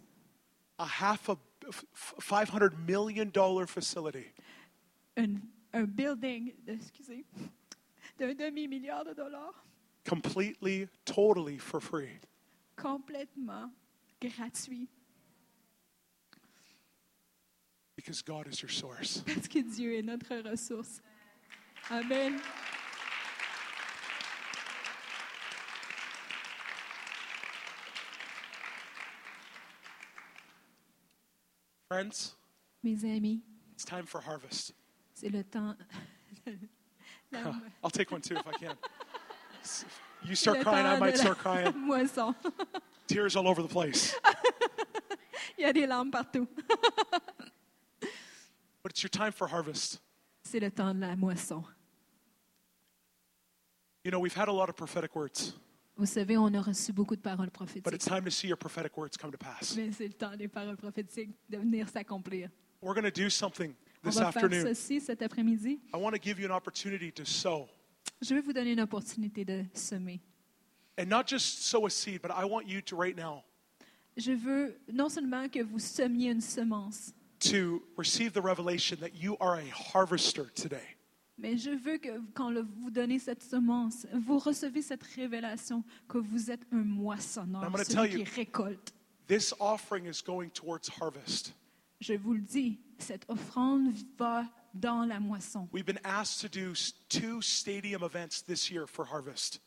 [SPEAKER 7] A half a f- f- 500 million dollar facility.
[SPEAKER 8] un, un building, de- excusez, d'un demi-milliard de dollars,
[SPEAKER 7] Completely, totally for free.
[SPEAKER 8] complètement gratuit,
[SPEAKER 7] Because God is your source.
[SPEAKER 8] parce que Dieu est notre ressource. Amen.
[SPEAKER 7] Friends,
[SPEAKER 8] Mes amis,
[SPEAKER 7] it's time for harvest.
[SPEAKER 8] c'est le (laughs) temps,
[SPEAKER 7] Huh, I'll take one too if I can. S- You
[SPEAKER 8] le
[SPEAKER 7] start crying, I
[SPEAKER 8] temps
[SPEAKER 7] might start
[SPEAKER 8] de la
[SPEAKER 7] crying.
[SPEAKER 8] moisson.
[SPEAKER 7] Tears all over the place.
[SPEAKER 8] Il y a des larmes partout.
[SPEAKER 7] But it's your time for harvest.
[SPEAKER 8] C'est le temps de la moisson.
[SPEAKER 7] You know, we've had a lot of prophetic words,
[SPEAKER 8] Vous savez, on a reçu beaucoup de paroles
[SPEAKER 7] but it's
[SPEAKER 8] prophétiques.
[SPEAKER 7] time to see your prophetic words come to pass.
[SPEAKER 8] Mais c'est le temps des paroles prophétiques de venir s'accomplir.
[SPEAKER 7] We're going to do something
[SPEAKER 8] On
[SPEAKER 7] this
[SPEAKER 8] va faire
[SPEAKER 7] afternoon.
[SPEAKER 8] ceci cet après-midi.
[SPEAKER 7] I want to give you an opportunity to sow.
[SPEAKER 8] Je vais vous donner une opportunité de semer.
[SPEAKER 7] And not just sow a seed, but I want you to right now
[SPEAKER 8] Je veux non seulement que vous semiez une semence,
[SPEAKER 7] to receive the revelation that you are a harvester today.
[SPEAKER 8] mais je veux que quand le- vous donnez cette semence, vous recevez cette révélation que vous êtes un moissonneur,
[SPEAKER 7] I'm gonna
[SPEAKER 8] celui
[SPEAKER 7] tell you-
[SPEAKER 8] qui récolte.
[SPEAKER 7] This offering is going towards harvest.
[SPEAKER 8] Je vous le dis, cette offrande va dans la moisson.
[SPEAKER 7] We've been asked to do s- two stadium events this year for harvest.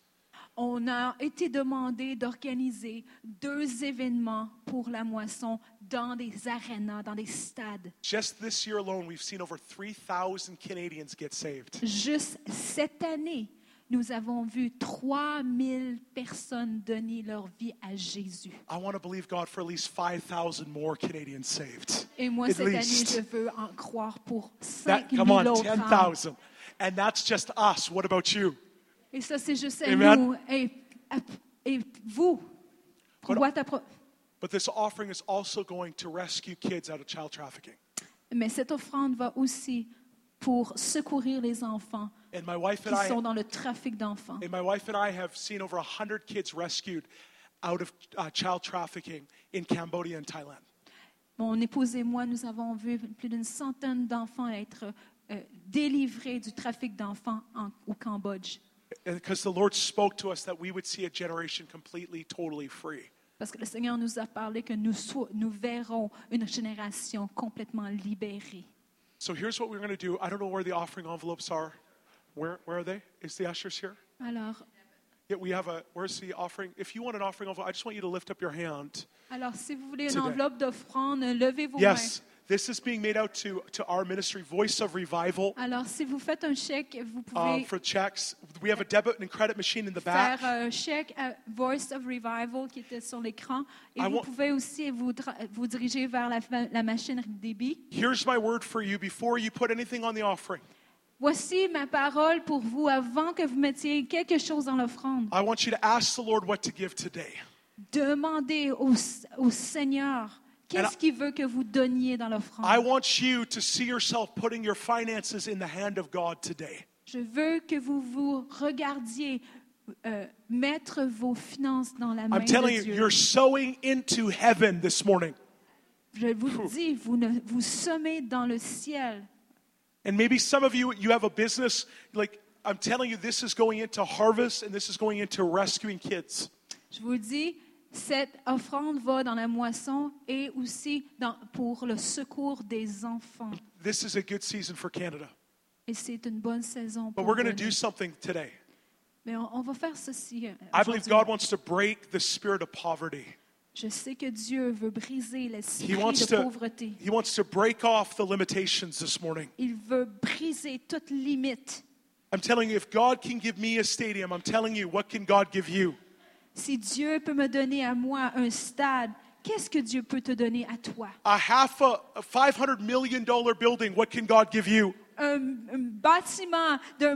[SPEAKER 8] On a été demandé d'organiser deux événements pour la moisson dans des arénas, dans des stades.
[SPEAKER 7] Just this year alone, we've seen over 3,000 Canadians get saved.
[SPEAKER 8] Juste cette année, nous avons vu 3000 personnes donner leur vie à Jésus.
[SPEAKER 7] I want to believe God for at least 5,000 more Canadians saved.
[SPEAKER 8] Et moi,
[SPEAKER 7] at
[SPEAKER 8] cette année,
[SPEAKER 7] least.
[SPEAKER 8] je veux en croire pour 5
[SPEAKER 7] That,
[SPEAKER 8] 000
[SPEAKER 7] come on,
[SPEAKER 8] autres âmes.
[SPEAKER 7] 10,000. And that's just us. What about you?
[SPEAKER 8] Et ça, c'est juste à
[SPEAKER 7] Amen.
[SPEAKER 8] nous. Et, et vous,
[SPEAKER 7] But-
[SPEAKER 8] Crois ta pro-
[SPEAKER 7] But this offering is also going to rescue kids out of child trafficking.
[SPEAKER 8] mais cette offrande va aussi pour secourir les enfants
[SPEAKER 7] And my wife
[SPEAKER 8] qui
[SPEAKER 7] and I,
[SPEAKER 8] sont dans le trafic d'enfants.
[SPEAKER 7] and my wife and I have seen over 100 kids rescued out of uh, child trafficking in Cambodia and Thailand.
[SPEAKER 8] Mon épouse et moi, nous avons vu plus d'une centaine d'enfants être euh, délivrés du trafic d'enfants en- au Cambodge.
[SPEAKER 7] Because the Lord spoke to us that we would see a generation completely, totally free.
[SPEAKER 8] Parce que le Seigneur nous a parlé que nous, so- nous verrons une génération complètement libérée.
[SPEAKER 7] So here's what we're going to do. I don't know where the offering envelopes are. Where, where are they? Is the ushers here?
[SPEAKER 8] Alors,
[SPEAKER 7] Yeah, we have a. Where's the offering? If you want an offering envelope, I just want you to lift up your hand.
[SPEAKER 8] alors si vous voulez
[SPEAKER 7] C'est
[SPEAKER 8] une
[SPEAKER 7] bien.
[SPEAKER 8] enveloppe d'offrande, levez vos
[SPEAKER 7] Yes, this is being made out to, to our ministry, Voice of Revival,
[SPEAKER 8] mains. Alors, si vous faites un chèque, vous
[SPEAKER 7] um,
[SPEAKER 8] pouvez
[SPEAKER 7] for checks. We have a debit and credit machine in the back.
[SPEAKER 8] faire un chèque à Voice of Revival qui était sur l'écran. Et
[SPEAKER 7] I
[SPEAKER 8] vous
[SPEAKER 7] want-
[SPEAKER 8] pouvez aussi vous, dra- vous diriger vers la, fa- la machine débit.
[SPEAKER 7] Here's my word for you before you put anything on the offering.
[SPEAKER 8] Voici ma parole pour vous avant que vous mettiez quelque chose dans l'offrande.
[SPEAKER 7] I want you to ask the Lord what to give today.
[SPEAKER 8] Demandez au, au Seigneur qu'est-ce
[SPEAKER 7] I-
[SPEAKER 8] qu'il veut que vous donniez dans
[SPEAKER 7] I
[SPEAKER 8] l'offrande.
[SPEAKER 7] want you to see yourself putting your finances in the hand of God today.
[SPEAKER 8] Je veux que vous vous regardiez euh, mettre vos finances dans la main
[SPEAKER 7] I'm telling you,
[SPEAKER 8] de Dieu.
[SPEAKER 7] you're sowing into heaven this morning.
[SPEAKER 8] Je vous le dis, vous, ne, vous semez dans le ciel.
[SPEAKER 7] And maybe some of you, you have a business, like, I'm telling you, this is going into harvest and this is going into rescuing kids.
[SPEAKER 8] Je vous dis, cette offrande va dans la moisson et aussi dans- pour le secours des enfants.
[SPEAKER 7] This is a good season for Canada.
[SPEAKER 8] Et c'est une bonne saison
[SPEAKER 7] But
[SPEAKER 8] pour
[SPEAKER 7] we're going to
[SPEAKER 8] donner.
[SPEAKER 7] do something today.
[SPEAKER 8] Mais on, on va faire ceci. euh,
[SPEAKER 7] I believe
[SPEAKER 8] aujourd'hui.
[SPEAKER 7] God wants to break the spirit of poverty.
[SPEAKER 8] Je sais que Dieu veut briser l'esprit
[SPEAKER 7] He wants
[SPEAKER 8] de
[SPEAKER 7] to,
[SPEAKER 8] pauvreté.
[SPEAKER 7] he wants to break off the limitations this morning.
[SPEAKER 8] Il veut briser toute limite.
[SPEAKER 7] I'm telling you, if God can give me a stadium, I'm telling you, what can God give you?
[SPEAKER 8] Si Dieu peut me donner à moi un stade, qu'est-ce que Dieu peut te donner à toi?
[SPEAKER 7] A half a, a $500 million building, what can God give you?
[SPEAKER 8] Un, un bâtiment d'un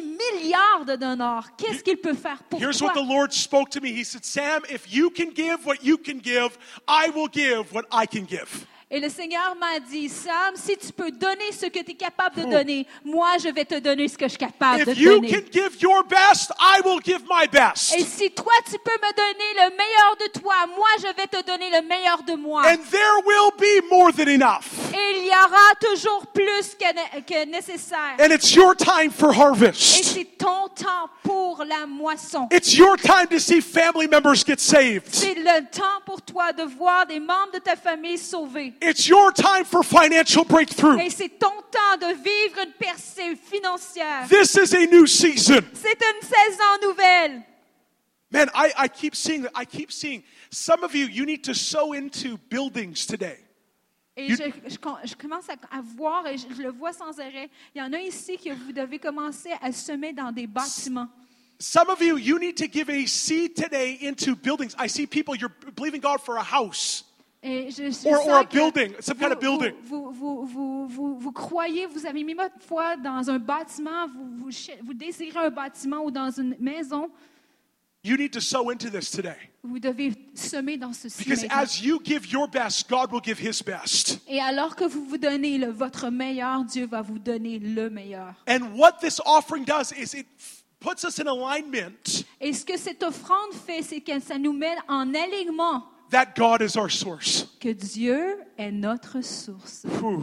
[SPEAKER 8] demi-milliard de dollars, qu'est-ce qu'il peut faire pour
[SPEAKER 7] Here's
[SPEAKER 8] toi?
[SPEAKER 7] what the Lord spoke to me. He said, Sam, if you can give what you can give, I will give what I can give.
[SPEAKER 8] Et le Seigneur m'a dit, Sam, si tu peux donner ce que tu es capable de
[SPEAKER 7] Oh.
[SPEAKER 8] donner, moi, je vais te donner ce que je suis capable de
[SPEAKER 7] If
[SPEAKER 8] te
[SPEAKER 7] you
[SPEAKER 8] donner.
[SPEAKER 7] can give your best, I will give my
[SPEAKER 8] Et
[SPEAKER 7] best.
[SPEAKER 8] si toi, tu peux me donner le meilleur de toi, moi, je vais te donner le meilleur de moi.
[SPEAKER 7] And there will be more than enough.
[SPEAKER 8] Et il y aura toujours plus que, que nécessaire.
[SPEAKER 7] And it's your time for
[SPEAKER 8] Et
[SPEAKER 7] harvest.
[SPEAKER 8] c'est ton temps pour la moisson.
[SPEAKER 7] It's your time to see family members get saved.
[SPEAKER 8] C'est le temps pour toi de voir des membres de ta famille sauvés.
[SPEAKER 7] It's your time for financial breakthrough.
[SPEAKER 8] Et c'est ton temps de vivre une percée financière.
[SPEAKER 7] This is a new season.
[SPEAKER 8] C'est une saison nouvelle.
[SPEAKER 7] Man, I, I keep seeing, I keep seeing some of you, you need to sow into buildings today.
[SPEAKER 8] Et
[SPEAKER 7] You-
[SPEAKER 8] je, je com- je commence à, à voir, et je, je le vois sans arrêt, il y en a ici que vous devez commencer à semer dans des bâtiments.
[SPEAKER 7] Some of you, you need to give a seed today into buildings. I see people, you're believing God for a house.
[SPEAKER 8] Et je, je
[SPEAKER 7] Or-
[SPEAKER 8] sens
[SPEAKER 7] or a
[SPEAKER 8] que
[SPEAKER 7] building, some kind of
[SPEAKER 8] vous-
[SPEAKER 7] building.
[SPEAKER 8] Vous, vous, vous, vous, vous croyez, vous avez mis votre foi dans un bâtiment, vous, vous, ch- vous désirez un bâtiment ou dans une maison,
[SPEAKER 7] You need to sow into this today.
[SPEAKER 8] vous devez semer dans ceci.
[SPEAKER 7] Because
[SPEAKER 8] maintenant.
[SPEAKER 7] as you give your best, God will give his best.
[SPEAKER 8] Et alors que vous vous donnez le, votre meilleur, Dieu va vous donner le meilleur.
[SPEAKER 7] And what this offering does is it f- puts us in alignment
[SPEAKER 8] Et ce que cette offrande fait, c'est que ça nous met en alignement
[SPEAKER 7] that God is our source.
[SPEAKER 8] que Dieu est notre source.
[SPEAKER 7] Whew.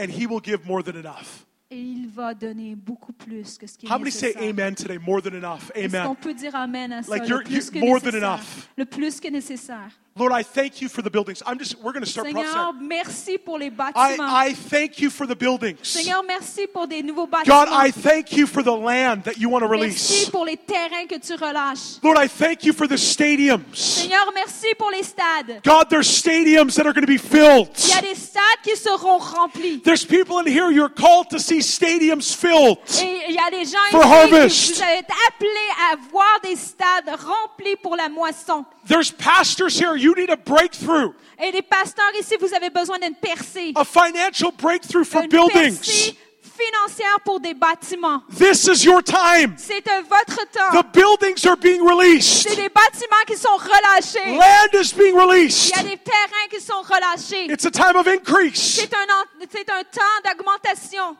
[SPEAKER 7] And he will give more than enough.
[SPEAKER 8] Et il va donner beaucoup plus que ce qui est
[SPEAKER 7] How many say
[SPEAKER 8] nécessaire.
[SPEAKER 7] amen today? More than enough.
[SPEAKER 8] Est-ce qu'on
[SPEAKER 7] Amen.
[SPEAKER 8] peut dire amen à ça?
[SPEAKER 7] Eh Like
[SPEAKER 8] le
[SPEAKER 7] you're-
[SPEAKER 8] plus
[SPEAKER 7] you're
[SPEAKER 8] que
[SPEAKER 7] more than
[SPEAKER 8] nécessaire.
[SPEAKER 7] enough.
[SPEAKER 8] Le plus que nécessaire.
[SPEAKER 7] Lord, I thank you for the buildings. I'm just, we're going to start
[SPEAKER 8] Seigneur,
[SPEAKER 7] prophesying.
[SPEAKER 8] merci pour les
[SPEAKER 7] I,
[SPEAKER 8] bâtiments.
[SPEAKER 7] I thank you for the buildings.
[SPEAKER 8] Seigneur, merci pour des nouveaux
[SPEAKER 7] God,
[SPEAKER 8] bâtiments.
[SPEAKER 7] I thank you for the land that you want to
[SPEAKER 8] Merci
[SPEAKER 7] release.
[SPEAKER 8] pour les terrains que tu relâches.
[SPEAKER 7] Lord, I thank you for the stadiums.
[SPEAKER 8] Seigneur, merci pour les stades.
[SPEAKER 7] God, there's stadiums that are going to be filled.
[SPEAKER 8] Il y a des stades qui seront remplis.
[SPEAKER 7] There's people in here you're called to see stadiums filled.
[SPEAKER 8] Et il y a des gens
[SPEAKER 7] For
[SPEAKER 8] ici
[SPEAKER 7] harvest.
[SPEAKER 8] qui vous êtes appelés à voir des stades remplis pour la moisson.
[SPEAKER 7] There's pastors here you need a breakthrough,
[SPEAKER 8] Et les pasteurs ici, vous avez besoin d'une percée.
[SPEAKER 7] a financial breakthrough for
[SPEAKER 8] Une
[SPEAKER 7] buildings.
[SPEAKER 8] percée financière pour des bâtiments.
[SPEAKER 7] This is your time.
[SPEAKER 8] C'est euh, votre temps.
[SPEAKER 7] The buildings are being released.
[SPEAKER 8] C'est des bâtiments qui sont relâchés.
[SPEAKER 7] Land is being
[SPEAKER 8] Il
[SPEAKER 7] released.
[SPEAKER 8] y a des terrains qui sont relâchés.
[SPEAKER 7] It's a time of increase. You
[SPEAKER 8] C'est un, en- c'est un temps d'augmentation.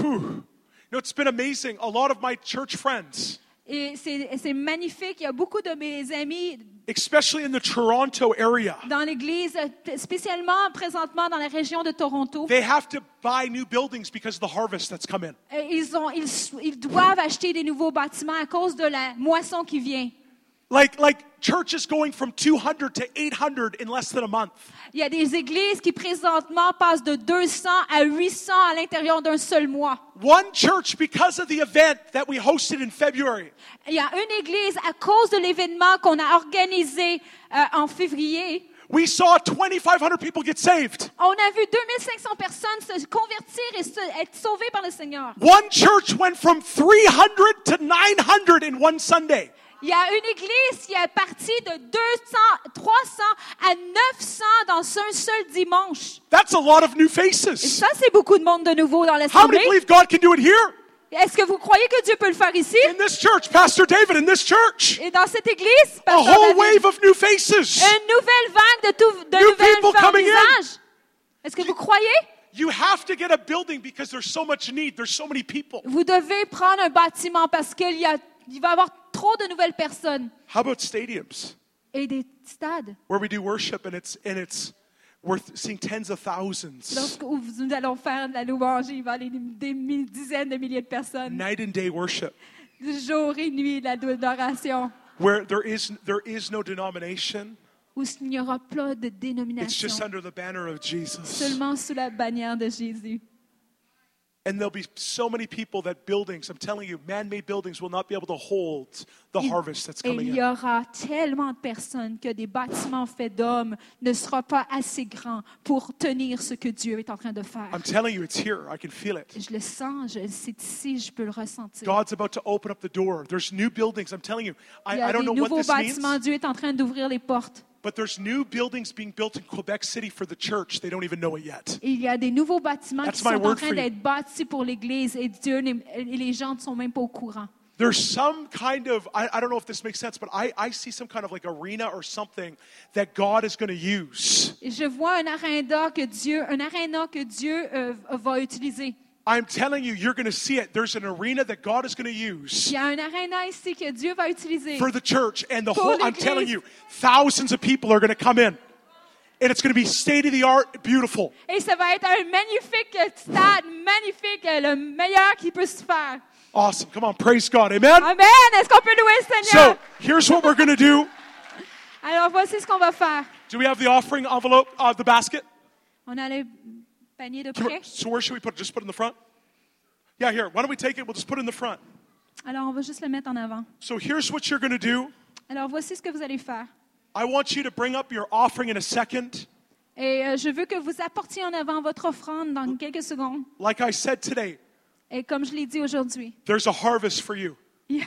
[SPEAKER 7] know, it's been amazing. A lot of my church friends,
[SPEAKER 8] Et c'est c'est magnifique. Il y a beaucoup de mes amis
[SPEAKER 7] especially in the Toronto area,
[SPEAKER 8] dans l'Église, spécialement présentement dans la région de Toronto.
[SPEAKER 7] they have to buy new buildings because of the harvest that's come in.
[SPEAKER 8] Euh, Ils, ont, ils, s- ils doivent acheter des nouveaux bâtiments à cause de la moisson qui vient.
[SPEAKER 7] Like, like churches going from 200 to 800 in less than a month.
[SPEAKER 8] Il y a des églises qui présentement passent de 200 à 800 à l'intérieur d'un seul mois.
[SPEAKER 7] One church, because of the event that we hosted in February,
[SPEAKER 8] Il y a une église à cause de l'événement qu'on a organisé euh, en février.
[SPEAKER 7] we saw 2,500 people get saved.
[SPEAKER 8] On a vu 2500 personnes se convertir et se- être sauvées par le Seigneur.
[SPEAKER 7] One church went from 300 to 900 in one Sunday.
[SPEAKER 8] Il y a une église qui est partie de 200, 300 à 900 dans un seul dimanche.
[SPEAKER 7] That's a lot of new
[SPEAKER 8] Et
[SPEAKER 7] faces.
[SPEAKER 8] ça, c'est beaucoup de monde de nouveau dans
[SPEAKER 7] How many
[SPEAKER 8] l'assemblée.
[SPEAKER 7] believe God can do it here?
[SPEAKER 8] Est-ce que vous croyez que Dieu peut le faire ici?
[SPEAKER 7] In this church, Pastor David, in this church,
[SPEAKER 8] Et dans cette église?
[SPEAKER 7] a
[SPEAKER 8] Pasteur
[SPEAKER 7] whole
[SPEAKER 8] David?
[SPEAKER 7] wave of new faces.
[SPEAKER 8] Une nouvelle vague de, tout, de
[SPEAKER 7] New
[SPEAKER 8] nouvelles
[SPEAKER 7] people
[SPEAKER 8] formes
[SPEAKER 7] coming in.
[SPEAKER 8] d'usage. Est-ce que vous croyez?
[SPEAKER 7] You have to get a building because there's so much need. There's so many people.
[SPEAKER 8] Vous devez prendre un bâtiment parce qu'il y a, il va y avoir trop de nouvelles personnes
[SPEAKER 7] How about stadiums
[SPEAKER 8] et des stades.
[SPEAKER 7] where we do worship and it's and it's we're seeing tens of thousands,
[SPEAKER 8] Lorsque où nous allons faire de la louange, il va y avoir des, des mi- dizaines de milliers de personnes.
[SPEAKER 7] night and day worship
[SPEAKER 8] Jour et nuit, de l'adoration.
[SPEAKER 7] where there is there is no denomination.
[SPEAKER 8] Où il n'y aura pas de
[SPEAKER 7] It's just
[SPEAKER 8] dénomination.
[SPEAKER 7] under the banner of Jesus.
[SPEAKER 8] Seulement sous la bannière de Jésus.
[SPEAKER 7] And there'll be so many people that buildings, I'm telling you, man made buildings will not be able to hold the harvest that's
[SPEAKER 8] Et il
[SPEAKER 7] coming
[SPEAKER 8] y
[SPEAKER 7] in.
[SPEAKER 8] aura tellement de personnes que des bâtiments faits d'hommes ne seront pas assez grands pour tenir ce que Dieu est en train de faire.
[SPEAKER 7] I'm telling you, it's here. I can feel it.
[SPEAKER 8] Je le sens, je- c'est ici, je peux le ressentir.
[SPEAKER 7] God's about to open up the door. There's new buildings. I'm telling you,
[SPEAKER 8] Il
[SPEAKER 7] I,
[SPEAKER 8] y
[SPEAKER 7] I
[SPEAKER 8] a
[SPEAKER 7] don't
[SPEAKER 8] des
[SPEAKER 7] know what
[SPEAKER 8] nouveaux
[SPEAKER 7] this
[SPEAKER 8] bâtiments,
[SPEAKER 7] means,
[SPEAKER 8] Dieu est en train d'ouvrir les portes.
[SPEAKER 7] but there's new buildings being built in Quebec City for the church. They don't even know it yet.
[SPEAKER 8] Et il y a des nouveaux bâtiments
[SPEAKER 7] That's
[SPEAKER 8] qui
[SPEAKER 7] my
[SPEAKER 8] sont en
[SPEAKER 7] word for
[SPEAKER 8] train
[SPEAKER 7] you.
[SPEAKER 8] d'être bâtis pour l'Église et Dieu n'est- et les gens ne sont même pas au courant.
[SPEAKER 7] There's some kind of, I, I don't know if this makes sense, but I, I see some kind of like arena or something that God is going to use.
[SPEAKER 8] Et Je vois un aréna que Dieu, un aréna que Dieu euh, va utiliser.
[SPEAKER 7] I'm telling you, you're going to see it. There's an arena that God is going to use.
[SPEAKER 8] Il y a un aréna ici que Dieu va utiliser.
[SPEAKER 7] for the church and the
[SPEAKER 8] Pour
[SPEAKER 7] whole. I'm
[SPEAKER 8] l'Église.
[SPEAKER 7] telling you, thousands of people are going to come in, and it's going to be state of the art, beautiful.
[SPEAKER 8] Et ça va être un magnifique euh, stade, magnifique, euh, le meilleur qui peut se faire.
[SPEAKER 7] Awesome! Come on, praise God, Amen.
[SPEAKER 8] Amen. Est-ce qu'on peut louer le Seigneur?
[SPEAKER 7] So here's what we're going to do.
[SPEAKER 8] Alors voici ce qu'on va faire.
[SPEAKER 7] Do we have the offering envelope, uh, the basket?
[SPEAKER 8] On a le panier de
[SPEAKER 7] Can we-
[SPEAKER 8] prêt.
[SPEAKER 7] so where should we put it? Just put it in the front. Yeah, here. Why don't we take it? We'll just put it in the front.
[SPEAKER 8] Alors on va juste le mettre en avant.
[SPEAKER 7] So here's what you're going to do.
[SPEAKER 8] Alors voici ce que vous allez faire.
[SPEAKER 7] I want you to bring up your offering in a second.
[SPEAKER 8] Et euh, je veux que vous apportiez en avant votre offrande dans quelques secondes.
[SPEAKER 7] Like I said today,
[SPEAKER 8] Et comme je l'ai dit aujourd'hui, (laughs)
[SPEAKER 7] there's a harvest for you.
[SPEAKER 8] il y a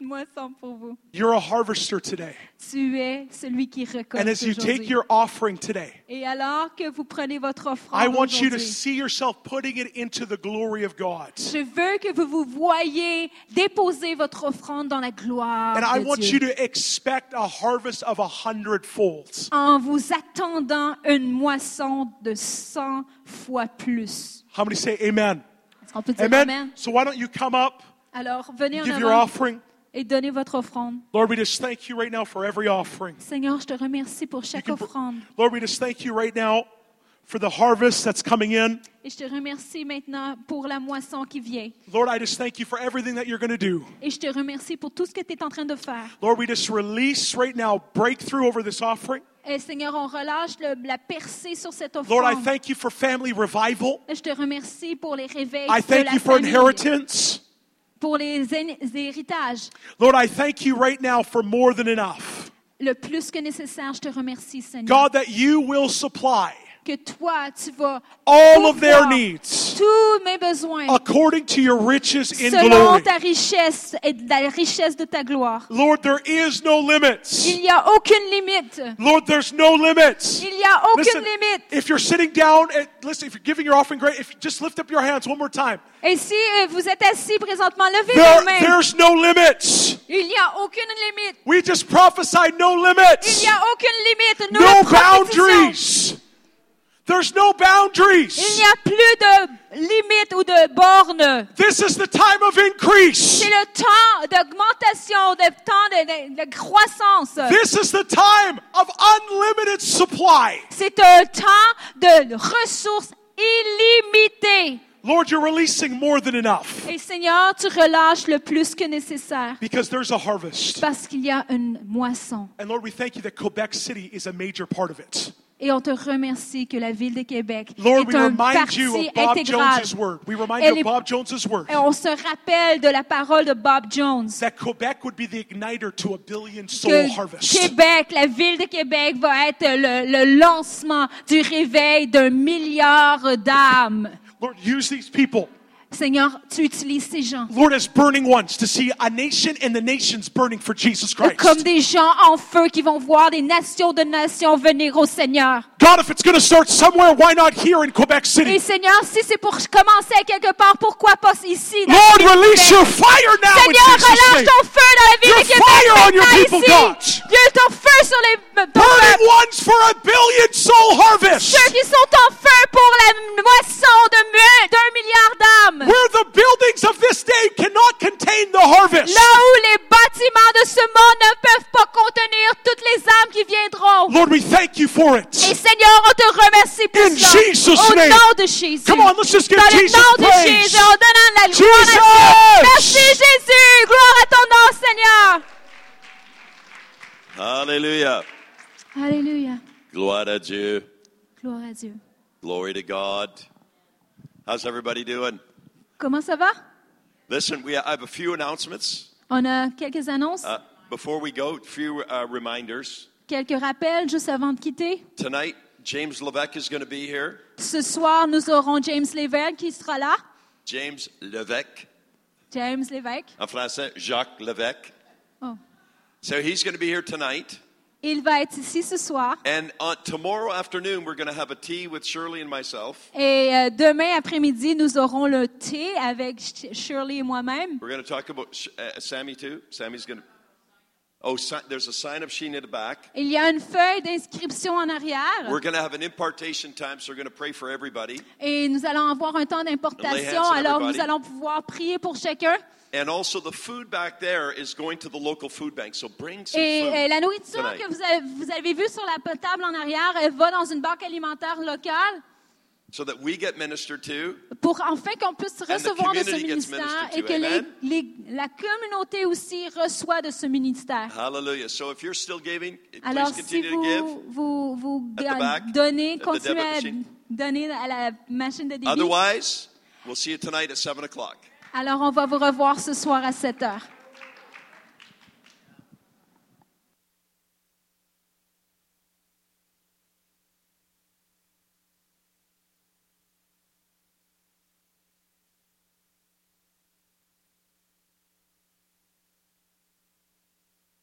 [SPEAKER 8] une moisson pour vous.
[SPEAKER 7] You're a harvester today.
[SPEAKER 8] Tu es celui qui
[SPEAKER 7] And
[SPEAKER 8] récolte
[SPEAKER 7] as you take
[SPEAKER 8] aujourd'hui.
[SPEAKER 7] your offering today,
[SPEAKER 8] Et alors que vous prenez votre
[SPEAKER 7] I
[SPEAKER 8] offrande
[SPEAKER 7] want you to
[SPEAKER 8] aujourd'hui,
[SPEAKER 7] see yourself putting it into the glory of God.
[SPEAKER 8] Je veux que vous vous voyez déposer votre offrande dans la gloire
[SPEAKER 7] And I
[SPEAKER 8] de
[SPEAKER 7] want
[SPEAKER 8] Dieu
[SPEAKER 7] you to expect a harvest of a hundredfold.
[SPEAKER 8] en vous attendant une moisson de 100 fois plus.
[SPEAKER 7] How many say amen?
[SPEAKER 8] Est-ce qu'on peut dire
[SPEAKER 7] Amen?
[SPEAKER 8] amen?
[SPEAKER 7] So why don't you come up,
[SPEAKER 8] Alors, venez en
[SPEAKER 7] give your
[SPEAKER 8] avant
[SPEAKER 7] offering.
[SPEAKER 8] et donnez votre offrande.
[SPEAKER 7] Lord, we just thank you right now for every offering.
[SPEAKER 8] Seigneur, je te remercie pour
[SPEAKER 7] You
[SPEAKER 8] chaque
[SPEAKER 7] can br-
[SPEAKER 8] offrande.
[SPEAKER 7] Lord, we just thank you right now for the harvest that's coming in.
[SPEAKER 8] Et je te remercie maintenant pour la moisson qui vient.
[SPEAKER 7] Lord, I just thank you for everything that you're going to do.
[SPEAKER 8] Et je te remercie pour tout ce que tu es en train de faire.
[SPEAKER 7] Lord, we just release right now breakthrough over this offering.
[SPEAKER 8] Et Eh, Seigneur, on relâche le- la percée sur cette offrande. Eh,
[SPEAKER 7] Lord, I thank you for family revival.
[SPEAKER 8] je te remercie pour les réveils de
[SPEAKER 7] I thank
[SPEAKER 8] la
[SPEAKER 7] you for
[SPEAKER 8] famille,
[SPEAKER 7] inheritance.
[SPEAKER 8] pour les, hé- les héritages.
[SPEAKER 7] Lord, I thank you right now for more than enough.
[SPEAKER 8] Le plus que nécessaire, je te remercie, Seigneur,
[SPEAKER 7] God, that you will supply
[SPEAKER 8] que toi, tu vas
[SPEAKER 7] all of their
[SPEAKER 8] pourvoir
[SPEAKER 7] needs
[SPEAKER 8] tous mes besoins
[SPEAKER 7] according to your riches in
[SPEAKER 8] selon
[SPEAKER 7] glory.
[SPEAKER 8] ta richesse et de la richesse de ta gloire.
[SPEAKER 7] Lord, there is no limits.
[SPEAKER 8] Il n'y a aucune limite.
[SPEAKER 7] Lord, there's no limits.
[SPEAKER 8] Il n'y a aucune
[SPEAKER 7] Listen,
[SPEAKER 8] limite.
[SPEAKER 7] if you're sitting down, and, listen, if you're giving your offering, great. If you just lift up your hands one more time.
[SPEAKER 8] Et si euh, vous êtes assis présentement, levez
[SPEAKER 7] There,
[SPEAKER 8] vos mains.
[SPEAKER 7] there's no limits.
[SPEAKER 8] Il n'y a aucune limite.
[SPEAKER 7] We just prophesied no
[SPEAKER 8] Il
[SPEAKER 7] limits,
[SPEAKER 8] n'y a aucune limite. Nous
[SPEAKER 7] no
[SPEAKER 8] le prophétisons.
[SPEAKER 7] boundaries. There's no
[SPEAKER 8] Il
[SPEAKER 7] boundaries.
[SPEAKER 8] n'y a plus de limite ou de borne.
[SPEAKER 7] This is the time of increase.
[SPEAKER 8] C'est le temps d'augmentation, le temps de, de- de croissance.
[SPEAKER 7] This is the time of unlimited supply.
[SPEAKER 8] C'est un temps de ressources illimitées.
[SPEAKER 7] Lord, you're releasing more than enough
[SPEAKER 8] Et Seigneur, tu relâches le plus que nécessaire
[SPEAKER 7] because there's a harvest.
[SPEAKER 8] parce qu'il y a une moisson.
[SPEAKER 7] And Lord, we thank you that Quebec City is a major part of it.
[SPEAKER 8] Et on te remercie que la ville de Québec
[SPEAKER 7] Lord, we
[SPEAKER 8] est un
[SPEAKER 7] remind
[SPEAKER 8] partie
[SPEAKER 7] you of Bob
[SPEAKER 8] intégrale.
[SPEAKER 7] Jones's word. We remind
[SPEAKER 8] Elle
[SPEAKER 7] you
[SPEAKER 8] est-
[SPEAKER 7] of Bob Jones's word
[SPEAKER 8] Et on se rappelle de la parole de Bob Jones.
[SPEAKER 7] that Quebec would be the igniter to a billion soul
[SPEAKER 8] que
[SPEAKER 7] harvest.
[SPEAKER 8] Québec, la ville de Québec va être le, le lancement du réveil d'un milliard d'âmes.
[SPEAKER 7] Lord, use these people.
[SPEAKER 8] Seigneur, tu utilises ces gens
[SPEAKER 7] Lord, as burning ones to see a nation and the nations burning for Jesus
[SPEAKER 8] comme
[SPEAKER 7] Christ.
[SPEAKER 8] des gens en feu qui vont voir des nations de nations venir au Seigneur.
[SPEAKER 7] God, if it's going to start somewhere, why not here in Quebec
[SPEAKER 8] Et
[SPEAKER 7] City?
[SPEAKER 8] Seigneur, si c'est pour commencer à quelque part, pourquoi pas ici? dans
[SPEAKER 7] Lord,
[SPEAKER 8] la ville de
[SPEAKER 7] release
[SPEAKER 8] Québec?
[SPEAKER 7] your fire now in
[SPEAKER 8] Seigneur,
[SPEAKER 7] Jesus'
[SPEAKER 8] relâche
[SPEAKER 7] name.
[SPEAKER 8] ton feu dans la ville
[SPEAKER 7] Your
[SPEAKER 8] de Québec
[SPEAKER 7] fire on your
[SPEAKER 8] maintenant,
[SPEAKER 7] people, God.
[SPEAKER 8] ici. Dieu, ton feu sur les ton peuple.
[SPEAKER 7] Burning ones for a billion soul harvest.
[SPEAKER 8] Ceux qui sont en feu pour la moisson de mu- d'un milliard d'âmes.
[SPEAKER 7] Where the buildings of this day cannot contain the harvest.
[SPEAKER 8] Là où les bâtiments de ce monde ne peuvent pas contenir toutes les âmes qui viendront.
[SPEAKER 7] Lord, we thank you for it.
[SPEAKER 8] Et Seigneur, on te remercie pour
[SPEAKER 7] In
[SPEAKER 8] cela.
[SPEAKER 7] Jesus'
[SPEAKER 8] Au
[SPEAKER 7] name.
[SPEAKER 8] nom de Jésus.
[SPEAKER 7] Come on, let's just give
[SPEAKER 8] Dans le
[SPEAKER 7] Jesus
[SPEAKER 8] nom de
[SPEAKER 7] praise.
[SPEAKER 8] Jésus, on donne la gloire à
[SPEAKER 7] Jesus!
[SPEAKER 8] Dieu. Merci Jésus. Gloire à ton nom, Seigneur.
[SPEAKER 9] Hallelujah.
[SPEAKER 8] Alléluia.
[SPEAKER 9] Gloire à Dieu.
[SPEAKER 8] Gloire à Dieu.
[SPEAKER 9] Glory to God. How's everybody doing?
[SPEAKER 8] Comment ça va?
[SPEAKER 9] Listen, we I have a few announcements.
[SPEAKER 8] On a quelques annonces,
[SPEAKER 9] Uh, before we go, a few uh, reminders.
[SPEAKER 8] quelques rappels juste avant de quitter.
[SPEAKER 9] Tonight, James Levesque is going to be here.
[SPEAKER 8] Ce soir, nous aurons James Lévesque qui sera là.
[SPEAKER 9] James Levesque,
[SPEAKER 8] James Lévesque.
[SPEAKER 9] en français, Jacques Levesque.
[SPEAKER 8] Oh.
[SPEAKER 9] So he's going to be here tonight.
[SPEAKER 8] Il va être ici ce soir.
[SPEAKER 9] And on, tomorrow afternoon, we're going to have a tea with Shirley and myself.
[SPEAKER 8] Et euh, demain après-midi, nous aurons le thé avec Sh- Shirley et moi-même.
[SPEAKER 9] We're going to talk about Sh- uh, Sammy, too. Sammy's going to. Oh, si- there's a sign up sheet in the back.
[SPEAKER 8] Il y a une feuille d'inscription en
[SPEAKER 9] We're
[SPEAKER 8] arrière
[SPEAKER 9] going to have an impartation time, so we're going to pray for everybody.
[SPEAKER 8] et nous allons avoir un temps
[SPEAKER 9] Lay
[SPEAKER 8] d'importation.
[SPEAKER 9] hands on
[SPEAKER 8] Alors,
[SPEAKER 9] everybody.
[SPEAKER 8] nous allons pouvoir prier pour chacun.
[SPEAKER 9] And also, the food back there is going to the local food bank. So bring some
[SPEAKER 8] Et
[SPEAKER 9] food.
[SPEAKER 8] euh, la nourriture
[SPEAKER 9] tonight.
[SPEAKER 8] que vous avez, vous avez vue sur la table en arrière, elle va dans une banque alimentaire locale
[SPEAKER 9] so that we get ministered to.
[SPEAKER 8] pour enfin qu'on puisse
[SPEAKER 9] the
[SPEAKER 8] recevoir de ce
[SPEAKER 9] community gets
[SPEAKER 8] ministère
[SPEAKER 9] ministered
[SPEAKER 8] et
[SPEAKER 9] to.
[SPEAKER 8] que les-
[SPEAKER 9] Amen.
[SPEAKER 8] les- la communauté aussi reçoit de ce ministère.
[SPEAKER 9] Hallelujah. So if you're still giving,
[SPEAKER 8] Alors,
[SPEAKER 9] please
[SPEAKER 8] si
[SPEAKER 9] continue to give.
[SPEAKER 8] vous, vous, vous
[SPEAKER 9] At the back,
[SPEAKER 8] donnez,
[SPEAKER 9] at the
[SPEAKER 8] continuez
[SPEAKER 9] debit
[SPEAKER 8] à
[SPEAKER 9] machine.
[SPEAKER 8] donner à la machine de débit,
[SPEAKER 9] Otherwise, we'll see you tonight at 7 o'clock.
[SPEAKER 8] alors on va vous revoir ce soir à 7 heures.